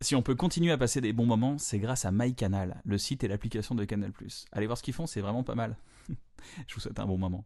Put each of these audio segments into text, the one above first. Si on peut continuer à passer des bons moments, c'est grâce à MyCanal, le site et l'application de Canal+. Allez voir ce qu'ils font, c'est vraiment pas mal. Je vous souhaite un bon moment.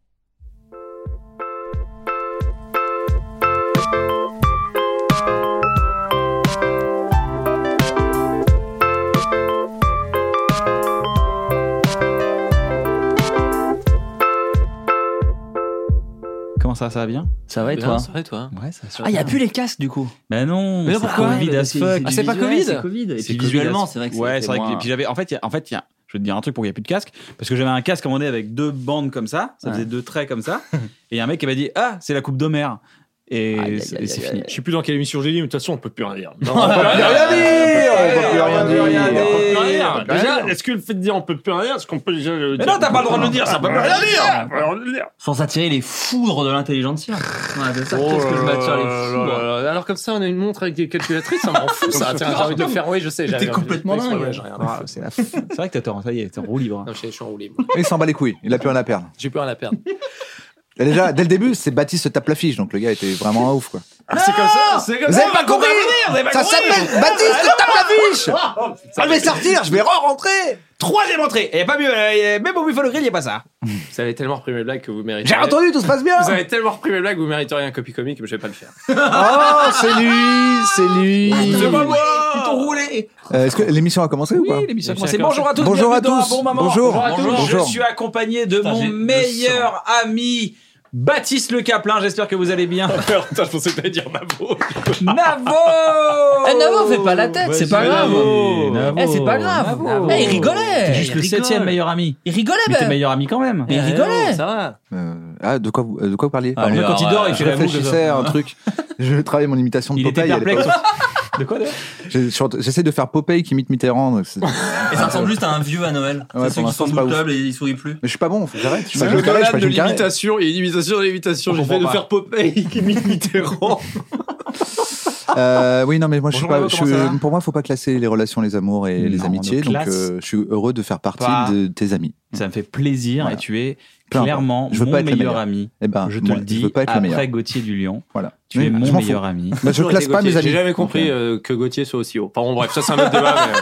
Comment ça, ça va bien Ça va et Bien, toi Ça va et toi Ouais, ça va. Ah, il n'y a plus les casques du coup. Bah non, Mais non, c'est pourquoi Covid Ouais, as mais fuck. du Ah, c'est pas visuel, Covid c'est Covid. Et C'est puis Covid visuellement, as- c'est vrai que Ouais, c'était c'est vrai. Que... moins- Et puis j'avais. En fait, il y a- en fait, il y a- je vais te dire un truc pour qu'il n'y ait plus de casque. Parce que j'avais un casque commandé avec deux bandes comme ça. Ça Ouais. faisait deux traits comme ça. et il y a un mec qui m'a dit Ah, c'est la coupe d'Homer. Et Aïe, aïe, c'est aïe, c'est aïe, fini. Je sais plus dans quelle émission j'ai dit, mais de toute façon, on peut plus rien dire. Non, On peut plus rien dire, on peut plus rien on dire. On peut peut plus on peut plus rien dire. plus rien Déjà, dire. est-ce que le fait de dire on peut plus rien dire, est-ce qu'on peut déjà le Mais dire non, t'as pas le droit de le dire, ça peut plus rien dire. On peut rien dire. Sans attirer les foudres de l'intelligentsia. Ouais, c'est ça. Qu'est-ce que je m'attire les foudres Oh là là. Alors comme ça, on a une montre avec des calculatrices, ça m'en fout ça. Tiens, J'ai envie de le faire, oui, je sais. T'es complètement dingue. dingue. C'est la C'est vrai que t'as tort, ça y est, t'es en roue libre. Non, je suis je suis enroulé. moi. Il s'en bat les couilles, il a plus rien à perdre. J'ai plus rien à perdre. Et déjà, dès le début, c'est Baptiste se tape la fiche, donc le gars était vraiment un ouf quoi. Ah, C'est comme ça. C'est comme Vous avez pas compris avez pas Ça s'appelle Baptiste se tape la fiche ça. Ah, Je vais sortir, je vais re-rentrer Troisième entrée Et pas mieux, euh, même au Buffalo Grill, il n'y a pas ça. Vous avez tellement repris mes blagues que vous méritez. J'ai entendu, tout se passe bien Vous avez tellement repris mes blagues, vous mériteriez un copy comique, mais je vais pas le faire. Oh, c'est lui, c'est lui Ils t'ont roulé Euh, Est-ce que l'émission a commencé ou pas l'émission a commencé. commencé. Bonjour à tous, Bonjour à bienvenue dans tous. Un bon moment. Bonjour. Bonjour à tous. Je Bonjour. suis accompagné de Putain, mon j'ai le meilleur ami, Baptiste Le Caplin. J'espère que vous allez bien. Putain, je pensais que t'allais dire Mavo. Oh Navo Eh, Navo, fais pas la tête, c'est pas grave. Eh, c'est pas grave. Oh. Navo. Eh, il rigolait. T'es juste Il le rigole. septième meilleur ami. Il rigolait, Mais t'es ben. meilleur ami quand même. Mais il rigolait. Ça va. Euh, Ah, de quoi, vous- euh, de quoi vous parliez Alors, Pardon. le mec, quand il dort, il Je fait la bouche. réfléchissais à un truc. Je travaillais mon imitation de Il était Popeye à perplexe. l'époque. De quoi d'ailleurs J'ai- je- J'essaie de faire Popeye qui imite Mitterrand. donc c'est- Et ça ressemble juste à un vieux à Noël. Ouais, C'est ceux pour qui l'instant, sont c'est pas sous ouf. le table et ils sourient plus. Mais je suis pas bon, en fait, j'arrête. Je C'est fais le une carré, je collab fais de une carré. l'imitation et l'imitation de l'imitation. On J'ai fait comprend de pas. faire Popeye qui imite Mitterrand. Euh, oui, non, mais moi, je suis Bonjour, Margot, pas. je comment ça suis- va pour moi, faut pas classer les relations, les amours et les Non, amitiés. on ne Donc, classe euh, je suis heureux de faire partie pas. de tes amis. Ça me fait plaisir Voilà. et tu es Peu importe. clairement Je veux mon pas être le meilleur, meilleur. ami. Eh ben, je te moi, le dis, veux pas être le meilleur. après Gauthier du Lion, Voilà. tu Oui, es je mon m'en fous. meilleur ami. Bah, je Toujours classe été pas Gauthier. mes amis. J'ai jamais Donc, compris euh, que Gauthier soit aussi haut. Enfin bon, bref, ça c'est un autre débat. mais, euh,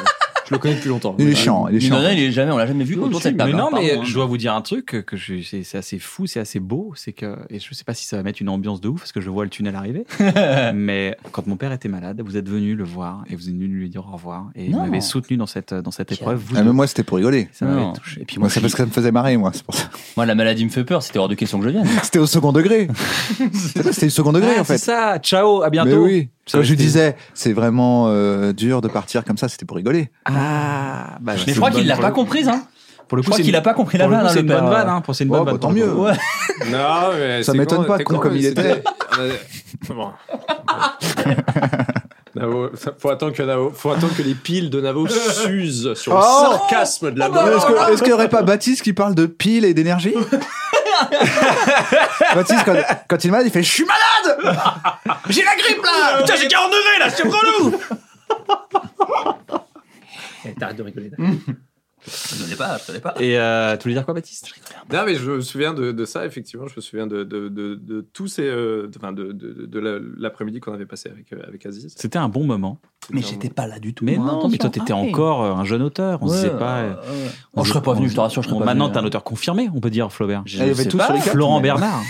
je le connais depuis longtemps. Il est chiant, il Mine est de chiant. rien, il est jamais, on l'a jamais vu autour de cette Mais table. non, hein, mais euh, pardon, hein. je dois vous dire un truc que- que je- c'est c'est assez fou, c'est assez beau, c'est que et je sais pas si ça va mettre une ambiance de ouf parce que je vois le tunnel arriver. mais quand mon père était malade, vous êtes venu le voir et vous êtes venu lui dire au revoir et vous Non. m'avez soutenu dans cette dans cette Tiens. épreuve. Vous Ah, mais deux. moi, c'était pour rigoler. ça m'avait Non. touché. Et puis Moi, moi, c'est je- parce que ça me faisait marrer, moi. C'est pour ça. Moi, la maladie me fait peur, c'était hors de question que je vienne. C'était au second degré. C'est vrai, c'était au second degré, Ah, en fait. c'est ça. Ciao, à Mais bientôt. oui. Ça Quand va, je c'était- disais, c'est vraiment euh, dur de partir comme ça, c'était pour rigoler. Ah, bah, Mais je crois c'est une qu'il l'a bonne- pas comprise, hein. Pour le Je coup, crois c'est une- qu'il a pas compris la pour le vanne, coup, hein, c'est le une bonne père. vanne. hein, pour- C'est une bonne Oh, bah, vanne. tant pour le mieux. coup. Ouais. Non, mais Ça c'est m'étonne con, pas, c'est con con, comme mais il c'était- était. Euh, bon. Navo, ça- faut attendre que Navo, faut attendre que les piles de Navo s'usent sur le Oh sarcasme de la Ah, Ouais, Est-ce blague. que- est-ce qu'il n'y aurait pas Baptiste qui parle de piles et d'énergie Baptiste, quand, quand il est malade, il fait Je suis malade J'ai la grippe là Putain, j'ai 40 degrés là, c'est relou T'arrêtes de rigoler. Je connais pas, je connais pas. Et euh, tu voulais dire quoi, Baptiste Non, mais je me souviens de, de ça, effectivement. Je me souviens de, de, de, de tous ces. euh, de- Enfin, de, de, de, de la- l'après-midi qu'on avait passé avec, euh, avec Aziz. C'était un bon moment. Mais j'étais pas là du tout. Mais hein, non, mais toi, attention. t'étais Ah, ouais. encore euh, un jeune auteur. On ne Ouais, sait pas. ouais, euh, ouais. on- Oh, je serais pas venu, je te rassure, je serais on- pas Maintenant, venu, t'es un hein. auteur confirmé, on peut dire, Flaubert. Je Il y avait sais tout pas. sur les quatre. Florent mais- Bernard.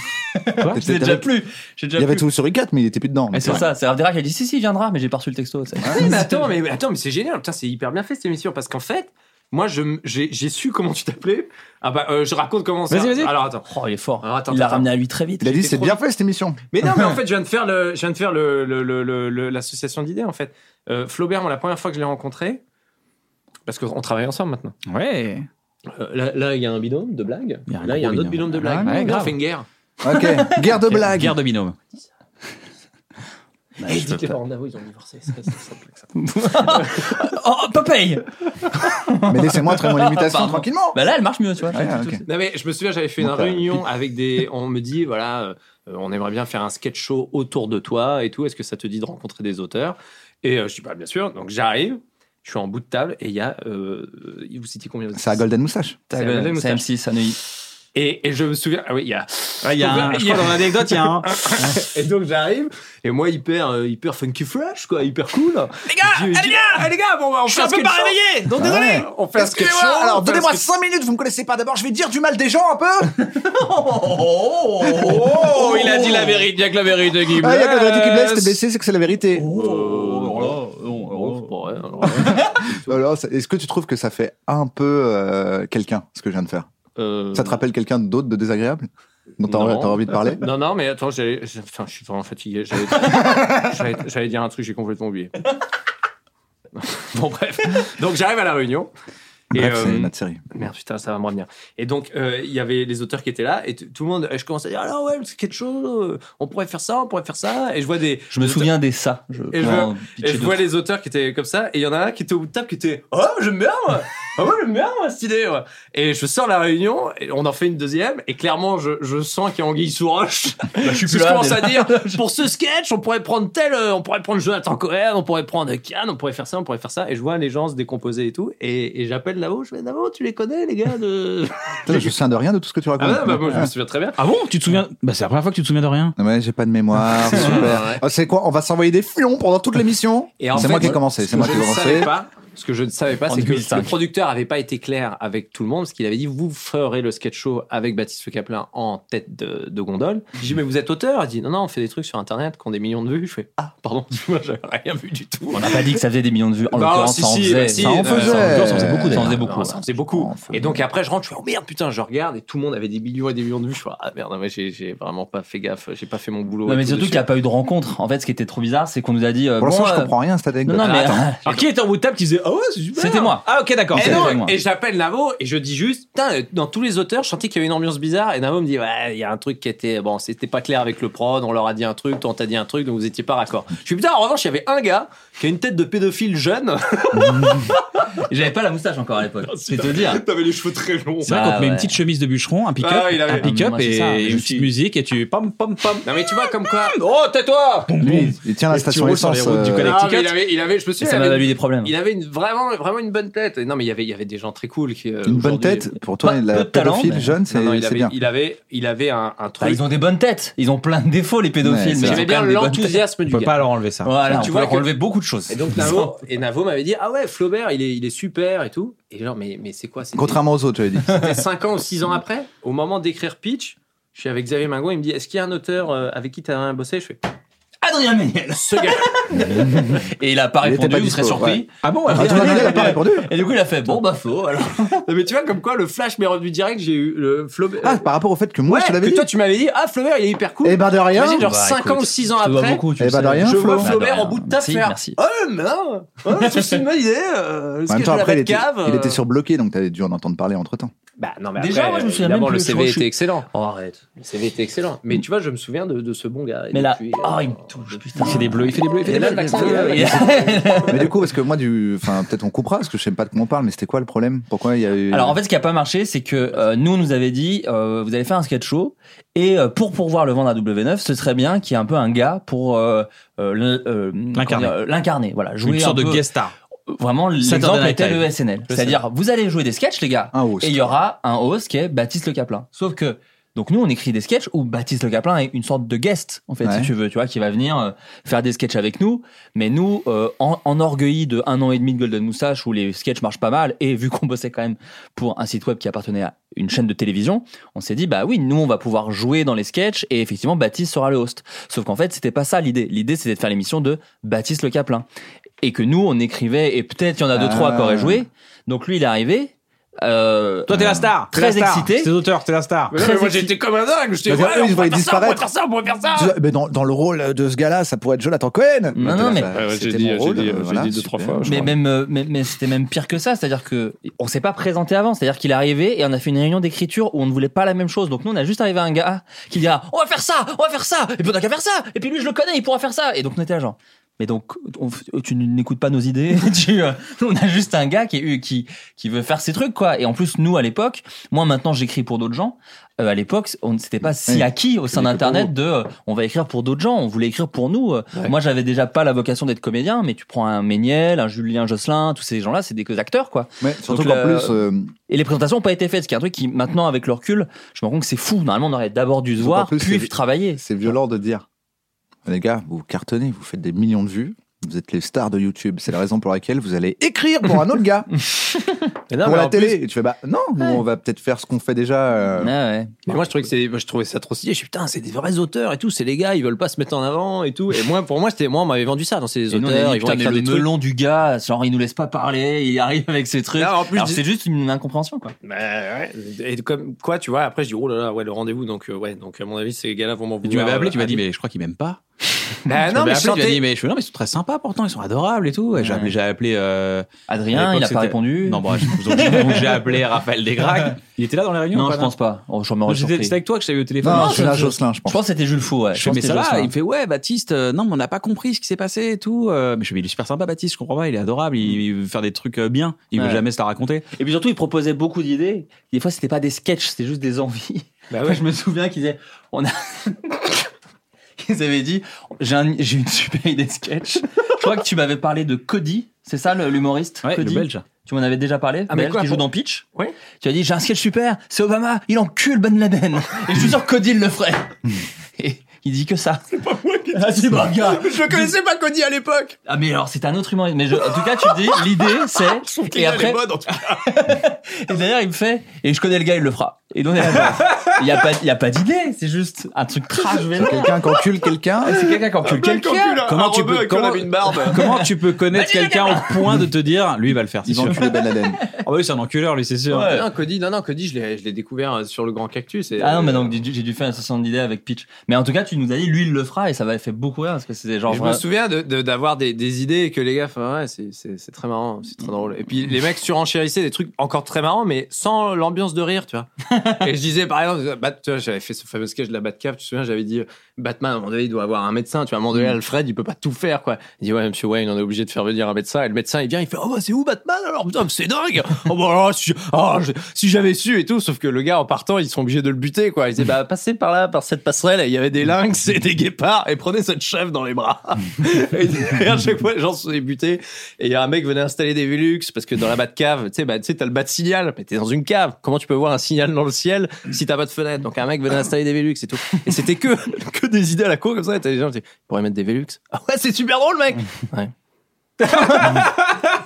Quoi J'ai déjà plus. J'ai Il y déjà avait plus. tout sur les 4, mais il était plus dedans. Et Ah, C'est Ouais. ça, c'est Ravdira qui a dit si, si, il viendra, mais j'ai pas reçu le texto. c'est- Oui, mais attends, mais, mais attends, mais c'est génial. Putain, c'est hyper bien fait cette émission parce qu'en fait, moi, je m- j'ai j'ai su comment tu t'appelais. Ah bah, euh, je raconte comment ça. Vas-y, vas-y. Alors attends. Oh, il est fort. Alors, attends, il l'a attends. ramené à lui très vite. Il a dit J'étais C'est trop- bien fait cette émission Mais non, mais en fait, je viens de faire le, je viens de faire le, le- le- le- le- l'association d'idées en fait. Euh, Flaubert, moi, la première fois que je l'ai rencontré, parce qu'on travaille ensemble maintenant. Ouais. Euh, là, là, il y a un binôme de blagues. Il y a un là, il y a un gros autre binôme. Ah, binôme de blagues. Ouais, Non, grave. on fait une guerre. Ok, guerre de Quelle blagues Guerre de binôme. Et je dit peux que les pas. parents d'Avo, ils ont divorcé. C'est pas si simple que ça. Oh, Popeye Mais laissez-moi traiter mon imitation Pardon. tranquillement. Bah là, elle marche mieux, tu vois. Ouais, ok. Non mais je me souviens, j'avais fait une Bon, t'as- réunion avec des. On me dit voilà, euh, euh, on aimerait bien faire un sketch show autour de toi et tout. Est-ce que ça te dit de rencontrer des auteurs Et euh, je dis bah bien sûr. Donc j'arrive, je suis en bout de table et il y a. euh, vous citiez combien C'est à Golden Moustache. C'est la Golden C'est Moustache. M6, à Neuilly. Et, et je me souviens, ah oui, il y a. Ouais, il y a un- je crois dans l'anecdote, il y a un. et donc j'arrive, et moi hyper, euh, hyper funky fresh, quoi, hyper cool. Les gars, les gars, les gars, bon, bah, on fait un sketch show. donc désolé. On fait un sketch show, on fait Alors, un donnez-moi sketch- 5 minutes, vous me connaissez pas. D'abord, je vais dire du mal des gens un peu. Oh, il a dit la vérité, bien que la vérité qui Ah, il y a que la vérité qui blesse, blesse. t'es baissé, c'est que c'est la vérité. oh, Oh, ouais, alors, Alors, ça- est-ce que tu trouves que ça fait un peu euh, quelqu'un, ce que je viens de faire euh, Ça te rappelle quelqu'un d'autre de désagréable Dont t'as Non. t'as envie de parler Non, non, mais attends, j'allais- j'ai- enfin, je suis vraiment fatigué. J'allais j'allais- j'allais dire un truc, j'ai complètement oublié. bon, bref. Donc, j'arrive à la réunion. Et, Bref, c'est euh, notre série. Merde, putain, ça va me revenir. Et donc, euh, il y avait les auteurs qui étaient là, et t- tout le monde, et je commence à dire, alors ouais, c'est quelque chose, euh, on pourrait faire ça, on pourrait faire ça. Et je vois des. Je me des souviens des ça. Je Et pourrais je vois- en auteurs- Et pitcher je vois d'autres. les auteurs qui étaient comme ça, et il y en a un qui était au bout de table qui était, oh, j'aime bien, moi. Oh, j'aime bien, moi, cette idée, moi. Et je sors la réunion, et on en fait une deuxième, et clairement, je, je sens qu'il y a anguille sous roche. Bah, je suis Parce plus que je là. commence à déjà. dire, pour ce sketch, on pourrait prendre tel, euh, on pourrait prendre Jonathan Cohen, on pourrait prendre Cannes, on pourrait faire ça, on pourrait faire ça. Et je vois les gens se décomposer et tout. Et, et j'appelle Navo, je fais Navo, tu les connais, les gars de. Putain, Je sais de rien de tout ce que tu ah racontes. ouais, bah, moi, je me souviens très bien. Ah bon Tu te souviens Bah, c'est la première fois que tu te souviens de rien. Ouais, j'ai pas de mémoire. super. Oh, c'est quoi On va s'envoyer des fions pendant toute l'émission Et en C'est fait, moi qui ai moi, commencé. C'est Ce moi que qui ai je ne savais commencé. pas, ce que je ne savais pas, En c'est que 2005. le producteur avait pas été clair avec tout le monde, parce qu'il avait dit vous ferez le sketch show avec Baptiste Caplin en tête de, de gondole. Je dis mais vous êtes auteur Il dit non non on fait des trucs sur internet qui ont des millions de vues. Je fais ah pardon moi j'avais rien vu du tout. On n'a pas dit que ça faisait des millions de vues. En Bah, l'occurrence, si, ça en si, faisait. bah, si, ça en euh, faisait. ça en Ça en faisait beaucoup. faisait d'ailleurs. Non, ça en faisait beaucoup. Et donc après, je rentre, je fais oh merde, putain, je regarde et tout le monde avait des millions et des millions de vues. Je fais ah merde, non, mais j'ai j'ai vraiment pas fait gaffe, j'ai pas fait mon boulot. Non, et mais tout surtout dessus. qu'il n'y a pas eu de rencontre. En fait, ce qui était trop bizarre, c'est qu'on nous a dit. euh, Pour bon, l'instant, je euh, comprends rien à cette Non, anecdote. non, mais. Alors, qui était en bout de table qui disait Ah ouais, c'est super C'était moi. Ah, ok, d'accord. Et, c'est non, vrai, moi. et j'appelle Navo et je dis juste, putain, dans tous les auteurs, je sentais qu'il y avait une ambiance bizarre. Et Navo me dit, ouais, il y a un truc qui était, bon, c'était pas clair avec le prod, on leur a dit un truc, toi on t'a dit un truc, donc vous étiez pas raccord. Je suis putain, en revanche, il y avait un gars qui a une tête de pédophile jeune. J'avais pas la moustache encore à l'époque. C'est te dire. T'avais les cheveux très longs. C'est vrai qu'on Ah, te met une ouais. petite chemise de bûcheron, un pick-up, Ah, il avait- un pick-up Moi, c'est et ça, je une suis- petite musique et tu pom pom pom. Non, mais tu vois, comme quoi. Oh, tais-toi! Lui, il tient la station roules sur les essence. routes du euh, Connecticut. Ah, mais il avait, il avait, je me Et souviens, ça il m'a avait valu des problèmes. Il avait une, vraiment, vraiment une bonne tête. Non, mais il y avait, il y avait des gens très cool qui. euh, Une bonne aujourd'hui- tête Pour toi, Pas- peu la de talent, pédophile mais- jeune, c'est Non, non, il c'est avait, bien. il avait, il avait un, un Bah, truc. ils ont des bonnes têtes. Ils ont plein de défauts, les Ouais, pédophiles. c'est mais ils ont J'aimais quand bien même des bonnes têtes. l'enthousiasme On du peut gars. pas leur enlever ça. Voilà, Tu tu vois vois que- relever beaucoup de choses. Et donc Navo, et Navo m'avait dit ah ouais Flaubert il est, il est super et tout et genre mais, mais c'est quoi c'était Contrairement aux autres, j'avais dit. 5 ans ou 6 ans après au moment d'écrire Pitch je suis avec Xavier Mingon il me dit est-ce qu'il y a un auteur euh, avec qui t'as bossé je fais Adrien Méniel. ce gars Et il a pas Il était répondu, pas vous serez dispo, surpris. Ah bon Ah, toi, Daniel, elle a pas répondu Euh, Et du coup, il a fait bon bah faux. Alors, Non, mais tu vois comme quoi le flash m'est revenu direct j'ai eu le Flaubert Ah, par rapport au fait que moi, ouais, je te que l'avais dit. toi tu m'avais dit ah Flaubert il est hyper cool Eh ben, de rien. Imagine, genre Bah, 5 ans écoute, ou 6 ans je te vois après beaucoup. Tu Eh le bah, sais. de rien, je vois Flo. Flaubert Bah, en bout de taf merci, faire merci. oh mais non oh, c'est une bonne idée euh, le En même sketch de temps, la après, il était, Batcave, il euh. était sur bloqué, donc t'avais dû en entendre parler entre temps. Bah non, mais Déjà, après, moi, je me souviens évidemment, même le plus, je CV crois que était je suis- excellent. Oh, arrête. Le CV était excellent. Mais tu vois, je me souviens de, de ce bon gars. Et Mais là, depuis, oh, euh, il me touche. Putain. Il fait des bleus, il fait des bleus, il fait des Et là, le bleus. vaccin, il est là. mais du coup, parce que moi, du, enfin, peut-être on coupera, parce que je sais pas de comment on parle, mais c'était quoi le problème Pourquoi il y a eu. Alors en fait, ce qui a pas marché, c'est que euh, nous, on nous avait dit, euh, vous allez faire un sketch show, et euh, pour pouvoir le vendre à W9, ce serait bien qu'il y ait un peu un gars pour euh, euh, le- euh, comment dire, euh, l'incarner. Voilà, jouer Une sorte un de peu- guest star. Vraiment, Saturday l'exemple Night était Live. le SNL. Le C'est-à-dire, vous allez jouer des sketchs, les gars, Un host. et il y aura un host qui est Baptiste Le Caplin. Sauf que donc nous on écrit des sketchs où Baptiste Le Caplin est une sorte de guest en fait Ouais. si tu veux tu vois qui va venir euh, faire des sketchs avec nous mais nous euh, en, enorgueillis de un an et demi de Golden Moustache où les sketchs marchent pas mal et vu qu'on bossait quand même pour un site web qui appartenait à une chaîne de télévision on s'est dit bah oui nous on va pouvoir jouer dans les sketchs et effectivement Baptiste sera le host sauf qu'en fait c'était pas ça l'idée l'idée c'était de faire l'émission de Baptiste Le Caplin et que nous on écrivait et peut-être il y en a deux Ah. trois qui auraient joué donc lui il est arrivé Euh, Toi, t'es la star. Très T'es la star. excité. C'est l'auteur, t'es la star. Mais non, mais moi j'étais comme un dingue, j'étais Bah, ouais, eux, on ils va voyaient faire ça, on va disparaître. faire ça, on va faire ça. Tu vois, Mais dans, dans le rôle de ce gars-là, ça pourrait être Jonathan Cohen. Non, non, mais- Ah ouais, j'ai c'était dit, mon j'ai rôle, dit, euh, j'ai voilà, dit deux, trois super. fois. je mais crois. même, euh, mais, mais c'était même pire que ça, c'est-à-dire que on s'est pas présenté avant, c'est-à-dire qu'il est arrivé et on a fait une réunion d'écriture où on ne voulait pas la même chose. Donc nous, on a juste arrivé à un gars qui dit ah, on va faire ça, on va faire ça, et puis on a qu'à faire ça, et puis lui je le connais, il pourra faire ça. Et donc on était là genre. Mais donc on f- tu n'écoutes pas nos idées, tu, euh, on a juste un gars qui, est- qui qui veut faire ses trucs quoi. Et en plus nous à l'époque, moi maintenant j'écris pour d'autres gens. Euh, à l'époque, on n'était pas si Oui. acquis au sein C'était que pour d'internet de euh, on va écrire pour d'autres gens, on voulait écrire pour nous. Euh, Moi, j'avais déjà pas la vocation d'être comédien, mais tu prends un Méniel, un Julien Josselin, tous ces gens-là, c'est des acteurs quoi. Ouais, surtout Donc, qu'en le- plus, euh, Et les présentations ont pas été faites, ce qui est un truc qui maintenant avec le recul, je me rends compte que c'est fou. Normalement, on aurait d'abord dû se Surtout voir, qu'en plus, puis c'est- travailler. c'est violent de dire les gars, vous cartonnez, vous faites des millions de vues. Vous êtes les stars de YouTube. C'est la raison pour laquelle vous allez écrire pour un autre gars, Mais non, pour mais la en plus- télé. Et tu fais bah non, nous, on va peut-être faire ce qu'on fait déjà. euh, Ah ouais. Mais moi je trouvais que c'est, moi, je trouvais ça trop stylé. Je suis putain, c'est des vrais auteurs et tout. C'est les gars, ils veulent pas se mettre en avant et tout. Et moi, pour moi, c'était moi, on m'avait vendu ça. dans ces Et nous, on a auteurs, dit, ils vont putain, mais écrire le des trucs. melon du gars, genre, il nous laisse pas parler, il arrive avec ses trucs. Là, en plus, Alors, je dis- c'est juste une incompréhension, quoi. Bah, ouais. Et comme quoi, tu vois, après je dis oh là là, ouais, le rendez-vous. Donc euh, ouais, donc à mon avis, ces gars-là vont m'en Et vouloir. tu m'avais appelé, euh, tu m'as dit, à- mais je crois qu'il m'aime pas. Ah Bah, Tu non, m'avais mais je appelé, tu m'as dit, chantais. mais je suis, non, mais ils sont très sympas pourtant, ils sont adorables et tout. Et j'ai appelé, j'ai appelé, euh, à Adrien, l'époque, il a c'était- pas répondu. Non, bon, je- donc, j'ai- donc, j'ai appelé Raphaël Desgrac. Il était là dans la réunion Non, ou je non pense pas. Oh, j'en aurais Donc, C'était surpris. c'était avec toi que je t'avais eu au téléphone. Non, je, Julien Josselin, je Je pense. pense que c'était Jules Fou, ouais. je Je fais, pense mais que ça c'était va. Jules Il Fou. me fait, ouais, Baptiste, euh, non, mais on n'a pas compris ce qui s'est passé et tout. euh, mais je fais, mais il est super sympa, Baptiste, je comprends pas. Il est adorable, il, il veut faire des trucs euh, bien. Il veut Ouais. jamais se la raconter. Et puis surtout, il proposait beaucoup d'idées. Des fois, c'était pas des sketchs, c'était juste des envies. Bah Moi, ouais. je me souviens qu'ils avaient, on a, ils avaient dit, j'ai un- j'ai une super idée de sketch. je crois que tu m'avais parlé de Cody, c'est ça le- l'humoriste Ouais, le Cody. belge. Tu m'en avais déjà parlé, Ah, mais belge, quoi, qui joue pour- dans Pitch. Ouais. Tu as dit, j'ai un sketch super, c'est Obama, il encule Ben Laden. Et je suis sûr que Cody le ferait. Hmm. Et il dit que ça. C'est pas moi qui Ah, c'est pas le gars. Je connaissais pas Cody à l'époque. Ah, mais alors, c'est un autre humoriste. Mais je- en tout cas, tu dis, l'idée, c'est, et après, et d'ailleurs, il me fait, et je connais le gars, il le fera. Et donc, on est là, genre, il n'y a pas, il y a pas d'idée, c'est juste un truc trash, vénère. C'est quelqu'un qui encule quelqu'un. Ah, C'est quelqu'un qui encule quelqu'un. Comment tu peux, comment, Euh, comment tu peux connaître quelqu'un au point de te dire, lui, il va le faire, c'est Ils ont sûr. enculé Ben Laden. Ah bah oui, c'est un enculeur, lui, c'est sûr. Ouais. Non, Cody, non, non, Cody, je l'ai, je l'ai découvert euh, sur le Grand Cactus. et- Ah non, mais donc, j'ai dû- j'ai dû faire un 60 d'idées avec Pitch. Mais en tout cas, tu nous as dit, lui, il le fera, et ça m'avait fait beaucoup rire, parce que c'était genre, euh, Et je me vraiment- souviens de- de- d'avoir des, des idées et que les gars, font, ouais, c'est- c'est c'est très marrant, c'est très drôle. Et puis les mecs surenchérissaient des trucs encore très marrants, mais sans l'ambiance de rire, tu vois. et je disais, par exemple, Bat- tu vois, j'avais fait ce fameux sketch de la Batcave, tu te souviens, j'avais dit, euh, Batman, à un moment donné, il doit avoir un médecin, tu vois, à un moment donné, Alfred, il peut pas tout faire, quoi. Il dit, ouais, monsieur Wayne, on est obligé de faire venir un médecin, et le médecin, il vient, il fait, oh, bah, c'est où Batman alors Putain, mais c'est dingue Oh, bah, alors, si, oh, je- si j'avais su et tout, sauf que le gars, en partant, ils sont obligés de le buter, quoi. Il disait, bah, passez par là, par cette passerelle, et il y avait Mm. des lynx et des guépards, et prenez cette chèvre dans les bras. et derrière, à chaque fois, les gens se sont butés. Et il y a un mec venait installer des Velux parce que dans la Batcave, tu sais, bah, tu sais, t'as le bat signal, mais t'es dans une cave. Comment tu peux voir un signal dans le ciel si t'as pas de fenêtre? Donc, un mec venait installer des Velux et tout. Et c'était que, que des idées à la cour comme ça. Et t'as des gens qui disaient, ils pourraient mettre des Velux. Ah ouais, c'est super drôle, mec!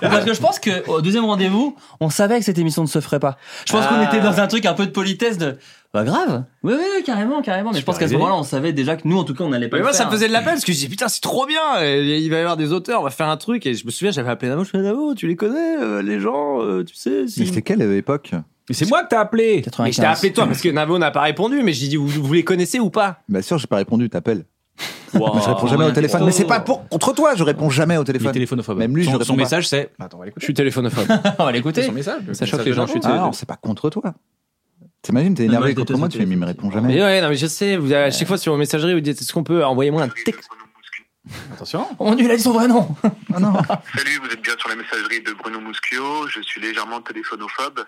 Parce que je pense que au deuxième rendez-vous, on savait que cette émission ne se ferait pas. Je pense qu'on Ah. était dans un truc un peu de politesse de bah grave. Oui oui, oui, carrément carrément. Mais je pense qu'à ce moment-là, on savait déjà que nous en tout cas on n'allait pas. Mais le moi, ça faire. hein. me faisait de la peine parce que je disais putain, c'est trop bien. et Il va y avoir des auteurs, on va faire un truc. Et je me souviens, j'avais appelé Navo, je fais Navo, tu les connais, euh, les gens, euh, tu sais. Mais si- c'était quelle époque Mais c'est moi que t'as appelé. 95. Mais je t'ai appelé toi parce que Navo n'a pas répondu. Mais j'ai dit, vous, vous les connaissez ou pas Bien Bah, sûr, j'ai pas répondu, t'appelles. Wow. Je Oh, réponds jamais au téléphone. Mais c'est pas pour contre toi, je réponds jamais au Il est téléphone. téléphonophobe. Même lui, je son, réponds son pas. message, c'est. Attends, on Je va l'écouter. suis téléphonophobe. on va l'écouter. Son message. le Ça choque message les de gens, Jean-Pierre. je suis Ah non, c'est pas contre toi. T'imagines, t'es Non, mais énervé je contre déteste moi, le tu fais, mais il me répond Mais jamais. ouais, non, mais je sais, vous avez, à chaque fois sur vos messageries, vous dites, est-ce qu'on peut envoyer moi un texte Attention. Ah, On lui a dit son vrai nom. Ah non. Salut, vous êtes bien sur la messagerie de Bruno Muschio. Je suis légèrement téléphonophobe,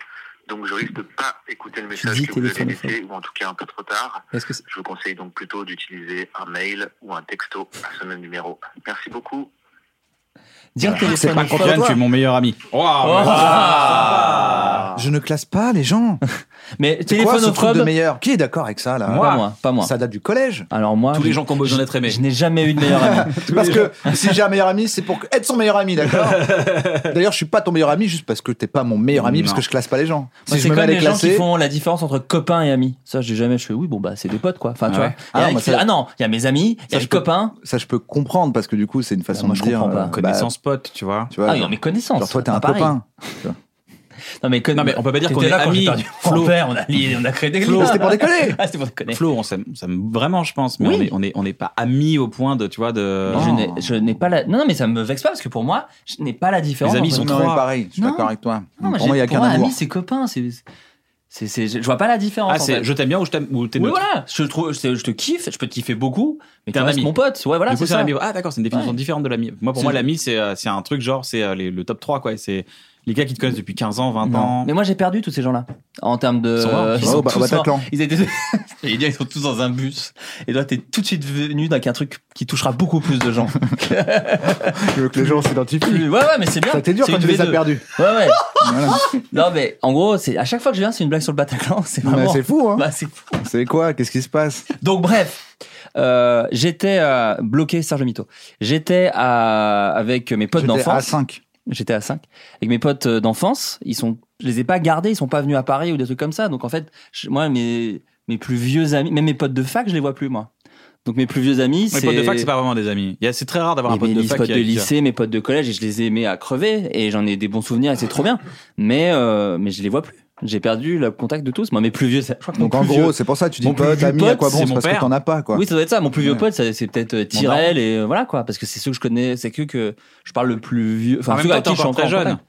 donc je risque de pas écouter le message dis que vous avez téléphonophobe. laissé, ou en tout cas un peu trop tard. Est-ce que c'est- Je vous conseille donc plutôt d'utiliser un mail ou un texto à ce même numéro. Merci beaucoup. Dire Ah, C'est téléphone. Oh. pas contre Jeanne, toi. tu es mon meilleur ami. Bah, Ah. Je ne classe pas les gens. Mais C'est quoi ce truc de téléphonophobe. meilleur Qui est d'accord avec ça là hein, Pas moi, pas moi. Ça date du collège. Alors moi, Tous je- les gens qui ont besoin d'être aimés. Je n'ai jamais eu de meilleur ami. Parce que si j'ai un meilleur ami, c'est pour être son meilleur ami, d'accord D'ailleurs, je suis pas ton meilleur ami juste parce que t'es pas mon meilleur ami, parce Non. que je classe pas les gens. Moi, Si je c'est me mets à comme les les gens qui classer, font la différence entre copain et ami. Ça, j'ai jamais. Je fais oui, bon bah c'est des potes quoi. Enfin tu Ah vois. ouais. Il y Ah, en a moi, qui- ça- Ah non, il y a mes amis, il y Ça, a je les peux- copains. ça je peux comprendre parce que du coup, c'est une façon moi, de je dire comprends pas. bah, Connaissance pote, tu vois. tu vois, Ah, il y a mes connaissances. genre, toi t'es un Pas pareil. copain. Non, mais, Non, mais on peut pas dire qu'on t'étais est là quand amis, j'ai perdu mon Flo. père, on a lié, on a créé des Flo. liens. C'était pour déconner. Ah, c'était pour déconner. Flo, on s'aime on s'aime vraiment, je pense, mais Oui. on est- on est on n'est pas amis au point de, tu vois, de. Je Oh. n'ai- Je n'ai pas la. Non, non, mais ça me vexe pas parce que pour moi, je n'ai pas la différence. Les amis entre- sont Non, trois. mais pareil, je suis Non. d'accord avec toi. Non, moi, pour moi, il n'y a qu'un ami, amour. c'est copain. C'est, c'est, c'est- je je vois pas la différence. Ah, en c'est fait. je t'aime bien ou je t'aime ou t'es Oui, neutre. voilà. Je, trouve, je, je te kiffe, je peux te kiffer beaucoup, mais T'es tu un restes ami. mon pote. Ouais, voilà, du coup, c'est c'est un ça. ami. Ah, d'accord, c'est une définition Ouais. différente de l'ami. Moi, pour C'est- moi, l'ami, c'est euh, c'est un truc genre, c'est euh, les- le top 3, quoi. C'est les gars qui te connaissent depuis 15 ans, 20 Non. ans. Mais moi, j'ai perdu tous ces gens-là. En termes de. Ils sont morts. Ils sont au- tous au Bataclan. morts. Ils étaient. J'allais dire, ils sont tous dans un bus. Et toi, t'es tout de suite venu avec un truc qui touchera beaucoup plus de gens. Je veux que les gens s'identifient. ouais, ouais, mais c'est bien. Ça a été dur C'est quand une tu les as V2. perdus. Ouais, ouais. Voilà. Non, mais en gros, c'est à chaque fois que je viens, c'est une blague sur le Bataclan. C'est Bah, vraiment. C'est fou, hein Bah, c'est fou. C'est quoi Qu'est-ce qui se passe Donc bref, euh, j'étais euh, bloqué Serge Mito. J'étais à- avec mes potes J'étais à d'enfance. 5. J'étais à 5 avec mes potes euh, d'enfance. Ils sont, je les ai pas gardés. Ils sont pas venus à Paris ou des trucs comme ça. Donc en fait, je- moi mes mes plus vieux amis, même mes potes de fac, je les vois plus moi. Donc mes plus vieux amis, Les c'est potes de fac, c'est pas vraiment des amis. Il y a- C'est très rare d'avoir un et pote mes de lis- fac. potes qui de a- qui a- lycée, mes potes de collège, et je les ai aimés à crever, et j'en ai des bons souvenirs, et c'est trop bien. Mais, euh, mais je les vois plus. J'ai perdu le contact de tous. Moi, mes plus vieux, ça- je crois que mon Donc en plus gros, vieux- c'est pour ça que tu dis Mon plus pote, vieux ami, à pote, quoi bon c'est C'est mon parce que père. t'en as pas, quoi. Oui, ça doit être ça. Mon plus vieux Ouais. pote, ça- c'est peut-être euh, Tyrell et euh, voilà quoi, parce que c'est ceux que je connais, c'est que que je parle le plus vieux. En même ceux temps, avec t'es qui je suis encore très encore en jeune. contact.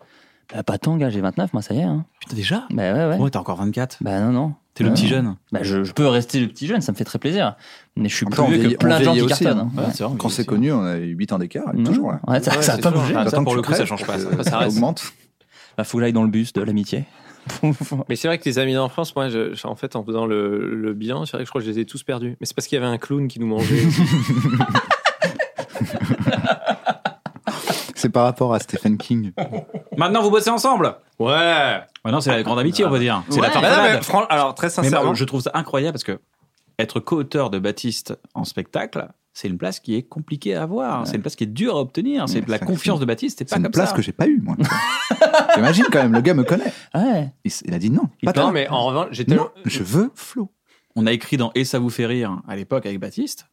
Bah, pas tant, gars, j'ai 29, moi, ça y est. Hein. Putain, déjà Bah ouais, ouais. Ouais, t'as encore 24. Bah non, non. T'es le Ouais. petit jeune. Bah, je, je peux rester le petit jeune, ça me fait très plaisir. Mais je suis En plus même temps, on vieux que vieillit- plein on de gens qui vieillit aussi, cartonnent. hein. hein. Ouais. c'est vrai. Quand c'est connu, on a 8 ans d'écart, elle est Non. toujours là. Ouais, ça, Ouais, ça a c'est pas sûr. bougé. Ah, ça, T'attends pour que le tu coup, ça crèves, change pas. euh, ça. Ça, ça reste. augmente. Bah, faut que j'aille dans le bus de l'amitié. Mais c'est vrai que les amis d'enfance, moi, je- je- en fait, en faisant le, le bilan, c'est vrai que je crois que je les ai tous perdus. Mais c'est parce qu'il y avait un clown qui nous mangeait. C'est par rapport à Stephen King. Maintenant, vous bossez ensemble. ouais. Maintenant, c'est la grande amitié, on va dire. C'est la Bah non, mais farfadade. fran- alors très Mais sincèrement, moi, je trouve ça incroyable parce que être co-auteur de Baptiste en spectacle, c'est une place qui est compliquée à avoir. C'est une place qui est dure à obtenir. C'est Ouais, la ça, confiance c'est- de Baptiste, c'est pas C'est une comme place ça. que j'ai pas eue, moi. J'imagine quand même, le gars me connaît. Ouais. Il, s- il a dit non. Il- Pas non, toi. mais en revanche, j'étais. Non, je veux Flo. On a écrit dans Et ça vous fait rire à l'époque avec Baptiste.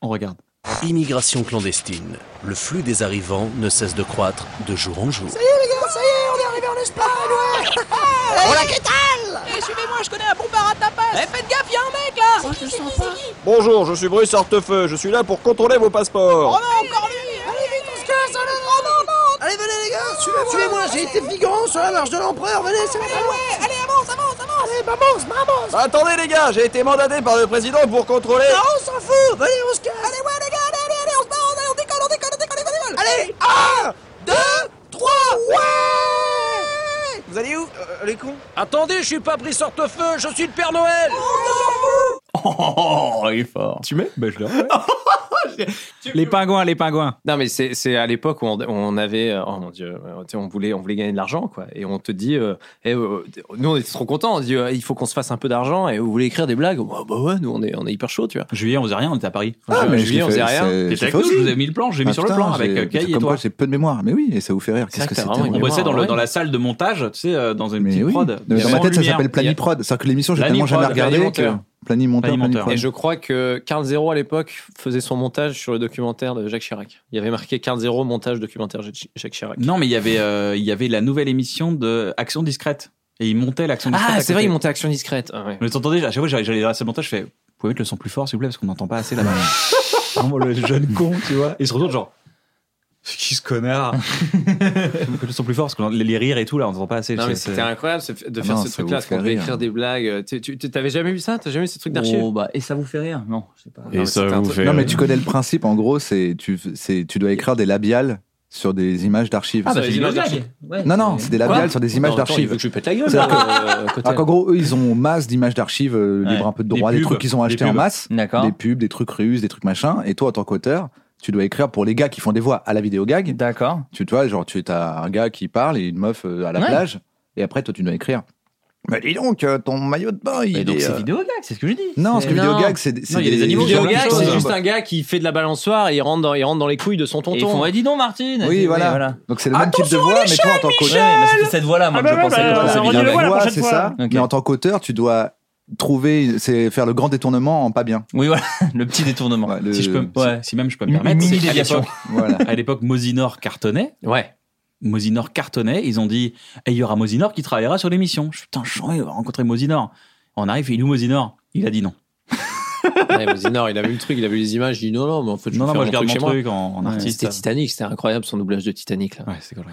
On regarde. Immigration clandestine. Le flux des arrivants ne cesse de croître de jour en jour. Eh, Bonjour, je suis Bruce Hortefeux, je suis là pour contrôler vos passeports. Bah, Attendez les gars, j'ai été mandaté par le président pour contrôler... Vous allez où, euh, les cons Attendez, je suis pas Brice Hortefeux, je suis le Père Noël Oh, il est fort. Tu mets Les pingouins, les pingouins. Non, mais c'est c'est à l'époque où on, on avait, euh, oh mon dieu, euh, tu sais, on voulait, on voulait gagner de l'argent, quoi. Et on te dit, euh, Eh, euh, nous on était trop contents, on dit, euh, il faut qu'on se fasse un peu d'argent. Et vous voulez écrire des blagues Bah, bah ouais, nous on est, on est hyper chaud, tu vois. Juillet, on faisait rien, on était à Paris. Ah, mais Julien, on faisait rien. J'étais avec nous, je vous ai mis le plan, j'ai mis sur le plan avec euh, Kay et toi. Comme quoi, Ah, j'ai peu de mémoire. Mais oui, et ça vous fait rire. C'est vrai Qu'est-ce que que t'as c'était vraiment une On mémoire, bossait dans, le- ouais. dans la salle de montage, tu sais, euh, dans une Mais petite oui. prod. Mais dans ma sans tête, ça lumière. s'appelle Planiprod. C'est-à-dire que l'émission, j'ai tellement Planiprod, jamais regardé. que- Planimonteur. Planimoteur, Planimonteur. Et Planiprod. je crois que Carl Zero à l'époque faisait son montage sur le documentaire de Jacques Chirac. Il y avait marqué Carl Zero montage documentaire Jacques Jacques Chirac. Non, mais il y avait, euh, il y avait la nouvelle émission de Action discrète. Et ils montaient l'action discrète. Ah, à c'est vrai, côté. il montait Action discrète. Ah, ouais. Mais t'entendais, à chaque fois j'allais j'allais dans la salle de montage, je fais Vous pouvez mettre le son plus fort s'il vous plaît parce qu'on n'entend pas assez là-bas. Vraiment le jeune con, tu vois. Et il se retourne genre C'est qui ce connard Mettre Le son plus fort parce que les, les rires et tout là, on n'entend pas assez. Non, C'est- mais c'est- c'était incroyable ce- de Ah faire non, ce ça truc-là, vous fait qu'on devait rire. écrire des blagues. Tu- tu- tu- T'avais jamais vu ça T'as jamais vu ce truc d'archives Oh, bah, et ça vous fait rire Non, je sais pas. Et ça vous fait Non, mais tu connais le principe. En gros, c'est tu, c'est- tu dois écrire des labiales sur des images d'archives. Ah, bah, les c'est des images blagues. Ouais. Non, non, c'est des Quoi labiales sur des images Non, attends, il veut d'archives. que je pète la gueule. C'est-à-dire là, euh, Cotel. Alors qu'en gros, eux, ils ont masse d'images d'archives euh, libres Ouais. un peu de Des droit, des, pubs. trucs qu'ils ont Des achetés en pubs. masse, D'accord. des pubs, des trucs russes, des trucs machin. Et toi, en tant qu'auteur, tu dois écrire pour les gars qui font des voix à la vidéo gag. D'accord. Tu tu vois, genre, tu as un gars qui parle et une meuf euh, à la Ouais. plage. Et après, toi, tu dois écrire. Mais dis donc, euh, ton maillot de bain, il Mais donc est, c'est euh, vidéo gag, c'est ce que je dis. Non, parce que Non. vidéo gag, c'est c'est il y a des animaux qui Vidéo ont gag, chose. c'est juste un gars qui fait de la balançoire et il rentre dans, il rentre dans les couilles de son Et ils font, tonton. ouais, dis donc, Martine. Oui, Et- voilà. Donc c'est le même type de voix, mais toi, en tant Ouais, qu'auteur, mais c'était cette voix-là, moi, que je pensais. Voilà, que c'est c'était bien vidéo la gag. voix, c'est ça. Ok. Mais en tant qu'auteur, tu dois trouver, c'est faire le grand détournement en pas bien. Oui, voilà, le petit détournement. Ouais, le- Si, je peux, me- si- Ouais. si même je peux me Une- une permettre, mini c'est- à déviation. l'époque- Voilà. à l'époque Mosinor cartonnait Ouais. Mosinor cartonnait. Ils ont dit Eh, il y aura Mosinor qui travaillera sur l'émission. Je suis, putain, je on va rencontrer Mosinor. On arrive, il est où Mosinor Il a dit non. Ouais, Mosinor, il a vu le truc, il a vu les images, il dit non, non, mais en fait, je Non, non, vais faire moi je garde mon chez moi. truc en, en artiste. C'était Titanic, c'était incroyable son doublage de Titanic là. Ouais, c'est correct.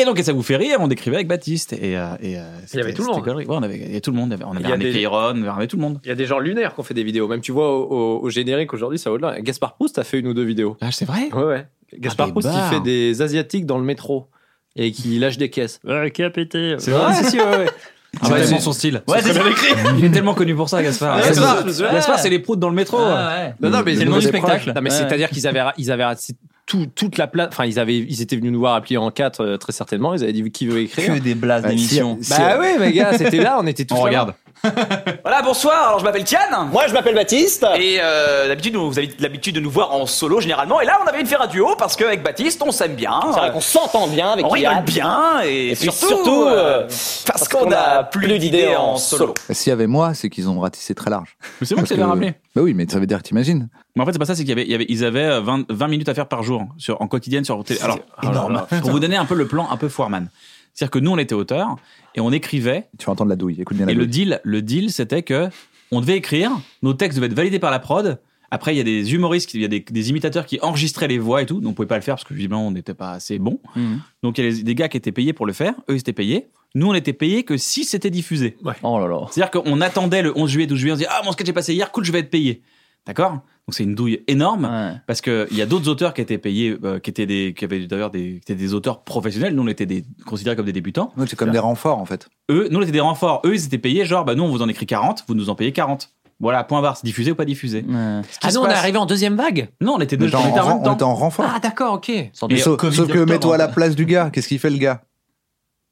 Et donc, et ça vous fait rire, on décrivait avec Baptiste. Et, euh, et, euh, c'était- avait tout le c'était monde. galerie. Ouais, on avait, il y avait tout le monde. On Il avait y a Armé des- Peyron, on avait Armé tout le monde. Il y a des gens lunaires qu'on fait des vidéos, même tu vois au, au- au générique aujourd'hui, ça va au-delà. Gaspard Proust a fait une ou deux vidéos. Ah, c'est vrai Ouais, ouais. Gaspard des Proust, barres. il fait des Asiatiques dans le métro et qui lâche des caisses. Ouais, qui a pété C'est vrai si, ouais, ouais. C'est ouais, tellement c'est- son style. Ouais, C'est c'est très bien écrit. Il est tellement connu pour ça, Gaspard. Ouais, Gaspard, je me souviens. Gaspard, c'est les proutes dans le métro. Ah, Non, non, mais C'est le nom du spectacle. Non, mais Ouais. c'est-à-dire qu'ils avaient, ils avaient c'est tout, toute la plate. Enfin, ils avaient, ils étaient venus nous voir à plier en 4 très certainement. Ils avaient dit qui veut écrire. Que des blases Bah, si- d'émission. si- Hein Bah oui, mes gars, c'était là, on était tous. On là-bas. regarde. Voilà, bonsoir, alors je m'appelle Tian. Moi, je m'appelle Baptiste. Et euh, d'habitude, vous avez l'habitude de nous voir en solo généralement. Et là, on avait envie de faire un duo parce qu'avec Baptiste, on s'aime bien. C'est vrai qu'on s'entend bien avec on rigole Yann. bien Et et, puis surtout, surtout, euh, euh, parce, qu'on a plus d'idées en solo. S'il y avait moi, c'est qu'ils ont ratissé très large. Mais c'est moi Parce qui l'avais que- rappelé. Bah oui, mais ça veut dire, t'imagines Mais en fait, c'est pas ça, c'est qu'il y avait, il y avait- ils avaient euh, 20, 20 minutes à faire par jour sur, en quotidienne sur télé. Alors, pour vous donner un peu le plan, un peu foirman. C'est-à-dire que nous, on était auteurs et on écrivait. Tu vas entendre la douille, écoute bien la et le douille. deal, le deal, c'était que on devait écrire, nos textes devaient être validés par la prod. Après, il y a des humoristes, il y a des, des imitateurs qui enregistraient les voix et tout. Donc, on pouvait pas le faire parce que visiblement, on n'était pas assez bon. Mhm. Donc, il y a les- des gars qui étaient payés pour le faire. Eux, ils étaient payés. Nous, on était payés que si c'était diffusé. Oh là là. C'est-à-dire qu'on attendait le 11 juillet, 12 juillet, on se dit Ah, mon sketch est passé hier, cool, je vais être payé. D'accord Donc c'est une douille énorme Ouais. parce qu'il y a d'autres auteurs qui étaient payés, euh, qui, étaient des, qui avaient d'ailleurs des, qui étaient des auteurs professionnels. Nous, on était des, considérés comme des débutants. Donc, C'est comme des renforts, en fait. Eux, nous, on était des renforts. Eux, ils étaient payés genre, bah, nous, on vous en écrit 40, vous nous en payez 40. Voilà, point barre, c'est diffusé ou pas diffusé. Ouais. Ah se non, on est passe arrivé en deuxième vague. Non, on était Mais deux, genre, on était en en- même on temps. était en renfort. Ah d'accord, ok. Sorte Mais de sauf, Covid sauf que octobre, mets-toi à la hein. place du gars. Qu'est-ce qu'il fait le gars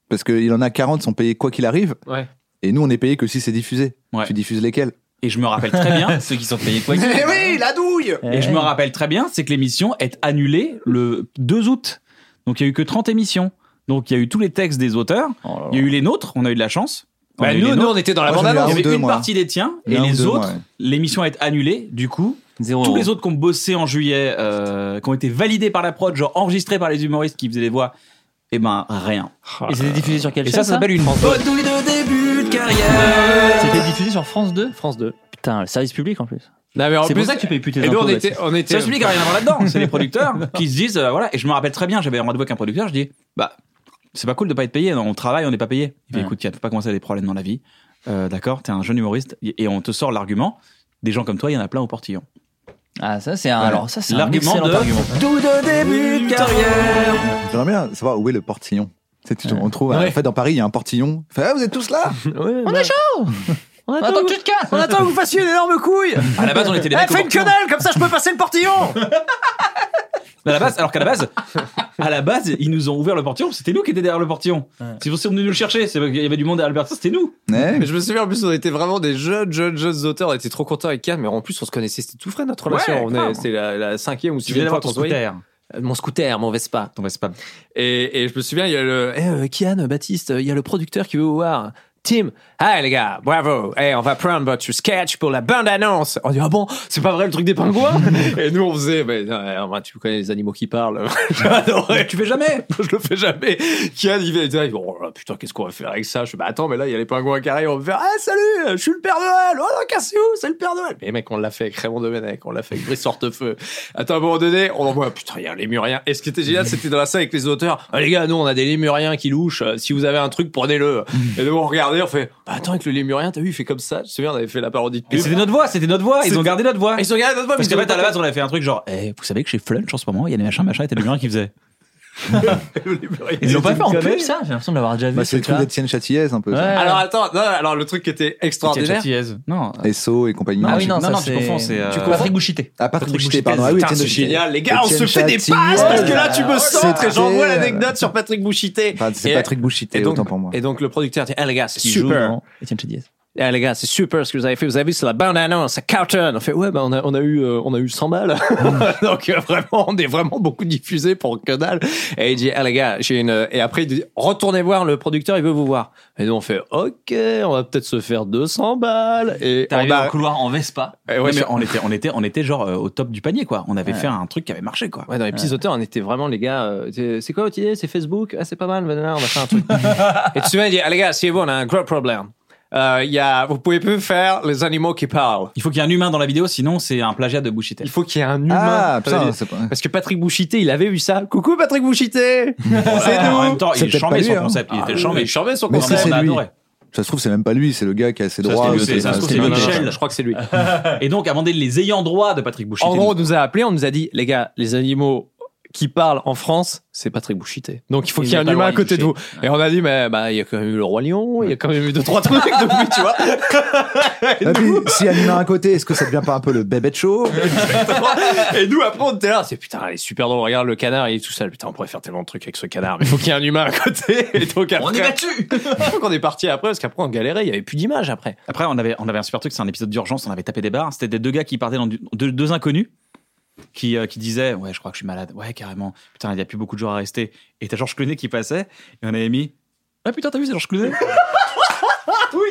Parce qu'il en a 40, sont payés quoi qu'il arrive. Ouais. Et nous, on est payés que si c'est diffusé. Ouais. Tu diffuses lesquels Et je me rappelle très bien, ceux qui sont payés quoi qu'il Mais oui, la douille Et je me rappelle très bien, c'est que l'émission est annulée le 2 août. Donc il y a eu que 30 émissions. Donc il y a eu tous les textes des auteurs. Oh là là. Il y a eu les nôtres, on a eu de la chance. Bah, On a eu Bah, nous, les nous, nôtres. on était dans la Moi, bande j'en ai il annonce. y avait un ou deux, une moi. partie des tiens Il y et en a un ou les deux, autres, ouais. l'émission est annulée. Du coup, Zéro tous euro. les autres qui ont bossé en juillet, euh, qui ont été validés par la prod, genre enregistrés par les humoristes qui faisaient les voix, et ben rien. Et c'était diffusé sur quelle Et chaîne ça, ça s'appelle une bonne douille de début de carrière. C'était diffusé sur France 2 France 2. Putain, le service public en plus. Non, mais en C'est plus- pour ça que tu payes plus tes Et nous, impôts. on bah, était, on C'est était. le public qui a rien à voir là-dedans. C'est les producteurs qui se disent, euh, voilà. Et je me rappelle très bien, j'avais un rendez-vous avec un producteur, je dis, bah, c'est pas cool de pas être payé. On travaille, on n'est pas payé. Il fait, Ouais. écoute, Kat, faut pas commencer à avoir des problèmes dans la vie. Euh, D'accord, t'es un jeune humoriste et on te sort l'argument. Des gens comme toi, il y en a plein au portillon. Ah, ça, c'est un. Alors, ça, c'est un L'argument excellent de argument. tout de début de carrière. J'aimerais bien savoir où est le portillon. Tu sais, tu te retrouves. En fait, dans Paris, il y a un portillon. Fait, ah, vous êtes tous là on est chaud. On attend, attend que que tu te casses. On attend Ah, que vous fassiez une énorme couille. À la base, on était Eh, les mecs au portillon. comme ça je peux passer le portillon. À la base, alors qu'à la base, à la base, ils nous ont ouvert le portillon. C'était nous qui étions derrière le portillon. C'est pour ça qu'on est venu le chercher. C'est parce qu'il y avait du monde à Albert. C'était nous. Ouais. Mais je me souviens en plus on était vraiment des jeunes jeunes jeunes auteurs, on était trop contents avec Cam, mais en plus on se connaissait, c'était tout frais notre Ouais, relation. on venait, grave. c'était la, la cinquième ou Tu viens sixième d'avoir fois qu'on ton se voyait. scooter. Euh, Mon scooter, mon Vespa. Ton Vespa. Et, et je me souviens, il y a le. Eh, euh, Kian, Baptiste, euh, il y a le producteur qui veut vous voir. Tim, hey les gars, bravo, hey, on va prendre votre sketch pour la bande-annonce. On dit, ah bon, c'est pas vrai le truc des pingouins Et nous on faisait, mais, euh, moi, tu connais les animaux qui parlent. J'adorais. Tu fais jamais Je le fais jamais. Kian, il fait, il dit, oh là, putain, qu'est-ce qu'on va faire avec ça Je fais, bah attends, mais là, il y a les pingouins qui arrivent, on va faire, ah salut, je suis le Père Noël, oh non, cassez-vous, c'est le Père Noël. Mais mec, on l'a fait avec Raymond Domenech, on l'a fait avec Brice Hortefeux, Attends, à un moment donné, on envoie, putain, il y a un lémurien. Et ce qui était génial, c'était dans la salle avec les auteurs. Ah, les gars, nous, on a des lémuriens qui louchent. Euh, Si vous avez un truc, prenez-le. Et nous, on regardait, on fait, bah, attends, avec le lémurien, t'as vu, il fait comme ça. Je me souviens, on avait fait la parodie de Et pub. c'était notre voix. C'était notre voix. Ils C'était- ont gardé notre voix. Ils se regardaient notre voix, Parce mais qu'en ils fait, à la disaient, base, on avait fait un truc genre, Eh, vous savez que chez Flunch en ce moment, il y a des machins, machin, et t'as des gens qui faisaient. le lémurien. Ils l'ont pas fait en connais pub, ça J'ai l'impression de l'avoir déjà vu. Bah, c'est le truc truc-là. d'Étienne Châtillaise un peu. Ouais. ça. Alors, attends, non, alors, le truc qui était extraordinaire. Châtillaise. Non. Et Sceaux et compagnie. Ah oui, non, Ah non, ça, non, tu c'est. confonds, c'est, euh, Tu comprends Patrick Bouchité. Ah, Patrick Bouchité, pardon. Ah oui, Putain, Étienne c'est Bouchité. génial, les gars, on Étienne se fait des Châtillaise. passes parce que là, tu me centres et j'envoie C'était- l'anecdote sur Patrick Bouchité. euh, Enfin, c'est Et- Patrick Bouchité, et donc- autant pour moi. Et donc, le producteur dit, ah, les gars, c'est Qui joue super. dans Étienne Chediez. Ah, les gars, c'est super ce que vous avez fait. Vous avez vu, c'est la bande annonce, c'est Carton. On fait, ouais, ben, on, a, on, a eu, euh, on a eu 100 balles. Donc, euh, vraiment, on est vraiment beaucoup diffusé pour que dalle. Et il dit, ah, les gars, j'ai une. Et après, il dit, retournez voir le producteur, il veut vous voir. Et nous, on fait, ok, on va peut-être se faire 200 balles. Et T'es arrivé Bah, on a- au couloir en Vespa. Et ouais, Ouais, mais sur- on était, on était, on était genre euh, au top du panier, quoi. On avait fait un truc qui avait marché, quoi. Ouais, dans les petits auteurs, on était vraiment les gars. euh, c'est- c'est quoi votre idée C'est Facebook Ah, c'est pas mal, maintenant on va faire un truc. Et tu me dis, ah, les gars, si vous, on a un gros problème. Euh, il y a, vous pouvez plus faire les animaux qui parlent. Il faut qu'il y ait un humain dans la vidéo, sinon c'est un plagiat de Bouchitel. Il faut qu'il y ait un humain. Ah, Parce putain, que- c'est pas. Parce que Patrick Bouchité, il avait eu ça. Coucou Patrick Bouchité C'est nous. En même temps, C'est il peut-être chambait pas son lui, hein. concept. Il était chambé. Il chambait son Mais Non, si mais concept. c'est on a lui. adoré. Ça se trouve, c'est même pas lui, c'est le gars qui a ses Ça se droits. trouve, c'est- de- ça se trouve, c'est c'est pas- Michel. Non, non, Je crois que c'est lui. Et donc, avant d'être les ayants droit de Patrick Bouchité. En gros, on nous a appelé, on nous a dit, les gars, les animaux qui parlent en France, c'est Patrick Bouchité. Donc il faut Il qu'il y ait n'a un pas le humain droit à de côté de vous. Et on a dit, mais bah, il y a quand même eu le roi lion, il y a quand même eu deux trois trucs depuis, tu vois. Ah, puis, S'il y a l'humain à côté, est-ce que ça devient pas un peu le bébé de show Et nous, après, on était là, c'est putain, elle est super drôle. Regarde le canard, il est tout seul. Putain, on pourrait faire tellement de trucs avec ce canard, mais il faut qu'il y ait un humain à côté. Et donc après, On est battu donc, on est parti après, parce qu'après, on galérait, il y avait plus d'image après. Après, on avait, on avait un super truc, c'est un épisode d'urgence, on avait tapé des barres. C'était des deux gars qui partaient dans du- deux, deux inconnus qui, euh, qui disaient Ouais, je crois que je suis malade. Ouais, carrément. Putain, il n'y a plus beaucoup de jours à rester. Et t'as Georges Clooney qui passait et on avait mis Ah putain, t'as vu, c'est Georges Clooney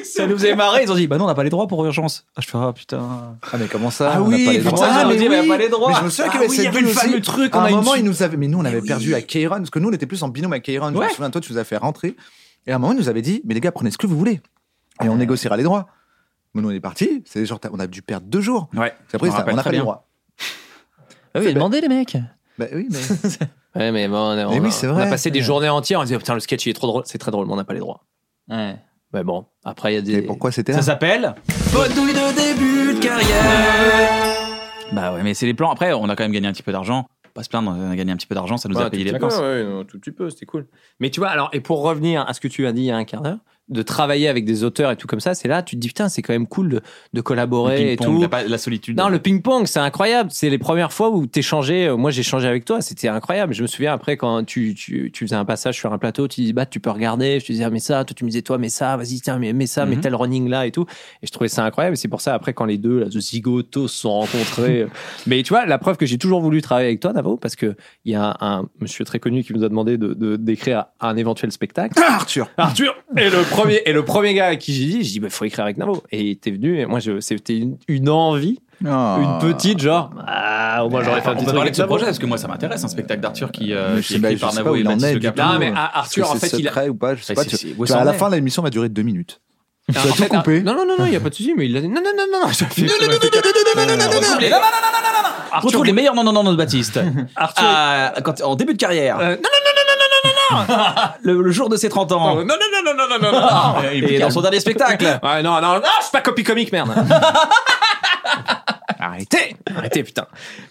Ça nous faisait marrer. Ils ont dit Bah non, on n'a pas les droits pour urgence. Ah, je fais Ah putain. Ah, mais comment ça Ah on n'a oui, pas les putain, droits. on dit, on n'a pas les droits. Mais je me souviens qu'il y Ah avait oui, il cette y avait bulle le fameux aussi. truc, on À a un une moment, su- ils nous avaient. Mais nous, on avait perdu à Kairon, parce que nous, on était plus en binôme à Kairon. Je Ouais. me souviens, toi, tu nous as fait rentrer. Et à un moment, ils nous avaient dit, mais les gars, prenez ce que vous voulez. Et Ah. on négociera les droits. Mais nous, on est parti. C'est genre, t'as- on a dû perdre deux jours. Ouais. Parce qu'après, Je me ça, rappelle on n'a très pas les bien. droits. Ah oui, demandez les mecs. Bah oui, mais. Ouais, mais bon, on a, Mais on oui, a- c'est on a vrai. passé des journées entières, on disait, putain, le sketch, il est trop drôle. C'est très drôle, mais on n'a pas les droits. Ouais. Mais bon, après, il y a des. Et pourquoi c'était Ça là s'appelle Bonouille de début de carrière Bah ouais, mais c'est les plans. Après, on a quand même gagné un petit peu d'argent. Pas se plaindre, on a gagné un petit peu d'argent, ça nous a payé les vacances. tout petit peu, c'était cool. Mais tu vois, alors, et pour revenir à ce que tu as dit il y a un quart d'heure, de travailler avec des auteurs et tout comme ça, c'est là, tu te dis, putain, c'est quand même cool de, de collaborer Le et ping-pong, tout. la, pa- la solitude. Non, le ping-pong, c'est incroyable. C'est les premières fois où t'échangeais. euh, Moi, j'ai échangé avec toi. C'était incroyable. Je me souviens après quand tu, tu, tu faisais un passage sur un plateau, tu dis bah tu peux regarder. Je te disais ah, mais ça, toi tu me disais toi mais ça, vas-y tiens mais, mais ça, mais Mhm. tel running là et tout. Et je trouvais ça incroyable. Et C'est pour ça après quand les deux là, de Zigoto se sont rencontrés. euh, mais tu vois la preuve que j'ai toujours voulu travailler avec toi Navo parce que il y a un, un monsieur très connu qui nous a demandé de de- d'écrire un éventuel spectacle. Arthur Arthur et le premier et le premier gars à qui j'ai dit, j'ai dit bah, faut écrire avec Navo et t'es venu et moi je c'était une- une envie une petite, genre. Ah, au moins j'aurais fait un on petit peut truc. parler de ce avec projet ça. parce que moi ça m'intéresse un spectacle d'Arthur qui, euh, Mais je qui sais est pas, écrit je par sais Navo pas où et il en Baptiste est, Le du Caplin. coup. Non, mais ah, Est-ce que Arthur, en c'est fait, il a. secret ou pas, je sais Bah, pas. c'est- tu- c'est- tu où vois, à ça la en est fin de l'émission, on a duré deux minutes. Ah, en Tu as fait, tout ah, coupé. Non, non, non, non, il n'y a pas de souci, mais il a dit. Non, non, non, non, non, ça fait- On retrouve les meilleurs non non non non de Baptiste. Arthur. Ah, quand- en début de carrière. Euh, non, le, le jour de ses 30 ans. non, non, non, non, non, non, non, non, Ah, non. et dans son dernier spectacle. Ouais, non, non, non, je suis pas copie comique, merde. Arrêtez, arrêtez, putain.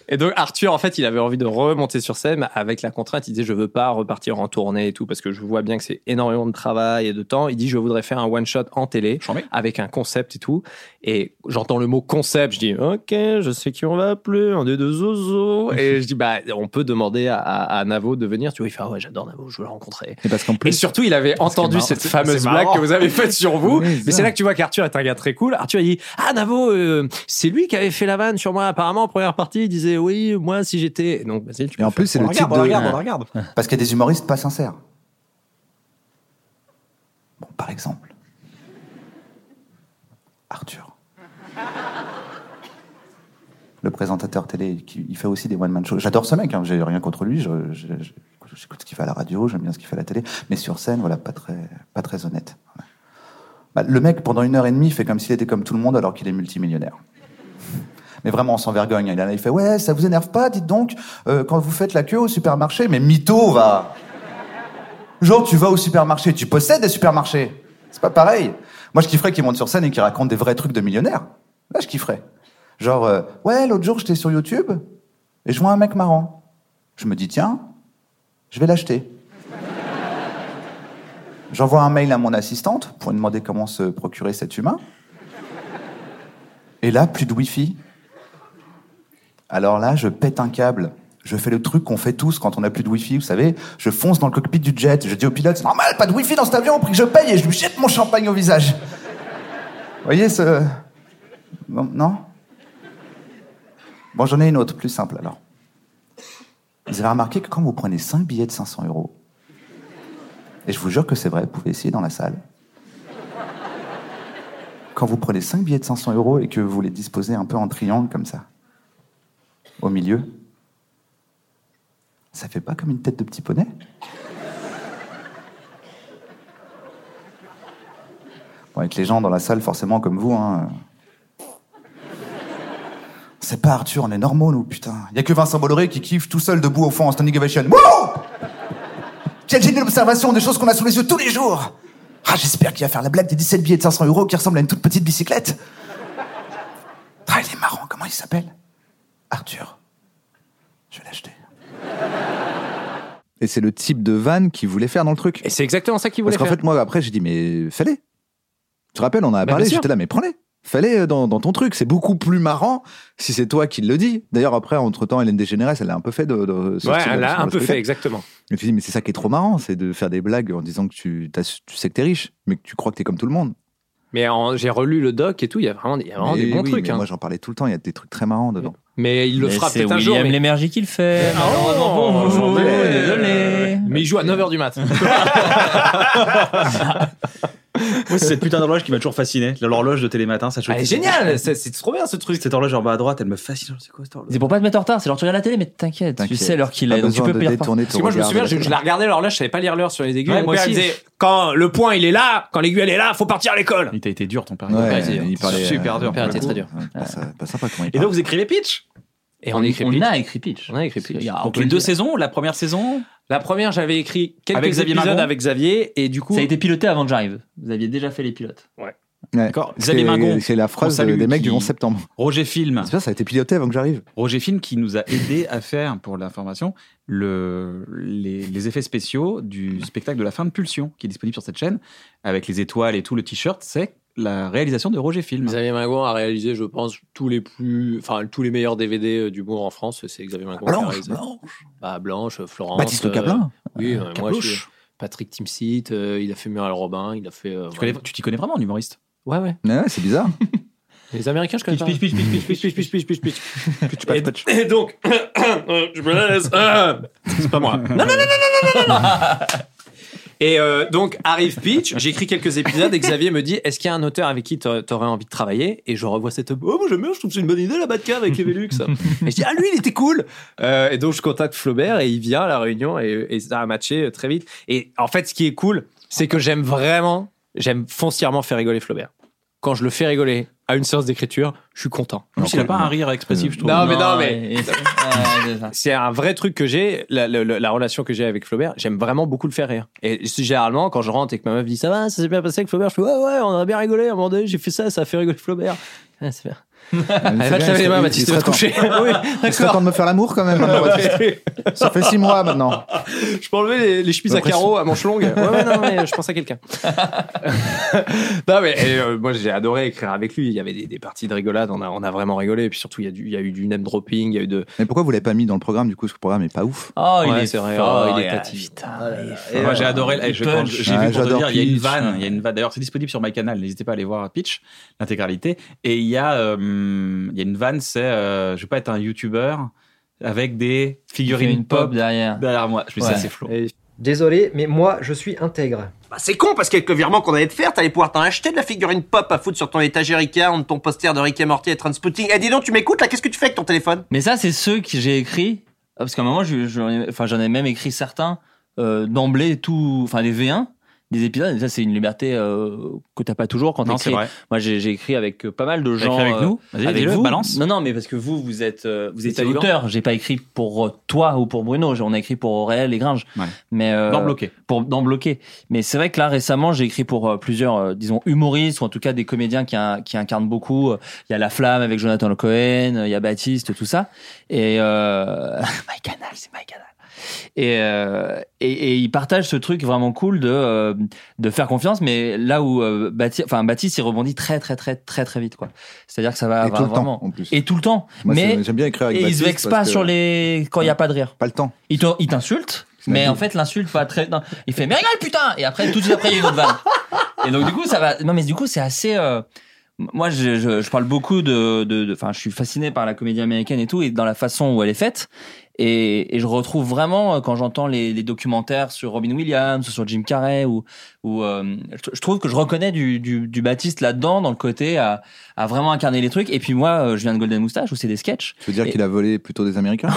Et donc Arthur, en fait, il avait envie de remonter sur scène avec la contrainte. Il disait, je veux pas repartir en tournée et tout parce que je vois bien que c'est énormément de travail et de temps. Il dit, je voudrais faire un one shot en télé J'en mets. avec un concept et tout. Et j'entends le mot concept, je dis, ok, je sais qui on va appeler, un des deux zozos. Et je dis, bah, on peut demander à, à- à Navo de venir. Tu vois, il fait, ah ouais, j'adore Navo, je veux le rencontrer. Et parce qu'en Et plus, surtout, il avait entendu marrant, cette c'est- fameuse c'est blague marrant. que vous avez faite sur vous. Oui, Mais ça. c'est là que tu vois qu'Arthur est un gars très cool. Arthur, il dit Ah, Navo, euh, c'est lui qui avait fait la vanne sur moi. Apparemment, en première partie, il disait Oui, moi, si j'étais. Et Donc, vas-y, tu et en plus, c'est le type de. regarde. Parce qu'il y a des humoristes pas sincères. Bon, par exemple. Arthur. Le présentateur télé, qui- il fait aussi des one-man shows. J'adore ce mec, hein, j'ai rien contre lui. je- je- je- J'écoute ce qu'il fait à la radio, j'aime bien ce qu'il fait à la télé. Mais sur scène, voilà, pas très, pas très honnête. Ouais. Bah, le mec, pendant une heure et demie, fait comme s'il était comme tout le monde alors qu'il est multimillionnaire. Mais vraiment, sans vergogne. Il est là, il fait Ouais, ça vous énerve pas, dites donc, euh, quand vous faites la queue au supermarché, mais mytho, va Genre, tu vas au supermarché, tu possèdes des supermarchés. C'est pas pareil. Moi, je kifferais qu'ils montent sur scène et qu'ils racontent des vrais trucs de millionnaires. Là, je kifferais. Genre, euh, ouais, l'autre jour, j'étais sur YouTube et je vois un mec marrant. Je me dis, tiens, je vais l'acheter. J'envoie un mail à mon assistante pour lui demander comment se procurer cet humain. Et là, plus de Wi-Fi. Alors là, je pète un câble. Je fais le truc qu'on fait tous quand on n'a plus de Wi-Fi, vous savez. Je fonce dans le cockpit du jet. Je dis au pilote, c'est normal, pas de Wi-Fi dans cet avion, au prix que je paye, et je lui jette mon champagne au visage. Vous voyez ce. Non, non Bon, j'en ai une autre, plus simple alors. Vous avez remarqué que quand vous prenez 5 billets de 500 euros, et je vous jure que c'est vrai, vous pouvez essayer dans la salle, quand vous prenez 5 billets de 500 euros et que vous les disposez un peu en triangle comme ça, au milieu, ça fait pas comme une tête de petit poney Bon, avec les gens dans la salle, forcément, comme vous, hein. euh. C'est pas Arthur, on est normaux, nous, putain. Y a que Vincent Bolloré qui kiffe tout seul debout au fond en standing ovation. Wouh Quelle génie d'observation des choses qu'on a sous les yeux tous les jours Ah, j'espère qu'il va faire la blague des 17 billets de 500 euros qui ressemble à une toute petite bicyclette. Ah, il est marrant, comment il s'appelle Arthur. Je vais l'acheter. Et c'est le type de van qu'il voulait faire dans le truc. Et c'est exactement ça qu'il voulait Parce qu'en faire. fait, moi, après, j'ai dit, mais fais-les. Tu te rappelles, on en a Bah, parlé, bien sûr. j'étais là, mais prends-les. Fais-les euh, dans, dans ton truc. C'est beaucoup plus marrant si c'est toi qui le dis. D'ailleurs, après, entre-temps, Hélène Dégénérès, elle a un peu fait de. de ouais, sortir de- elle sur a un le peu spectacle. fait, exactement. Et tu dis, mais c'est ça qui est trop marrant, c'est de faire des blagues en disant que tu, t'as- tu sais que t'es riche, mais que tu crois que t'es comme tout le monde. Mais en- j'ai relu le doc et tout, il y a vraiment, il y a vraiment Mais des bons oui, trucs. mais hein. Moi, j'en parlais tout le temps, il y a des trucs très marrants dedans. Mais il le Mais fera c'est peut-être un jour. William Mais... Lémergie qui le fait. Ah Malheureusement pour vous, désolé. mais il joue à 9h du mat. Moi, c'est cette putain d'horloge qui m'a toujours fasciné. L'horloge de télématin, ça choque. Elle est géniale, c'est c'est trop bien ce truc. Cette horloge en bas à droite, elle me fascine. C'est quoi cette horloge C'est pour pas te mettre en retard, c'est genre tu regardes la télé, mais t'inquiète, tu T'inquiète, sais l'heure qu'il pas est, donc tu besoin peux de perdre. détourner ton Parce que moi, je me souviens, regard de la je, je la regardais l'horloge, je savais pas lire l'heure sur les aiguilles. Ouais, et moi mon père, il aussi. disait, quand le point il est là, quand l'aiguille elle est là, faut partir à l'école. Il t'a été dur, ton père. Ouais, c'est il parlait super dur, pour le c'était coup. très dur. Ouais, Pas, ça- pas sympa comment il Et donc, parle. vous écrivez pitch Et On, on, écrit. on a écrit Pitch. On a écrit Pitch. Il y a- on Donc, peut les le deux dire. saisons, la première saison. La première, j'avais écrit quelques Avec Xavier épisodes Margon avec Xavier, et du coup, Ça a été piloté avant que j'arrive. Vous aviez déjà fait les pilotes. Ouais. D'accord. C'est- Xavier Mingon, C'est la phrase salue, des mecs qui- du 11 septembre. Roger Film. C'est bien, ça a été piloté avant que j'arrive. Roger Film qui nous a aidé à faire, pour l'information, le, les, les effets spéciaux du spectacle de la fin de Pulsion, qui est disponible sur cette chaîne, avec les étoiles et tout, le t-shirt, c'est la réalisation de Roger Film. Xavier Mingon a réalisé, je pense, tous les plus, enfin, tous les meilleurs DVD euh, du monde en France. C'est Xavier Mingon qui a réalisé. Bah, Blanche, Florence. Baptiste euh, Caplin. Oui, euh, moi, Caploche. je suis- Patrick Timsit, euh, il a fait Muriel Robin, il a fait. euh, Tu connais- tu t'y connais vraiment en humoriste Ouais, ouais. Ouais, ouais, c'est bizarre. Les Américains, je connais pas. Patch, Et- patch. Et, donc, euh, je me laisse. euh, c'est pas moi. Non, non, non, non, non, non, non, non. Et euh, donc, arrive Pitch, j'écris quelques épisodes et Xavier me dit Est-ce qu'il y a un auteur avec qui t'a- t'aurais envie de travailler Et je revois cette. Oh, moi j'aime bien, je trouve que c'est une bonne idée la Batcave avec les Velux. et je dis Ah, lui, il était cool Euh, Et donc, je contacte Flaubert et il vient à la réunion et, et ça a matché euh, très vite. Et en fait, ce qui est cool, c'est que j'aime vraiment, j'aime foncièrement faire rigoler Flaubert. Quand je le fais rigoler à une séance d'écriture, je suis content. En plus, il n'a pas un rire expressif, je trouve. Non, mais non, mais- et- et- ouais, déjà. C'est un vrai truc que j'ai, la, la- la- la relation que j'ai avec Flaubert, j'aime vraiment beaucoup le faire rire. Et c'est généralement, quand je rentre et que ma meuf dit ça va, ça s'est bien passé avec Flaubert, je fais ouais, ouais, on a bien rigolé, à un moment donné, j'ai fait ça, ça a fait rigoler Flaubert. Ah, c'est bien. Ouais, Allez, c'est va te laver bien, il les serait- mains, il Mathis, tu serait vas te temps. coucher. oui, Il serait temps d'accord. de me faire l'amour quand même. maintenant, Baptiste. Ça fait six mois maintenant. je peux enlever les, les chemises à Après, carreaux à manches longues. Ouais, ouais, non, mais je pense à quelqu'un. non, mais et, euh, moi, j'ai adoré écrire avec lui. Il y avait des, des parties de rigolade, on a, on a vraiment rigolé. Et puis surtout, il y, a du- il y a eu du name dropping, il y a eu de. Mais pourquoi vous l'avez pas mis dans le programme Du coup, ce programme est pas ouf. Oh, il Ouais, est c'est vrai, fort, oh, il est et- tatillon. putain, il est fort. Moi, j'ai adoré. Il eh, je- quand euh, punch. J'ai Ouais, vu pour te j'adore dire, il y a une Pitch. vanne. Il y a une vanne. D'ailleurs, c'est disponible sur my canal. N'hésitez pas à aller voir Pitch, l'intégralité. Et il y a, euh, il y a une vanne. C'est, euh, je vais pas être un YouTuber avec des Il fait figurines une pop pop derrière. derrière moi. Je me dis, Ouais. ça c'est flou. Désolé, mais moi, je suis intègre. Bah, c'est con parce qu'avec le virement qu'on allait te faire, t'allais pouvoir t'en acheter de la figurine pop à foutre sur ton étagère Ikea de ton poster de Rick et Morty et Transpouting. Eh dis donc, tu m'écoutes là Qu'est-ce que tu fais avec ton téléphone Mais ça, c'est ceux que j'ai écrits. ah, Parce qu'à un moment, je- je- enfin, j'en ai même écrit certains euh, d'emblée, tout, enfin, les V1, des épisodes. Et ça, c'est une liberté euh, que t'as pas toujours quand Non, c'est t'écris. vrai. Moi, j'ai j'ai écrit avec euh, pas mal de T'as écrit gens. avec Euh, euh, nous Vas-y, avec dis-le, vous. balance. Non, non, mais parce que vous, vous êtes, euh, vous étiez Intelligent. auteur. J'ai pas écrit pour euh, toi ou pour Bruno. On a écrit pour Aurel et Gringe. Ouais. Mais euh, Dans bloqué. pour d'en bloquer. Mais c'est vrai que là récemment, j'ai écrit pour euh, plusieurs, euh, disons, humoristes ou en tout cas des comédiens qui, in- qui incarnent beaucoup. Euh, Il y a La Flamme avec Jonathan Le Cohen, euh, il y a Baptiste, tout ça. Et euh... My Canal, c'est My Canal. Et, euh, et, et ils partagent ce truc vraiment cool de euh, de faire confiance, mais là où euh, Baptiste, enfin Baptiste, il rebondit très très très très très vite quoi. C'est-à-dire que ça va Et tout le Ah, bah, vraiment temps, en plus. et tout le temps. Moi, mais c'est- j'aime bien écrire avec et il se Baptiste vexe parce pas que- sur les quand il y a pas de rire. Pas le temps. Il te- il t'insulte, la mais vie. en fait, l'insulte va très. non, il fait, mais regarde, putain Et après, tout de suite après, il y a une autre vanne. Et donc, du coup, ça va. Non, mais du coup, c'est assez. euh, Moi, je, je, je parle beaucoup de, de, de- enfin, je suis fasciné par la comédie américaine et tout, et dans la façon où elle est faite. Et, et je retrouve vraiment euh, quand j'entends les, les documentaires sur Robin Williams, sur Jim Carrey, ou, ou euh, je, je trouve que je reconnais du, du, du Baptiste là-dedans, dans le côté à, à vraiment incarner les trucs. Et puis moi, euh, je viens de Golden Moustache, où c'est des sketchs. Tu veux dire Et- qu'il a volé plutôt des Américains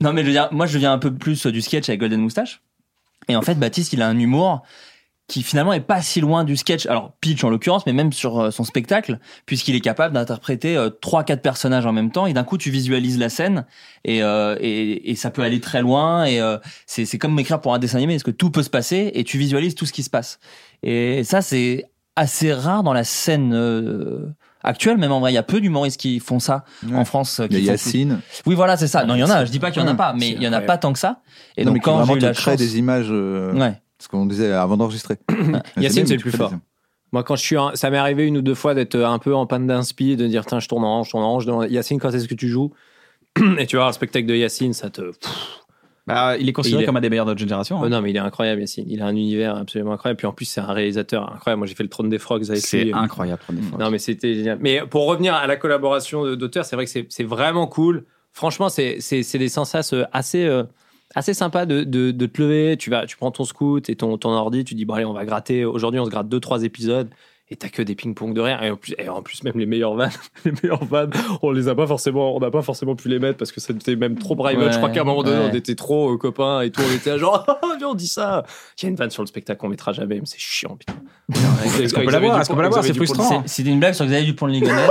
non, mais je veux dire, moi, je viens un peu plus euh, du sketch avec Golden Moustache. Et en fait, Baptiste, il a un humour qui finalement est pas si loin du sketch. Alors, pitch en l'occurrence, mais même sur euh, son spectacle, puisqu'il est capable d'interpréter euh, trois, quatre personnages en même temps. Et d'un coup, tu visualises la scène et, euh, et, et ça peut aller très loin. Et euh, c'est c'est comme écrire pour un dessin animé, parce que tout peut se passer et tu visualises tout ce qui se passe. Et ça, c'est assez rare dans la scène euh, actuelle, même en vrai. Il y a peu d'humoristes qui font ça en France. euh, Il y a qui font tout- Yacine. oui, voilà, c'est Ah, ça. Non, il y en a. Je dis pas qu'il y en a Ouais, pas, mais c'est il y en a incroyable. pas tant que ça. Et Non, mais donc, qui quand vraiment j'ai eu te la crée chance, des images. euh, Ouais. Ce qu'on disait avant d'enregistrer. Ah, Yacine, c'est le plus fais fort. des- Moi, quand je suis, en- ça m'est arrivé une ou deux fois d'être euh, un peu en panne d'inspi, de dire tiens, je tourne en rond, je tourne en rond. Je demande Yacine, quand est-ce que tu joues Et tu vois, un spectacle de Yacine, ça te. bah, il est considéré Il est- comme un des meilleurs de notre génération. hein. Oh non, mais il est incroyable, Yacine. Il a un univers absolument incroyable. Puis en plus, c'est un réalisateur incroyable. Moi, j'ai fait le Trône des Frogs avec lui. euh, C'est incroyable. Trône des Frogs. Non, mais c'était génial. Mais pour revenir à la collaboration de- d'auteurs, c'est vrai que c'est c'est vraiment cool. Franchement, c'est c'est- c'est des sensas euh, assez, euh, assez sympas de, de, de te lever. Tu, vas, tu prends ton scout et ton, ton ordi, tu dis, bon, allez, on va gratter. Aujourd'hui, on se gratte deux, trois épisodes. Et t'as que des ping-pong de rire. Et en, plus, et en plus, même les meilleurs vannes, les meilleurs vannes, on les a pas forcément, on n'a pas forcément pu les mettre parce que c'était même trop private. Ouais, Je crois qu'à un moment donné, ouais. on était trop euh, copains et tout. On était là, genre, Ah, viens, on dit ça. Il y a une vanne sur le spectacle qu'on mettra jamais, mais c'est chiant, putain. Est-ce qu'on peut la voir Est-ce qu'on peut la voir C'est frustrant. C'est- C'était une blague sur Xavier Dupont de Ligonnès.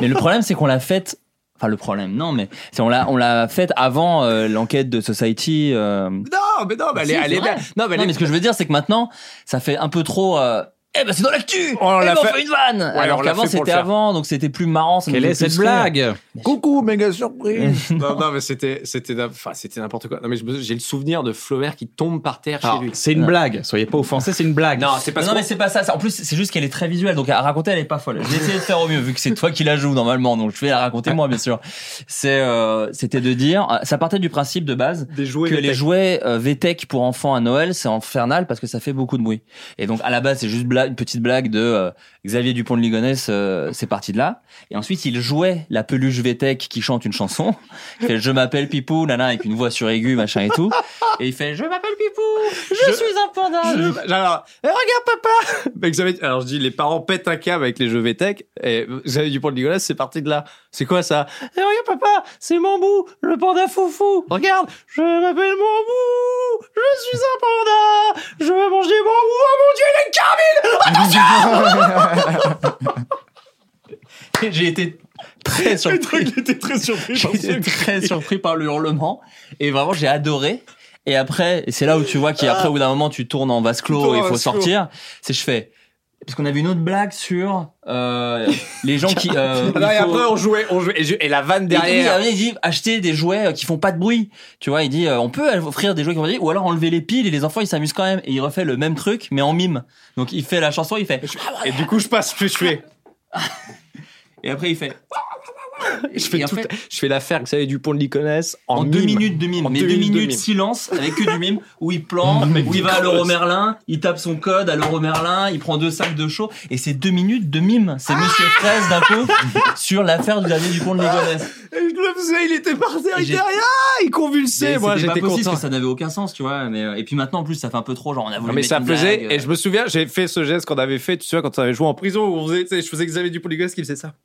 mais le problème, c'est qu'on l'a faite. Enfin, le problème, non, mais c'est on l'a on l'a faite avant euh, l'enquête de Society. euh. Non, mais non, mais elle est- Si, elle c'est est vrai. bien. Non, mais elle Non, est- mais ce que je veux dire, c'est que maintenant, ça fait un peu trop. euh, eh ben, c'est dans l'actu. on eh l'a ben, on fait- fait une vanne. Ouais, Alors on l'a qu'avant, fait pour le c'était faire. avant, donc c'était plus marrant. ça nous Quelle est faisait cette plus rire. blague Coucou, méga surprise non, non, mais c'était, c'était, n'im- enfin, c'était n'importe quoi. Non, mais je me- j'ai le souvenir de Flaubert qui tombe par terre Alors, chez lui. C'est une blague. Soyez pas offensés, c'est une blague. Non, c'est pas Non, mais c'est pas ça. En plus, c'est juste qu'elle est très visuelle. Donc, à raconter, elle est pas folle. J'ai essayé de faire au mieux, vu que c'est toi qui la joues normalement. Donc, je vais la raconter moi, bien sûr. C'est, euh, c'était de dire, euh, ça partait du principe de base des jouets. que les jouets euh, VTech pour enfants à Noël, c'est infernal parce que ça fait beaucoup de bruit. Et donc, à la base, c'est juste bla- une petite blague de euh, Xavier Dupont de Ligonnès, euh, c'est parti de là. Et ensuite, il jouait la peluche VTech qui chante une chanson. Il fait, je m'appelle Pipou, nana, avec une voix suraiguë, machin et tout. Et il fait, je m'appelle Pipou, je, Je- suis un panda. Je- alors, Eh, regarde papa Mais Xavier- Alors je dis, les parents pètent un câble avec les jeux VTech, et Xavier Dupont de Ligonnès, c'est parti de là. C'est quoi ça Eh, Regarde papa, c'est Mambou, le panda foufou Regarde, je m'appelle Mambou, je suis un panda, je mange des bambous, oh mon dieu, il a une carmine J'ai été très surpris. était très surpris J'ai été très surpris par le hurlement et vraiment j'ai adoré. Et après, et c'est là où tu vois qu'après, au bout d'un moment, tu tournes en vase Ah. Tu clos tournes et il en faut vase clos. sortir. C'est je fais. Parce qu'on avait une autre blague sur euh, les gens qui. euh, Non, et il faut- après on jouait, on jouait, et, je- et la vanne il dit- derrière. Il dit, acheter des jouets euh, qui font pas de bruit. Tu vois, il dit, euh, on peut offrir des jouets qui font pas de bruit, ou alors enlever les piles et les enfants ils s'amusent quand même. Et il refait le même truc, mais en mime. Donc il fait la chanson, il fait. Et du coup, je passe, je fais, Et après il fait. je fais, Et tout- après- je fais l'affaire que Xavier Dupont de Ligonnès en, en, deux mime. minutes de mime. En mais deux deux minutes minutes, de mime. silence avec que du mime où il plante, où il va à l'euro Merlin, il tape son code à l'euro Merlin, il prend deux sacs de chaud et c'est deux minutes de mime. C'est Monsieur Ah. Fraise d'un coup sur l'affaire du dernier du pont de Ligonnès. Et je le faisais, il était par terre, il J'ai- était ah, il convulsait. Mais Moi, c'était pas j'étais possible content. parce que ça n'avait aucun sens, tu vois. Mais euh, et puis maintenant en plus ça fait un peu trop genre on a voulu. Non, mais mettre ça une faisait, blague, euh, et je me souviens, j'ai fait ce geste qu'on avait fait, tu sais, quand on avait joué en prison, où on faisait, tu sais, je faisais Xavier Dupont de Ligonnès qui faisait ça.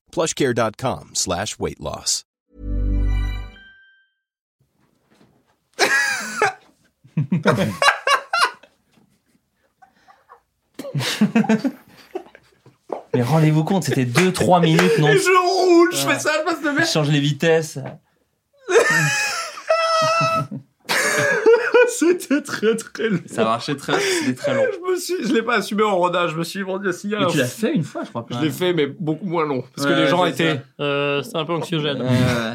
Plushcare.com slash weight loss. Mais rendez-vous compte, c'était deux trois minutes non. Et je roule, je fais ça, je passe le Je mec. change les vitesses. C'était très très long. Ça marchait très, c'était très long. Je me suis, je l'ai pas assumé en rodage. Je me suis dit, mon Dieu, s'il y a Mais un- tu l'as fait une fois, je crois pas. Je l'ai fait, mais beaucoup moins long. Parce que Ouais, les gens c'est étaient. Euh, c'est un peu anxiogène.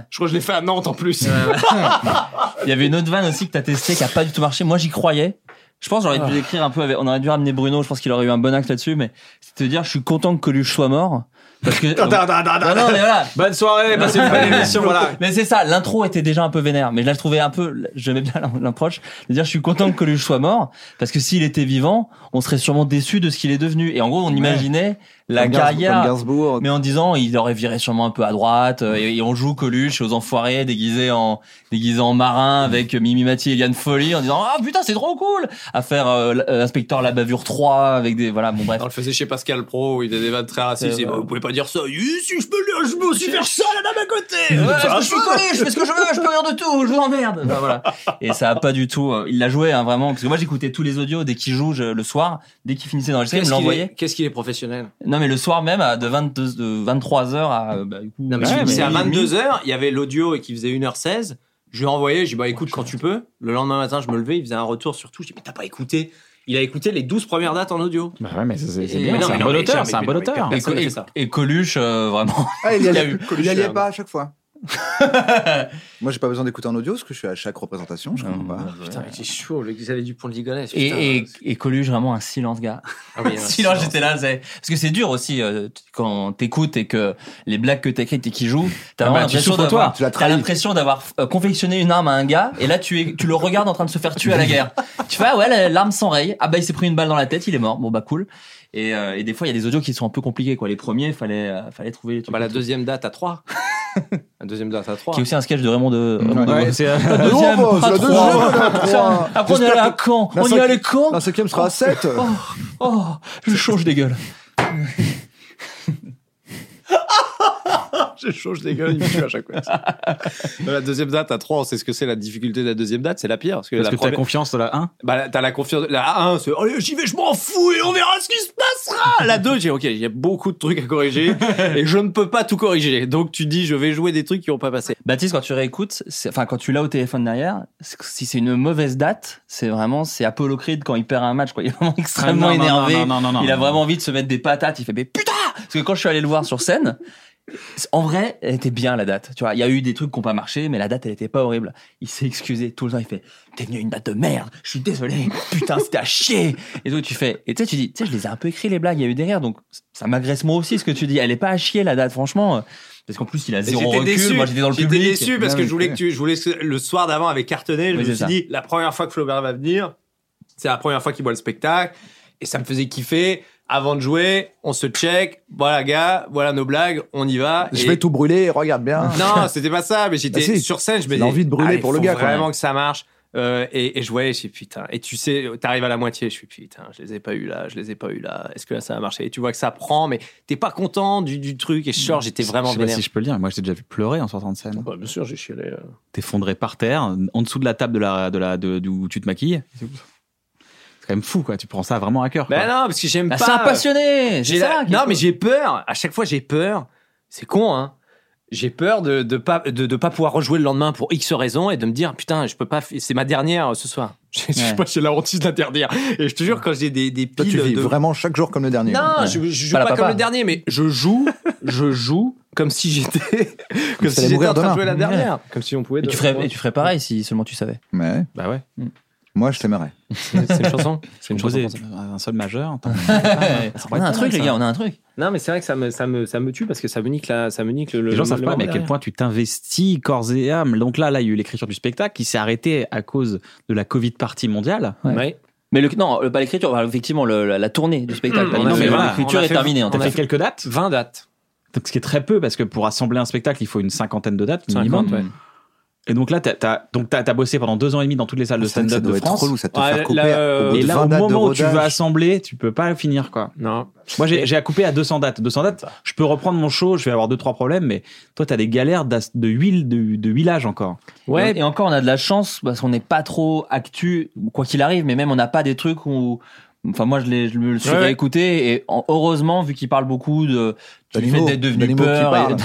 Je crois que je l'ai fait à Nantes en plus. Il y avait une autre vanne aussi que t'as testé qui a pas du tout marché. Moi, j'y croyais. Je pense que Ah. j'aurais dû l'écrire un peu avec, on aurait dû ramener Bruno, je pense qu'il aurait eu un bon acte là-dessus, mais c'est de dire, je suis content que Coluche soit mort. Parce que, Attends, attends, attends, Bah. Non, non, mais voilà. Bonne soirée, passez une bonne émission, voilà. Mais c'est ça, l'intro était déjà un peu vénère, mais je la trouvais un peu, j'aimais bien l'approche, de dire je suis content que Coluche soit mort, parce que s'il était vivant, on serait sûrement déçu de ce qu'il est devenu. Et en gros, on imaginait la Comme Gainsbourg- carrière, comme Gainsbourg. mais en disant il aurait viré sûrement un peu à droite, euh, et, et on joue Coluche aux enfoirés déguisés en, déguisés en marin avec Mimi Mathy et Liane Folly, en disant ah putain c'est trop cool, à faire euh, l- euh, l'inspecteur la bavure 3 avec des, voilà, bon bref. On le faisait chez Pascal Pro, où il faisait des vannes très racistes. Euh, Il dit, bah, vous pouvez pas dire ça. Oui, si, je peux le, je me suis fait ça, la dame à côté. Ouais, Ça je suis va. collé, je fais ce que je veux, je peux rire de tout, je vous emmerde. Enfin, voilà. Et ça a pas du tout. euh, il l'a joué hein, vraiment. Parce que moi j'écoutais tous les audios dès qu'il joue je- le soir, dès qu'il finissait d'enregistrer, il me Qu'est-ce qu'il est, l'envoyait. qu'est-ce qu'il est professionnel Non mais le soir même à- de 22 de 23 h à euh, bah, du coup, Non, mais ouais, c'est à minuit et demi. 22h, il y avait l'audio et qui faisait 1h16. Je lui ai envoyé, j'ai dit, bah écoute quand tu peux. Le lendemain matin, je me levais, il faisait un retour sur tout. J'ai dit, mais t'as pas écouté. Il a écouté les 12 premières dates en audio. Bah ouais, mais c'est Et- mais non, mais non, mais jamais, mais non, mais Et, personne ne fait et- ça. et Coluche euh, vraiment. Ah, il y a allait, eu- il y allait pas à chaque fois. Moi, j'ai pas besoin d'écouter en audio parce que je suis à chaque représentation. Je comprends pas. Putain, mais c'est chaud, le Xavier Dupont de Ligonnès. putain. Et, et, et Coluche, vraiment un silence, gars. Ah oui, un silence, j'étais là. c'est- Parce que c'est dur aussi euh, t- quand t'écoutes et que les blagues que t'écrites et qui jouent, t'as Ah bah, vraiment tu l'impression souffres d'avoir, toi, tu l'as t'as trahi. l'impression d'avoir euh, confectionné une arme à un gars et là tu, es, tu le regardes en train de se faire tuer à la guerre. tu fais ah ouais, la- l'arme s'enraye. Ah bah il s'est pris une balle dans la tête, il est mort. Bon bah cool. Et, euh, et des fois il y a des audios qui sont un peu compliqués quoi. Les premiers, fallait euh, fallait trouver. Les trucs Bah, la deuxième date à 3. la deuxième date à 3. qui est aussi un sketch de Raymond de. Raymond Ouais, de- c'est- euh, La Non, deuxième, bah, pas c'est la trois. deuxième, la trois. Après on est allé J'espère à que- Caen. la On y cinqui- allait quand la cinquième sera à sept. Oh, oh, je change des gueules. J'ai chaud, je dégueule, il me tue à chaque fois. la deuxième date à 3, on sait ce que c'est la difficulté de la deuxième date, c'est la pire. Parce que, Parce la que t'as première- confiance dans la 1 Bah, là, t'as la confiance. La 1, c'est Allez, j'y vais, je m'en fous et on verra ce qui se passera. La 2, j'ai ok, il y a beaucoup de trucs à corriger et je ne peux pas tout corriger. Donc tu dis, je vais jouer des trucs qui n'ont pas passé. Baptiste, quand tu réécoutes, c'est- enfin quand tu l'as au téléphone derrière, c'est- si c'est une mauvaise date, c'est vraiment c'est Apollo Creed quand il perd un match. Quoi. Il est vraiment extrêmement non, non, énervé. non, non, non, non, il a non. vraiment envie de se mettre des patates. Il fait mais putain parce que quand je suis allé le voir sur scène. c'est- En vrai, elle était bien la date. Tu vois, il y a eu des trucs qui n'ont pas marché, mais la date, elle était pas horrible. Il s'est excusé tout le temps. Il fait, t'es venu à une date de merde. Je suis désolé. Putain, c'était à chier. Et donc tu fais, et tu sais, tu dis, tu sais, je les ai un peu écrit les blagues. Il y a eu derrière, donc ça m'agresse moi aussi ce que tu dis. Elle est pas à chier la date, franchement, euh, parce qu'en plus il a Mais zéro recul. Moi, j'étais dans le public. J'étais déçu parce Non, que mais je voulais que c'est- tu, je voulais que le soir d'avant avec Cartonnet, je Oui, me c'est suis ça. dit la première fois que Flaubert va venir, c'est la première fois qu'il voit le spectacle et ça me faisait kiffer. Avant de jouer, on se check. Voilà, gars, voilà nos blagues, on y va. Je Et- vais tout brûler, regarde bien. Non, c'était pas ça, mais j'étais Bah si. sur scène, je me C'est dis, l'envie de brûler allez, pour le faut gars, quoi. Vraiment que ça marche. Euh, et, et je voyais, je suis putain. Et tu sais, t'arrives à la moitié, je suis putain, je les ai pas eu là, je les ai pas eu là. Est-ce que là ça va marcher Et tu vois que ça prend, mais t'es pas content du, du truc. Et je sors, j'étais vraiment Je sais pas vénère. si je peux le dire, mais moi j'ai déjà vu pleurer en sortant de scène. bien sûr, j'ai euh. chialé. T'effondrer par terre, en dessous de la table de la, de la, de, d'où tu te maquilles. C'est quand même fou, quoi. Tu prends ça vraiment à cœur. Ben quoi. non, parce que j'aime Bah, Ah, pas. euh, c'est un passionné, J'ai c'est la- ça qui est Non, cool. mais j'ai peur. À chaque fois, j'ai peur. C'est con, hein. J'ai peur de de pas de, de pas pouvoir rejouer le lendemain pour X raison et de me dire putain, je peux pas. f- C'est ma dernière euh, ce soir. Je je sais Ouais. pas, j'ai la hantise d'interdire. Et je te jure, quand j'ai des des Toi, tu piles vis de vraiment chaque jour comme le dernier. Non, Ouais. je, je joue pas, comme le dernier, mais je joue, je joue comme si j'étais, comme si t'allais j'étais mourir en train de demain. jouer la dernière, Ouais. comme si on pouvait. Et de- tu ferais, et tu ferais pareil si seulement tu savais. Mais bah ouais. Moi, je t'aimerais. C'est une chanson. C'est une Composé chanson. Un sol majeur. On a un truc, les gars, on a un truc. Non, mais c'est vrai que ça me, ça me, ça me tue parce que ça me nique la, ça me nique le. les gens savent pas mais à quel point tu t'investis corps et âme. Donc là, là, il y a eu l'écriture du spectacle qui s'est arrêtée à cause de la Covid partie mondiale. Mais le, non, le- pas l'écriture, enfin, effectivement, le- la, la tournée du spectacle. pas Non, l'écriture. mais voilà. l'écriture On a est fait- terminée. en On a fait fait. quelques dates. 20 dates. Ce qui est très peu parce que pour assembler un spectacle, il faut une cinquantaine de dates 50, minimum. ouais. Et donc là, t'as as, donc t'as- t'as bossé pendant deux ans et demi dans toutes les salles de Ça, ça stand-up de doit être France. relou, ça te Ouais, fait couper là, au bout et de là, 20 au dates de moment où tu rodage. vas assembler, tu peux pas finir quoi. Non. Moi, j'ai j'ai à couper à 200 dates. 200 dates, je peux reprendre mon show, je vais avoir deux trois problèmes, mais toi, t'as des galères d'as- de huile, de, de huilage encore. Et encore, on a de la chance parce qu'on n'est pas trop actu, quoi qu'il arrive, mais même on n'a pas des trucs où. Enfin, moi, je, l'ai- je me le suis Ouais, ouais. réécouté et en- heureusement, vu qu'il parle beaucoup de du fait D'animaux, d'être devenu d'animaux qui père, et- parlent.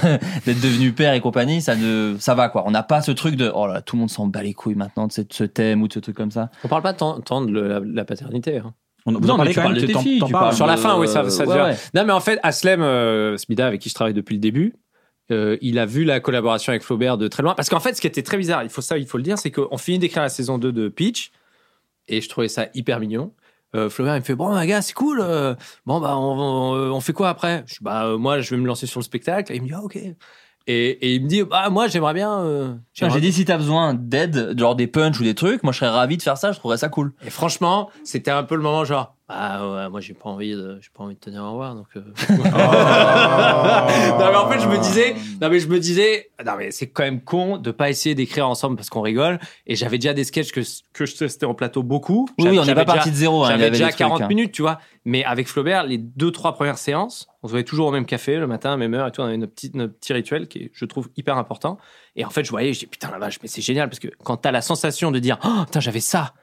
d'être devenu père et compagnie, ça ne, ça va quoi. On n'a pas ce truc de oh là, là, tout le monde s'en bat les couilles maintenant de ce, de ce thème ou de ce truc comme ça. On parle pas tant, tant de le- la, la paternité. hein. On- vous en parlez quand même, t'es- t'en- t'en parles Sur la de- fin, oui, ça, ça ouais, dure. ouais. Non, mais en fait, Aslem euh, Smida, avec qui je travaille depuis le début, euh, il a vu la collaboration avec Flaubert de très loin. Parce qu'en fait, ce qui était très bizarre, il faut ça, il faut le dire, c'est qu'on finit d'écrire la saison 2 de Peach, et je trouvais ça hyper mignon. Euh, Flaubert, il me fait Bon, ma gars, c'est cool. euh, bon, bah, on, on- euh, on fait quoi après Je dis Bah, euh, moi, je vais me lancer sur le spectacle. Et il me dit Ah, ok. Et, et il me dit Bah, moi, j'aimerais bien. euh, Tiens, j'aimerais- J'ai dit si t'as besoin d'aide, genre des punchs ou des trucs, moi je serais ravi de faire ça, je trouverais ça cool. Et franchement, c'était un peu le moment genre ah ouais, moi j'ai pas envie de j'ai pas envie de te dire au revoir donc euh. Non mais en fait je me disais non mais je me disais non mais c'est quand même con de pas essayer d'écrire ensemble parce qu'on rigole et j'avais déjà des sketchs que que je testais en plateau beaucoup. Oui, J'avais- oui, on n'est j'avais pas déjà- parti de zéro, hein, il y J'avais avait déjà des trucs, 40 hein. minutes, tu vois. Mais avec Flaubert, les deux trois premières séances, on se voyait toujours au même café le matin à même heure et tout, on avait notre petit notre petit rituel qui est je trouve hyper important et en fait je voyais je dis putain la vache mais c'est génial parce que quand t'as la sensation de dire oh, putain j'avais ça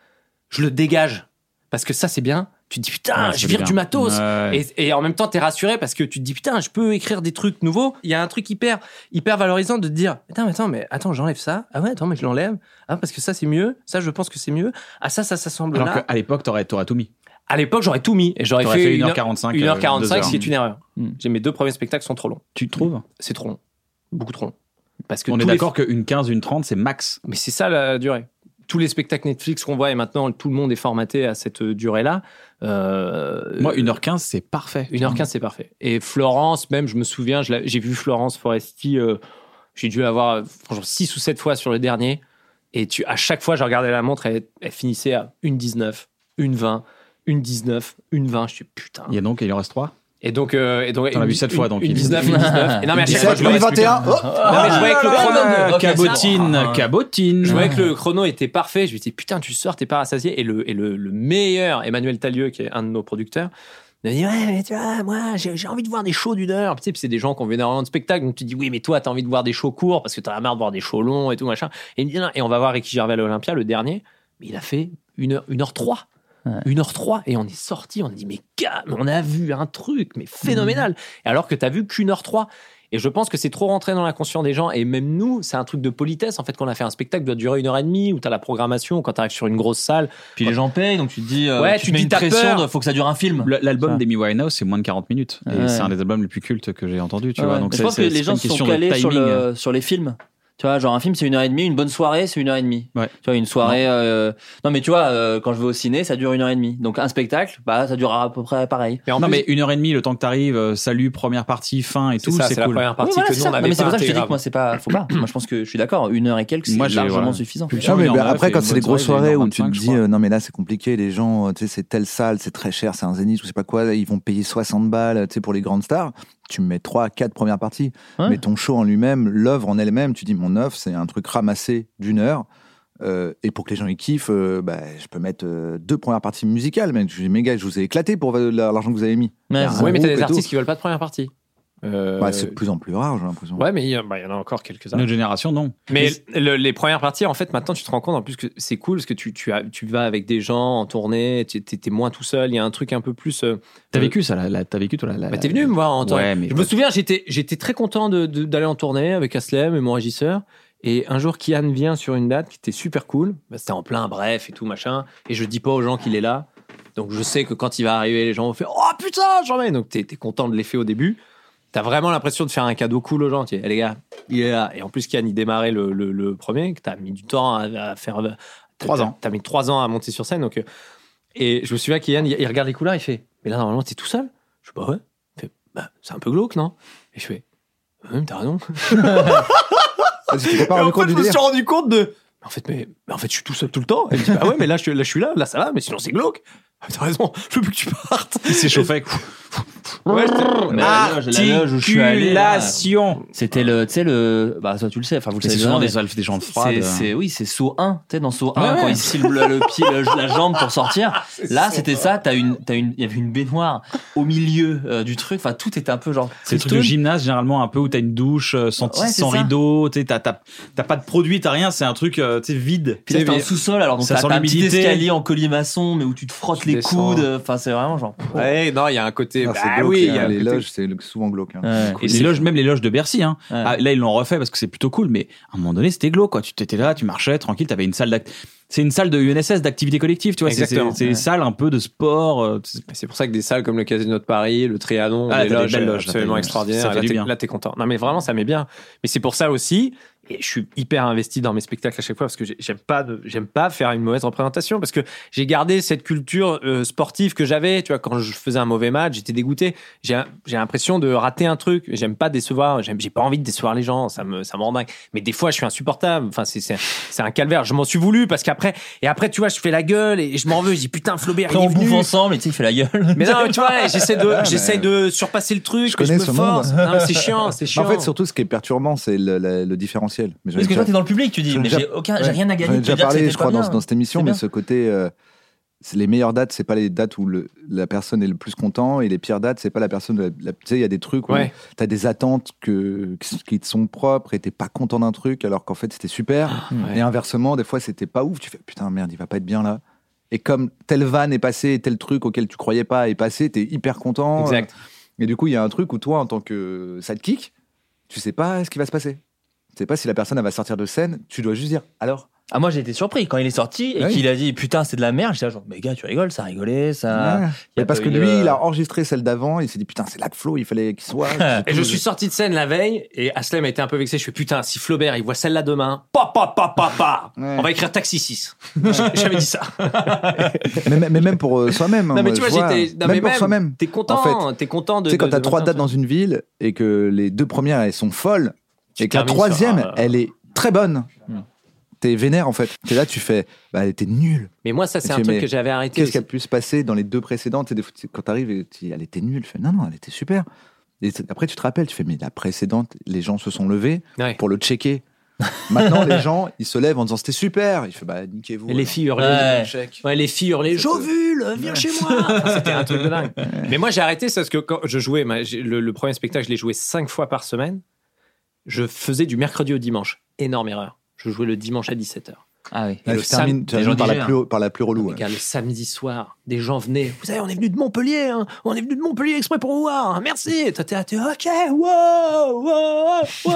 je le dégage. Parce que ça, c'est bien. Tu te dis putain, Ouais, c'est je vire bien. du matos. Ouais. Et, et en même temps, t'es rassuré parce que tu te dis putain, je peux écrire des trucs nouveaux. Il y a un truc hyper, hyper valorisant de te dire putain, mais attends, mais attends, j'enlève ça. Ah ouais, attends, mais je l'enlève. Ah, parce que ça, c'est mieux. Ça, je pense que c'est mieux. Ah, ça, ça, ça semble Alors là. qu'à l'époque, t'aurais t'aurais tout mis. À l'époque, j'aurais tout mis. Et j'aurais T'aurais fait, fait une heure- 1h45, euh, 1h45, deux ce qui est heures. une erreur. J'ai Mes deux premiers spectacles sont trop longs. Tu trouves C'est trop long. Beaucoup trop long. Parce que On tous est les- d'accord qu'une 15, une 30, c'est max. Mais c'est ça la durée. Tous les spectacles Netflix qu'on voit et maintenant tout le monde est formaté à cette euh, durée-là. Euh, Moi, 1h15, c'est parfait. 1h15, c'est parfait. Et Florence, même, je me souviens, je l'ai- j'ai vu Florence Foresti, euh, j'ai dû l'avoir euh, franchement 6 ou 7 fois sur le dernier. Et tu, à chaque fois, je regardais la montre, elle, elle finissait à 1,19, 1,20, 1,19, 1,20. Je suis putain. Il y a donc, il en reste 3 Et donc, euh, et donc T'en as une- vu sept fois, une- donc, Une il- 19, une 19. Et non, mais à chaque 17, fois, je le oui, reste plus 21, tard. oh. Non, mais je voyais que le Ah, chrono. ok, cabotine, ça va. cabotine. Je voyais que le chrono était parfait. Je me disais, putain, tu sors, t'es pas rassasié. Et le, et le, le meilleur, Emmanuel Talieu, qui est un de nos producteurs, il m'a dit, ouais, mais tu vois, moi, j'ai j'ai envie de voir des shows d'une heure. Tu sais, puis c'est des gens qui ont vu énormément de spectacles. Donc tu dis, oui, mais toi, t'as envie de voir des shows courts parce que t'en as marre de voir des shows longs et tout, machin. Et il me dit, non, et on va voir Ricky Gervais à l'Olympia, le dernier. Mais il a fait 1 heure, une heure 3 1h03 et on est sorti, on a dit mais gars, mais on a vu un truc mais phénoménal. Et alors que t'as vu qu'une heure 3 et je pense que c'est trop rentré dans l'inconscient des gens et même nous, c'est un truc de politesse en fait qu'on a fait un spectacle qui doit durer une heure et demie où t'as la programmation quand t'arrives sur une grosse salle. Puis les gens payent donc tu te dis euh, Ouais, tu, te tu mets dis une t'as pression, peur. de, faut que ça dure un film. Le- Ça. L'album d'Amy Winehouse, c'est moins de 40 minutes. Et Ouais. c'est un des albums les plus cultes que j'ai entendu, tu vois. Ouais. Donc je c'est- pense que c'est- c'est les pas gens une se sont question de calés sur, timing. le, sur les films. Tu vois, genre un film c'est une heure et demie, une bonne soirée c'est une heure et demie. Tu vois, une soirée. euh, Non, mais tu vois, euh, quand je vais au ciné, ça dure une heure et demie. Donc un spectacle, bah ça durera à peu près pareil. non mais une heure et demie, le temps que t'arrives, euh, salut, première partie, fin et tout, ça, c'est c'est la cool. première partie Oui, voilà, que c'est nous, on ça. avait Non, mais c'est pas pour ça que je te intégrée. dis que moi, c'est pas- faut pas. Moi, je pense que je suis d'accord. Une heure et quelques, c'est Moi, j'ai- largement voilà. suffisant. Pulsion, Non, mais une heure bah, neuf et après, quand une c'est des bonne grosses soirée, soirées une heure où tu te vingt-cinq, dis, euh, non, mais là, c'est compliqué, les gens, euh, tu sais, c'est telle salle, c'est très cher, c'est un zénith ou c'est pas quoi, ils vont payer 60 balles, tu sais, pour les grandes stars, tu mets 3, 4 premières parties. Ouais. Mais ton show en lui-même, l'œuvre en elle-même, tu dis, mon œuvre, c'est un truc ramassé d'une heure. euh, et pour que les gens y kiffent, euh, bah, je peux mettre euh, deux premières parties musicales. Mais je dis, mes gars, je vous ai éclaté pour euh, l'argent que vous avez mis. Il y a un oui, mais t'as groupe des et tout. artistes qui veulent pas de première partie. Euh, Bah, c'est de plus en plus rare, j'ai l'impression. Ouais, mais il y, a- bah, il y en a encore quelques-uns. Notre génération, non. Mais le- les premières parties, en fait, maintenant, tu te rends compte en plus que c'est cool parce que tu, tu, as, tu vas avec des gens en tournée, tu t'es t'es moins tout seul, il y a un truc un peu plus. euh, T'as euh, vécu ça, la- la- t'as vécu toi la- la. Bah, t'es venu me voir en tournée. Ouais, mais je me souviens, j'étais, j'étais très content de- de- d'aller en tournée avec Aslem et mon régisseur. Et un jour, Kian vient sur une date qui était super cool. Bah, c'était en plein bref et tout machin. Et je dis pas aux gens qu'il est là. Donc je sais que quand il va arriver, les gens vont faire Oh putain, j'en mets Donc t'es, t'es content de l'effet au début. T'as vraiment l'impression de faire un cadeau cool aux gens. Tu dis, Eh, les gars, il est là. Et en plus, Kian, il démarrait le, le- le premier, que t'as mis du temps à, à faire. Trois ans. T'as mis trois ans à monter sur scène. Donc, euh, et je me souviens qu'Yann, il il regarde les couleurs, il fait Mais là, normalement, t'es tout seul Je fais Bah ouais. Il fait Bah, c'est un peu glauque, non Et je fais Bah ouais, mais t'as raison. Ah, Et en fait, je me suis rendu compte de Mais en fait, mais, mais en fait, je suis tout seul tout le temps. Et il me dit Bah ouais, mais là, je, là, je suis là, là, ça va, mais sinon, c'est glauque. Ah, T'as raison, je veux plus que tu partes. Il s'est chauffé. Ouais, Mais la loge, la loge où je suis allé, là. C'était le, tu sais, le, bah, toi, tu le sais, enfin, vous le Mais savez. c'est souvent bien, des mais elfes, des gens froides. c'est- C'est, oui, c'est saut 1, tu sais, dans saut 1, Ouais, quand ouais. ils ciblent le pied, le- la jambe pour sortir. Là, c'était ça, t'as une, t'as une, il y avait une baignoire au milieu euh, du truc, enfin, tout était un peu genre. C'est le truc de Stone. gymnase, généralement, un peu où t'as une douche euh, sans, Ouais, c'est sans ça. rideau, tu sais, t'as t'as- t'as pas de produit, t'as rien, c'est un truc euh, tu sais, vide. Puis là, t'as un sous-sol, alors donc ça t'as sent t'as un petit l'humidité. escalier en colimaçon, mais où tu te frottes les descends. coudes, enfin, c'est vraiment genre. Ouais, non, il y a un côté. Ah, bah c'est glauque, oui, il y hein, a un les côté- loges, C'est le- souvent glauque. hein. Et les loges, même les loges de Bercy, hein. euh, Ouais. Ah, là ils l'ont refait parce que c'est plutôt cool, mais à un moment donné c'était glauque, quoi. Tu t'étais là, tu marchais tranquille, t'avais une salle d'act. C'est une salle de UNSS d'activité collective, tu vois. c'est- C'est Exactement. c'est des Ouais. salles un peu de sport. euh, c'est- C'est pour ça que des salles comme le Casino de Paris, le Trianon, Ah, les t'as des loges, belles loges, absolument là, t'as- extraordinaires. ça fait Là, du t'es- bien. là, t'es content. Non, mais vraiment, ça m'est bien. Mais c'est pour ça aussi, et je suis hyper investi dans mes spectacles à chaque fois parce que j'ai- j'aime pas, de- j'aime pas faire une mauvaise représentation parce que j'ai gardé cette culture euh, sportive que j'avais. Tu vois, quand je faisais un mauvais match, j'étais dégoûté. J'ai un- j'ai l'impression de rater un truc. J'aime pas décevoir. J'aime- J'ai pas envie de décevoir les gens. Ça me, ça me rend dingue. Mais des fois, je suis insupportable. Enfin, c'est, c'est, c'est un calvaire. Je m'en suis voulu parce qu'après, et après, tu vois, je fais la gueule et je m'en veux. Je dis putain, Flaubert, Après, il est on bouffe venu. ensemble et tu sais, il fait la gueule. Mais non, mais tu vois, j'essaie de, Ouais, j'essaie mais- de surpasser le truc, Je que je connais me ce force. monde. Non, mais c'est chiant, c'est chiant. En fait, surtout, ce qui est perturbant, c'est le, le- le différentiel. Mais j'en ai Parce que déjà- toi, t'es dans le public, tu dis, j'en ai mais déjà- j'ai aucun, j'ai Ouais. rien à J'en gagner. ai de te déjà dire que parlé, c'était je pas crois, dans, bien. dans cette émission, C'est mais bien. ce côté. euh, c'est les meilleures dates, c'est pas les dates où le- la personne est le plus content, et les pires dates, c'est pas la personne. la- la- Tu sais, il y a des trucs où Ouais. t'as des attentes que, qui te sont propres et t'es pas content d'un truc, alors qu'en fait c'était super. Ah, ouais. Et inversement, des fois c'était pas ouf, tu fais putain merde, il va pas être bien là. Et comme telle vanne est passée, et tel truc auquel tu croyais pas est passé, t'es hyper content. euh. Exact. Et du coup, il y a un truc où toi, en tant que sidekick, tu sais pas ce qui va se passer. Tu sais pas si la personne elle va sortir de scène, tu dois juste dire alors. Ah, moi, j'ai été surpris quand il est sorti et Ouais. qu'il a dit, putain, c'est de la merde. J'étais là, genre, mais gars, tu rigoles, ça rigolait, ça. Ouais. Il y a Mais parce pas que eu, lui, euh, il a enregistré celle d'avant, il s'est dit putain, c'est là que Flo, il fallait qu'il soit. Et je suis sorti de scène la veille et Aslem a été un peu vexé. Je fais putain, si Flaubert il voit celle-là demain, pa pa pa pa pa, on va écrire Taxi 6. J'ai jamais dit ça. mais, mais- mais même pour euh, soi-même. hein, non mais moi, tu vois, je vois, j'étais. non, même mais pour soi-même. T'es content, En fait, t'es content de. Tu sais, quand de- t'as de- trois dates dans une ville et que les deux premières, elles sont folles, et que la termines troisième, sur un- elle est très bonne, Hmm. t'es vénère en fait. T'es là, tu fais, bah, t'es nul. Mais moi, ça, Et c'est tu un fais, truc mais que j'avais arrêté. Qu'est-ce qui aussi. a pu se passer dans les deux précédentes Et des fois, tu- Quand t'arrives, et tu- elle était nulle. Tu fais, non, non, elle était super. Et t- après, tu te rappelles, tu fais, mais la précédente, les gens se sont levés Ouais. pour le checker. Maintenant, les gens, ils se lèvent en disant, c'était super. Il fait, bah, niquez-vous. Et les alors. filles hurlaient. Ouais. Ouais, les filles hurlaient. Jovule, viens chez moi. Enfin, Ah, C'était un truc de dingue. Mais moi, j'ai arrêté ça parce que quand je jouais, ma- j'ai- le, le premier spectacle, je l'ai joué cinq fois par semaine. Je faisais du mercredi au dimanche. Énorme erreur. Je jouais le dimanche à 17h. Ah oui. Là, le tu termines, sam- tu les termines gens par, la digèrent. hein. plus, par la plus relou. Regarde, le samedi soir, des gens venaient. Vous savez, on est venu de Montpellier. hein. On est venu de Montpellier exprès pour vous voir. hein. Merci. Et Toi, t'es là, t'es OK. Wow, wow, wow,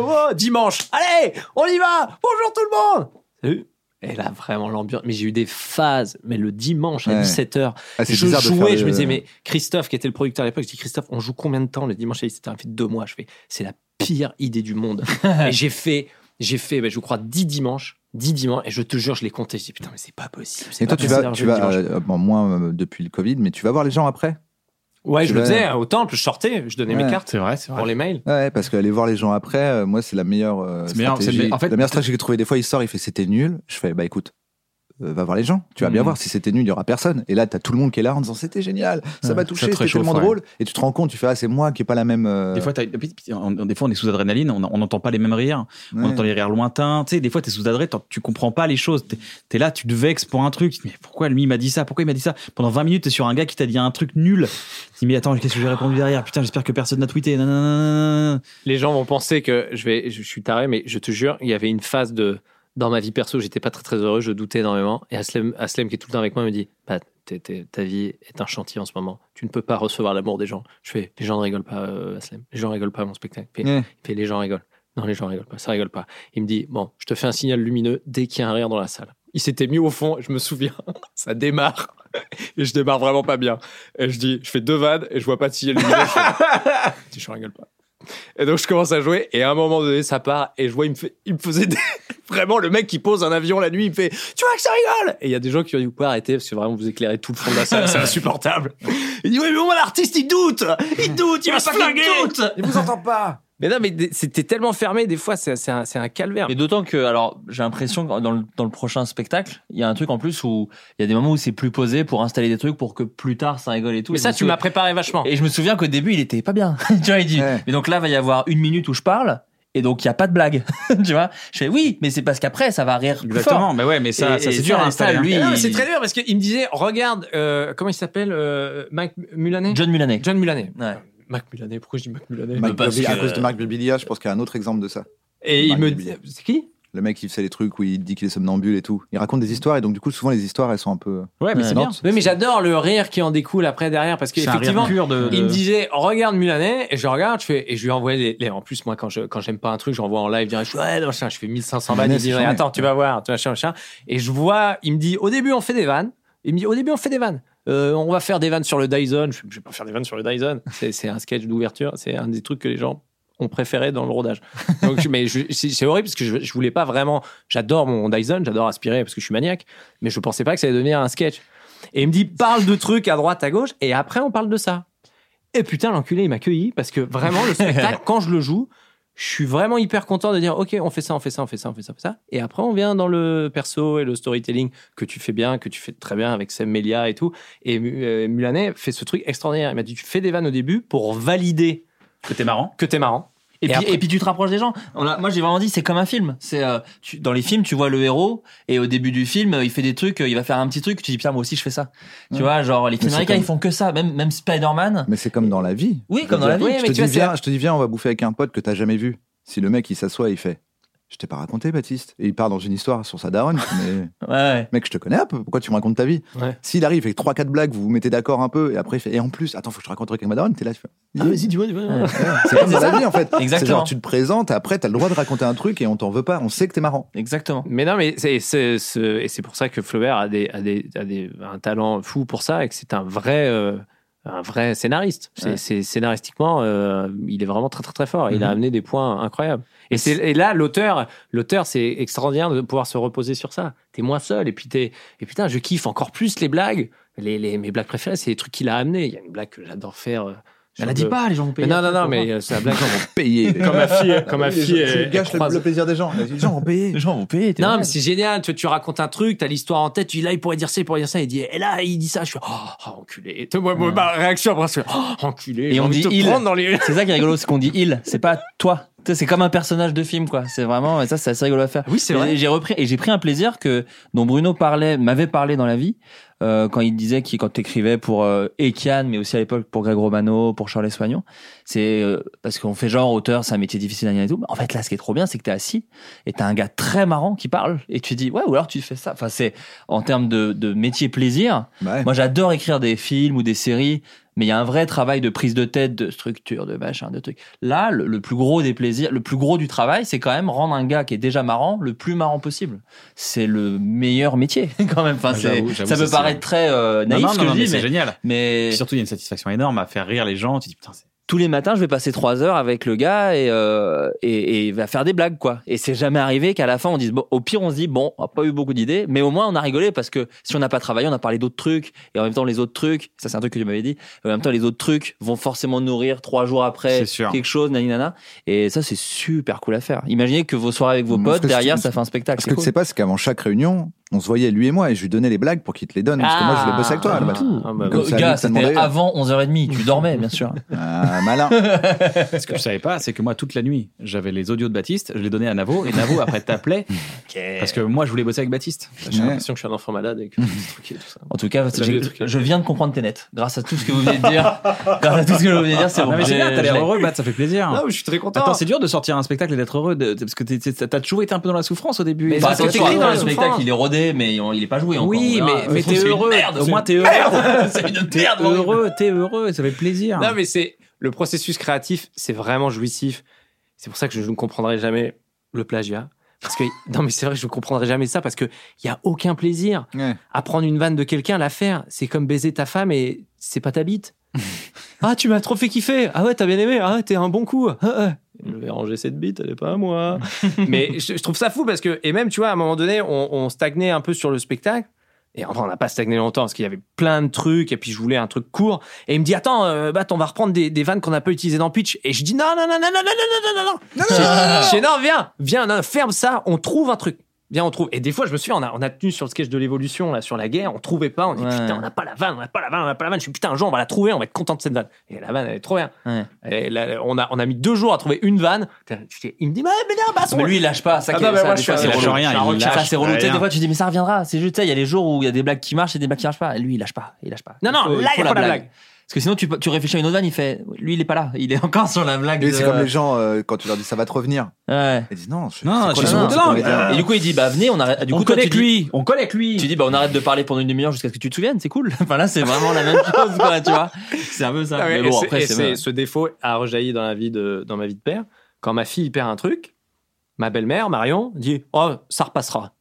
wow. Dimanche. Allez, on y va. Bonjour tout le monde. Salut. Et là, vraiment, l'ambiance. Mais j'ai eu des phases. Mais le dimanche à Ouais. 17h, Ah, c'est je bizarre de faire jouais. le- Je me disais, mais Christophe, qui était le producteur à l'époque, je dis, Christophe, on joue combien de temps le dimanche à 17h Il fait deux mois. Je fais, c'est la pire idée du monde. et j'ai fait, j'ai fait, ben, je crois, 10 dimanches. 10 dimanches. Et je te jure, je les comptais. Je dis, putain, mais c'est pas possible. c'est ah, Et toi, pas tu possible vas, d'avoir tu joué le vas dimanche. euh, bon, moins euh, depuis le Covid, mais tu vas voir les gens après. Ouais, tu je le vas- faisais hein, au temple, je sortais, je donnais mes Ouais. cartes. C'est vrai, c'est Pour les mails. Ouais, parce qu'aller voir les gens après, euh, moi, c'est la meilleure euh, C'est meilleur, c'est stratégie. le- en fait- la meilleure stratégie que j'ai trouvée. Des fois, il sort, il fait c'était nul. Je fais bah écoute, euh, va voir les gens. Tu vas bien Mhm. voir. Si c'était nul, il y aura personne. Et là, t'as tout le monde qui est là en disant c'était génial, ça Ouais, m'a ça te touché, c'était réchauffe, tellement ouais. drôle. Et tu te rends compte, tu fais ah c'est moi qui est pas la même. euh, Des fois, t'as- on- des fois, on est sous adrénaline, on on n'entend pas les mêmes rires, on Ouais. entend les rires lointains. Tu sais, des fois, t'es sous adrénaline, t'en- tu comprends pas les choses. T'es es là, tu te vexes pour un truc. Tu te dis, Mais pourquoi lui il m'a dit ça Pourquoi il m'a dit ça Pendant 20 minutes, t'es sur un gars qui t'a dit un truc nul. Tu te dis mais attends, qu'est-ce que j'ai répondu derrière Putain, j'espère que personne n'a tweeté. Nanana. Les gens vont penser que je vais, je suis taré, mais je te jure, il y avait une phase de dans ma vie perso, j'étais pas très très heureux, je doutais énormément. Et Aslem, Aslem qui est tout le temps avec moi, me dit, Pat, t'es- t'es- ta vie est un chantier en ce moment. Tu ne peux pas recevoir l'amour des gens. Je fais, les gens ne rigolent pas, euh, Aslem. Les gens ne rigolent pas à mon spectacle. Il fait, Ouais. il fait, les gens rigolent. Non, les gens rigolent pas. Ça rigole pas. Il me dit, bon, je te fais un signal lumineux dès qu'il y a un rire dans la salle. Il s'était mis au fond, je me souviens. Ça démarre. Et je démarre vraiment pas bien. Et je dis, je fais deux vannes et je vois pas de signal lumineux. Je fais, Si je rigole pas. Et donc je commence à jouer et à un moment donné ça part et je vois il me, fait- il me faisait des- vraiment le mec qui pose un avion la nuit il me fait tu vois que ça rigole et il y a des gens qui ont dit vous pouvez arrêter parce que vraiment vous éclairez tout le fond de la salle c'est insupportable il dit oui mais au moins l'artiste il doute il doute il va se flinguer Il vous entend pas Mais non, mais des- c'était tellement fermé, des fois, c'est c'est un, c'est un calvaire. Et d'autant que, alors, j'ai l'impression que dans le, dans le prochain spectacle, il y a un truc en plus où il y a des moments où c'est plus posé pour installer des trucs pour que plus tard ça rigole et tout. Mais Et ça, je me tu souviens- m'as préparé vachement. Et je me souviens qu'au début, il était pas bien. tu vois, il dit. Mais donc là, va y avoir une minute où je parle. Et donc, il n'y a pas de blague. tu vois Je fais oui, mais c'est parce qu'après, ça va rire. plus Exactement, fort. mais ouais, mais ça- Et- ça, et c'est dur à installer, hein. Lui, Mais Non, mais c'est il- très dur parce qu'il me disait, regarde, euh, comment il s'appelle, euh, Mike Mulaney John Mulaney. John Mulaney. Ouais. Mac Mulaney, pourquoi je dis Mac Mulaney Marc Birbi- À cause de Marc Bibilia, je pense qu'il y a un autre exemple de ça. Et il Marc me Bibilia. C'est qui Le mec, il fait les trucs où il dit qu'il est somnambule et tout. Il raconte des histoires et donc, du coup, souvent, les histoires, elles sont un peu. gênantes. Oui, mais j'adore le rire qui en découle après derrière parce C'est un rire qu'effectivement, pur de- il de- me disait regarde Mulaney et je regarde, je fais et je lui envoie les, les- en plus moi quand je quand j'aime pas un truc, j'envoie en live direct, je fais, ouais, non, machin, je fais 1500 vannes, Mulaney, il dit c'est Ouais, charmé. attends, tu vas voir, tu machin machin et je vois, il me dit au début on fait des vannes, il me dit au début on fait des vannes. Euh, on va faire des vannes sur le Dyson. Je, fais, je vais pas faire des vannes sur le Dyson. C'est c'est un sketch d'ouverture. C'est un des trucs que les gens ont préféré dans le rodage. Donc, je- mais je- c'est c'est horrible parce que je, je voulais pas vraiment. J'adore mon Dyson, j'adore aspirer parce que je suis maniaque, mais je pensais pas que ça allait devenir un sketch. Et il me dit parle de trucs à droite, à gauche, et après on parle de ça. Et putain, l'enculé, il m'a cueilli parce que vraiment, le spectacle, quand je le joue, je suis vraiment hyper content de dire ok, on fait ça, on fait ça, on fait ça, on fait ça, on fait ça. Et après, on vient dans le perso et le storytelling que tu fais bien, que tu fais très bien avec Sam Melia et tout. Et euh, Mulaney fait ce truc extraordinaire. Il m'a dit tu fais des vannes au début pour valider que t'es marrant. Que t'es marrant. Et, puis, après- et puis tu te rapproches des gens. On a- moi j'ai vraiment dit c'est comme un film. C'est euh, tu- dans les films tu vois le héros et au début du film euh, il fait des trucs, euh, il va faire un petit truc. Tu dis putain moi aussi je fais ça. Tu Ouais. vois genre les Mais films c'est américains comme- ils font que ça. Même même Spider-Man. Mais c'est comme dans la vie. Oui, Je comme veux dans la dire, vie. Oui, mais Je te tu vois, dis, viens, c'est- je te dis, viens, on va bouffer avec un pote que t'as jamais vu. Si le mec, il s'assoit, il fait. Je t'ai pas raconté, Baptiste. Et il part dans une histoire sur sa daronne. Mais... Mec, je te connais un peu. Pourquoi tu me racontes ta vie Ouais. S'il arrive avec 3-4 blagues, vous vous mettez d'accord un peu. Et après, il fait. Et en plus, attends, faut que je te raconte un truc avec ma daronne. T'es là, tu fais. Ah, vas-y, dis-moi, dis-moi. Ouais, ouais. C'est comme dans la vie, en fait. C'est Exactement. genre, tu te présentes, après, t'as le droit de raconter un truc et on t'en veut pas. On sait que t'es marrant. Exactement. Mais non, mais c'est, c'est- c'est- et c'est pour ça que Flaubert a, des, a, des, a des- un talent fou pour ça et que c'est un vrai, euh, un vrai scénariste. C'est, Ouais. c'est- scénaristiquement, euh, il est vraiment très, très, très fort. Il a Mhm. amené des points incroyables. Et, c'est, et là, l'auteur, l'auteur, c'est extraordinaire de pouvoir se reposer sur ça. T'es moins seul et puis t'es, et putain, je kiffe encore plus les blagues. Les, les- mes blagues préférées, c'est les trucs qu'il a amené. Il y a une blague que j'adore faire. euh, Mais sur la dis le- pas, les gens vont payer Mais non, après, non, non, faut mais voir. euh, c'est la blague. Payer. Comme ma fille- comme ma Ah Les gens- fille, Tu elle- gâches elle le, croise- le plaisir des gens. Les gens vont payer. Les gens vont payer. Non, mais c'est génial. Tu, tu racontes un truc, t'as l'histoire en tête, tu dis là, il pourrait dire ça, il pourrait dire ça. Il dit, et là, il dit ça. Je suis, oh, oh, enculé. Et moi, moi, ma réaction après, c'est, oh, enculé. Et j'ai on envie dit de te il. prendre dans les. C'est ça qui est rigolo, c'est qu'on dit il. C'est pas toi. Tu sais, C'est comme un personnage de film, quoi. C'est vraiment, et ça, c'est assez rigolo à faire. Oui, c'est Et vrai. J'ai repris, et j'ai pris un plaisir que, dont Bruno parlait, m'avait parlé dans la vie, euh, quand il disait qu'il, quand t'écrivais pour euh, Ekian, mais aussi à l'époque pour Greg Romano, pour Charles Soignon. C'est, euh, parce qu'on fait genre auteur, c'est un métier difficile, gna gna et tout. Mais En fait, là, ce qui est trop bien, c'est que t'es assis, et t'as un gars très marrant qui parle, et tu dis, ouais, ou alors tu fais ça. Enfin, c'est, en termes de, de métier plaisir, moi, j'adore écrire des films ou des séries, mais il y a un vrai travail de prise de tête, de structure, de machin, de trucs. Là, le, le plus gros des plaisirs, le plus gros du travail, c'est quand même rendre un gars qui est déjà marrant le plus marrant possible. C'est le meilleur métier, quand même. Enfin, Ah, c'est- j'avoue, j'avoue, ça peut c'est- paraître très euh, naïf Non, non, ce non, que non, je mais dis, c'est mais, génial. mais Et surtout, il y a une satisfaction énorme à faire rire les gens. Tu te dis putain, c'est- tous les matins, je vais passer trois heures avec le gars et, euh, et, et il va faire des blagues, quoi. Et c'est jamais arrivé qu'à la fin, on dise, bon, au pire, on se dit, bon, on n'a pas eu beaucoup d'idées, mais au moins, on a rigolé parce que si on n'a pas travaillé, on a parlé d'autres trucs. Et en même temps, les autres trucs, ça, c'est un truc que tu m'avais dit, en même temps, les autres trucs vont forcément nourrir trois jours après C'est sûr. quelque chose, nani, nana. Et ça, c'est super cool à faire. Imaginez que vos soirées avec vos Moi, ce potes, que je- derrière, ça fait un spectacle. Ce que tu sais pas, c'est qu'avant chaque réunion, on se voyait lui et moi et je lui donnais les blagues pour qu'il te les donne. Parce que moi, je voulais bosser avec toi. à la Ah, base. bah, Comme ça, lui, Ah, bah, gars, ça c'était demandait- avant 11h30, tu dormais, bien sûr. Ah, malin. Ce que je savais pas, c'est que moi, toute la nuit, j'avais les audios de Baptiste, je les donnais à Navo, et Navo, après, t'appelais. Parce que moi, je voulais bosser avec Baptiste. J'ai l'impression que je suis un enfant malade et que ce truc et tout ça. En tout cas, J'ai je, des trucs. hein. je viens de comprendre tes nets. Grâce à tout ce que vous venez de dire, grâce à tout ce que vous venez de dire, c'est Ah, Non, bon. mais c'est J'ai- bien, t'as je l'air l'ai. heureux, Bat, ça fait plaisir. Non, mais je suis très content. Attends, c'est dur de sortir un spectacle et d'être heureux, de- parce que t'es- t'es- t'as toujours été un peu dans la souffrance au début. Bah, Mais Enfin, parce que quand t'écris tu- dans le spectacle, Bah, il est rodé, mais on- il est pas joué encore. Oui, On verra. Ah, mais- mais De toute façon, t'es c'est une heureux. merde, Au c'est moins, une t'es heureux. merde. C'est une T'es merde. mon heureux, t'es heureux, ça fait plaisir. Non, mais c'est le processus créatif, c'est vraiment jouissif. C'est pour ça que je ne comprendrai jamais le plagiat. Parce que, non, mais c'est vrai, je ne comprendrai jamais ça parce qu'il n'y a aucun plaisir à prendre une vanne de quelqu'un, la faire. C'est comme baiser ta femme et c'est pas ta bite. ah, tu m'as trop fait kiffer. Ah ouais, t'as bien aimé. Ah ouais, t'es un bon coup. Ah ouais. Je vais ranger cette bite, elle n'est pas à moi. mais je, je trouve ça fou parce que, et même, tu vois, à un moment donné, on, on stagnait un peu sur le spectacle. Et enfin, on n'a pas stagné longtemps parce qu'il y avait plein de trucs et puis je voulais un truc court. Et il me dit attends, euh, Bat, on va reprendre des, des vannes qu'on n'a pas utilisées dans Pitch. Et je dis non, non, non, non, non, non, non, non, non, non, Je- je dis, non, viens, viens, non, ferme ça, on trouve un truc. Viens, on trouve. Et des fois, je me souviens, on a, on a tenu sur le sketch de l'évolution, là, sur la guerre, on trouvait pas, on dit putain, on n'a pas la vanne, on n'a pas la vanne, on n'a pas la vanne. Je suis putain, un jour, on va la trouver, on va être content de cette vanne. Et la vanne, elle est trop bien. Et là, on, a, on a mis deux jours à trouver une vanne. Je dis, Il me dit, mais, mais non, bah, son- Mais lui, il lâche pas. Ça, Ah qui- non, mais ça, moi, des je fois, suis c'est un relou. relou. Je suis un Ça, relou. ça, c'est relou. Tu sais, Rien. Des fois, tu dis, mais ça reviendra. C'est juste, tu sais, il y a des jours où il y a des blagues qui marchent et des blagues qui marchent pas. Et lui, il lâche pas. Il lâche pas. Non, non, là, il y a pas la blague. Parce que sinon, tu, tu réfléchis à une autre vanne, il fait, lui, il est pas là. Il est encore sur la blague. Mais c'est de- comme les gens, euh, quand tu leur dis ça va te revenir. Ouais. Ils disent non, je- Non, c'est je suis quoi, de c'est langue. comédien. Et du coup, il dit, bah venez, on arrête. Du On coup, toi, connaît tu que dis, on connaît lui. Tu dis, bah on arrête de parler pendant une demi-heure jusqu'à ce que tu te souviennes, c'est cool. Enfin là, c'est vraiment la même chose, quoi, tu vois. C'est un peu ça. Ah ouais, Mais bon, et après, c'est- et c'est. c'est- ce défaut a rejailli dans la vie de dans ma vie de père. Quand ma fille perd un truc, ma belle-mère Marion dit "Oh, ça repassera."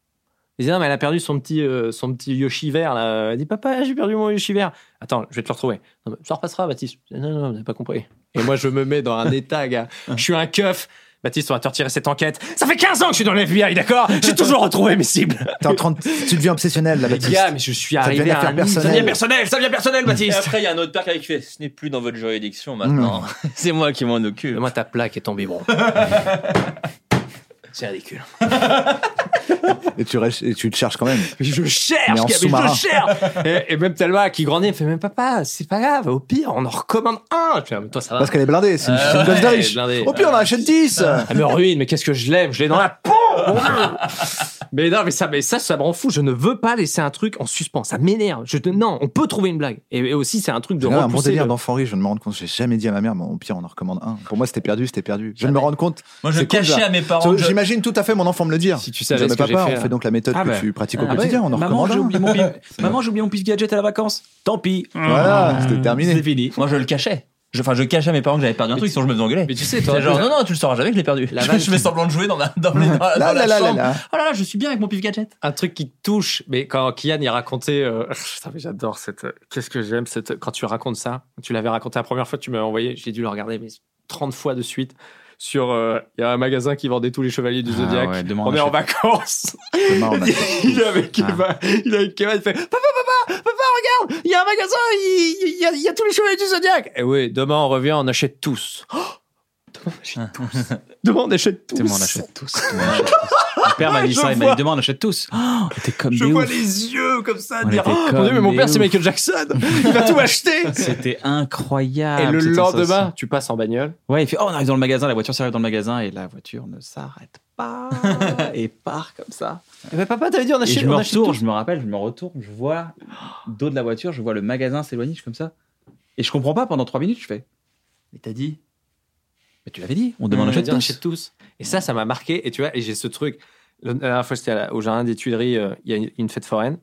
Elle dit "Non, mais elle a perdu son petit euh, son petit Yoshi vert là." Elle dit "Papa, j'ai perdu mon Yoshi vert." Attends, je vais te le retrouver. Non, mais ça repassera, Baptiste. Je dis, Non, non, vous n'avez pas compris. Et moi, je me mets dans un état, gars. Je suis un keuf. Baptiste, on va te retirer cette enquête. Ça fait 15 ans que je suis dans le FBI, d'accord J'ai toujours retrouvé mes cibles. T'es en train de- Tu deviens obsessionnel, là, Baptiste. Gars, mais je suis Ça devient arrivé une à affaire un personnelle. personnel, ça devient personnel, Baptiste. Et après, il y a un autre père qui a fait, ce n'est plus dans votre juridiction maintenant. c'est moi qui m'en occupe. Moi, ta plaque est tombée, bon. C'est ridicule. Et tu, restes- et tu te cherches quand même. Je cherche, Mais gars, en mais sous-marin. je cherche. Et, et même Thelma qui grandit, elle fait même papa, c'est pas grave, au pire, on en recommande un. Je fais, ah, mais toi, ça va. Parce qu'elle est blindée, c'est une, Ah c'est une ouais, gosse de elle est riche. blindée. Ah. Au pire, on en achète 10. Elle me ruine, mais qu'est-ce que je l'aime, je l'ai dans la peau. mon Dieu. mais non, mais ça, mais ça, ça me rend fou. Je ne veux pas laisser un truc en suspens. Ça m'énerve. Je te- non, on peut trouver une blague. Et, et aussi, c'est un truc de C'est un bon repousser délire le- d'enfant riche, je ne me rends compte, j'ai jamais dit à ma mère, mais au pire, on en recommande un. Pour moi, c'était perdu, c'était perdu. Je ne me rends compte. Moi, je C'est cachais ça. à mes parents Parce que que je- J'imagine tout à fait mon enfant me le dire. Si tu savais ce que j'ai papa, fait, hein. on là. fait donc la méthode Ah que bah. tu pratiques Ah au ouais. quotidien, on en Maman, recommande j'ai un. oublié mon pif- Maman, j'ai oublié mon pif gadget à la vacances. Tant pis. Mmh. Voilà, c'était terminé. C'est fini. Moi, je le cachais. Je- Enfin, je cachais à mes parents que j'avais perdu un truc, sinon je me faisais engueuler. Mais tu sais, toi, genre, la- non, non, tu le sauras jamais que je l'ai perdu. La je, vanne je fais qui- semblant de jouer dans la, dans les- dans la- Là, dans la là, là, chambre. là, là. Oh là là, je suis bien avec mon pif gadget. un truc qui te touche, mais quand Kian il racontait, euh, putain, mais j'adore cette, euh, qu'est-ce que j'aime cette, quand tu racontes ça, tu l'avais raconté la première fois, tu m'avais envoyé, j'ai dû le regarder mais 30 fois de suite. Sur, euh, il y a un magasin qui vendait tous les chevaliers du Ah zodiaque. ouais, demain, on on est en achète. vacances. Demain, Oh, bah, on achète. il est avec ah. Kevin. Il est avec Kevin. Il fait Papa, papa, papa, regarde, il y a un magasin, il il y, a- il y a tous les chevaliers du zodiaque. Et oui, demain on revient, on achète tous. Oh, demain on achète tous. Demain, on achète tous. Demain, on achète tous. Mon père m'a Ouais, dit je ça, il m'a vois. dit demain, on achète tous. Oh, t'es comme Je des vois oufs. les yeux comme ça, On dire. était Oh, comme Mon Dieu, mais mon des père c'est oufs. Michael Jackson. Il va tout acheter. C'était incroyable. Et le cette lendemain, sensation. tu passes en bagnole. Ouais, il fait Oh, on arrive dans le magasin, la voiture s'arrive dans le magasin et la voiture ne s'arrête pas et part comme ça. Mais papa, t'avais dit on Et achète. je me on achète retourne, tout. je me rappelle, je me retourne, je vois dos de la voiture, je vois le magasin s'éloigner, je suis comme ça. Et je comprends pas pendant trois minutes, je fais Mais t'as dit Mais tu l'avais dit, on demande on un achète, chèque tous. Et ça, ça m'a marqué. Et tu vois, et j'ai ce truc. La dernière fois, j'étais à la- au jardin des Tuileries, euh, il y a une- une fête foraine.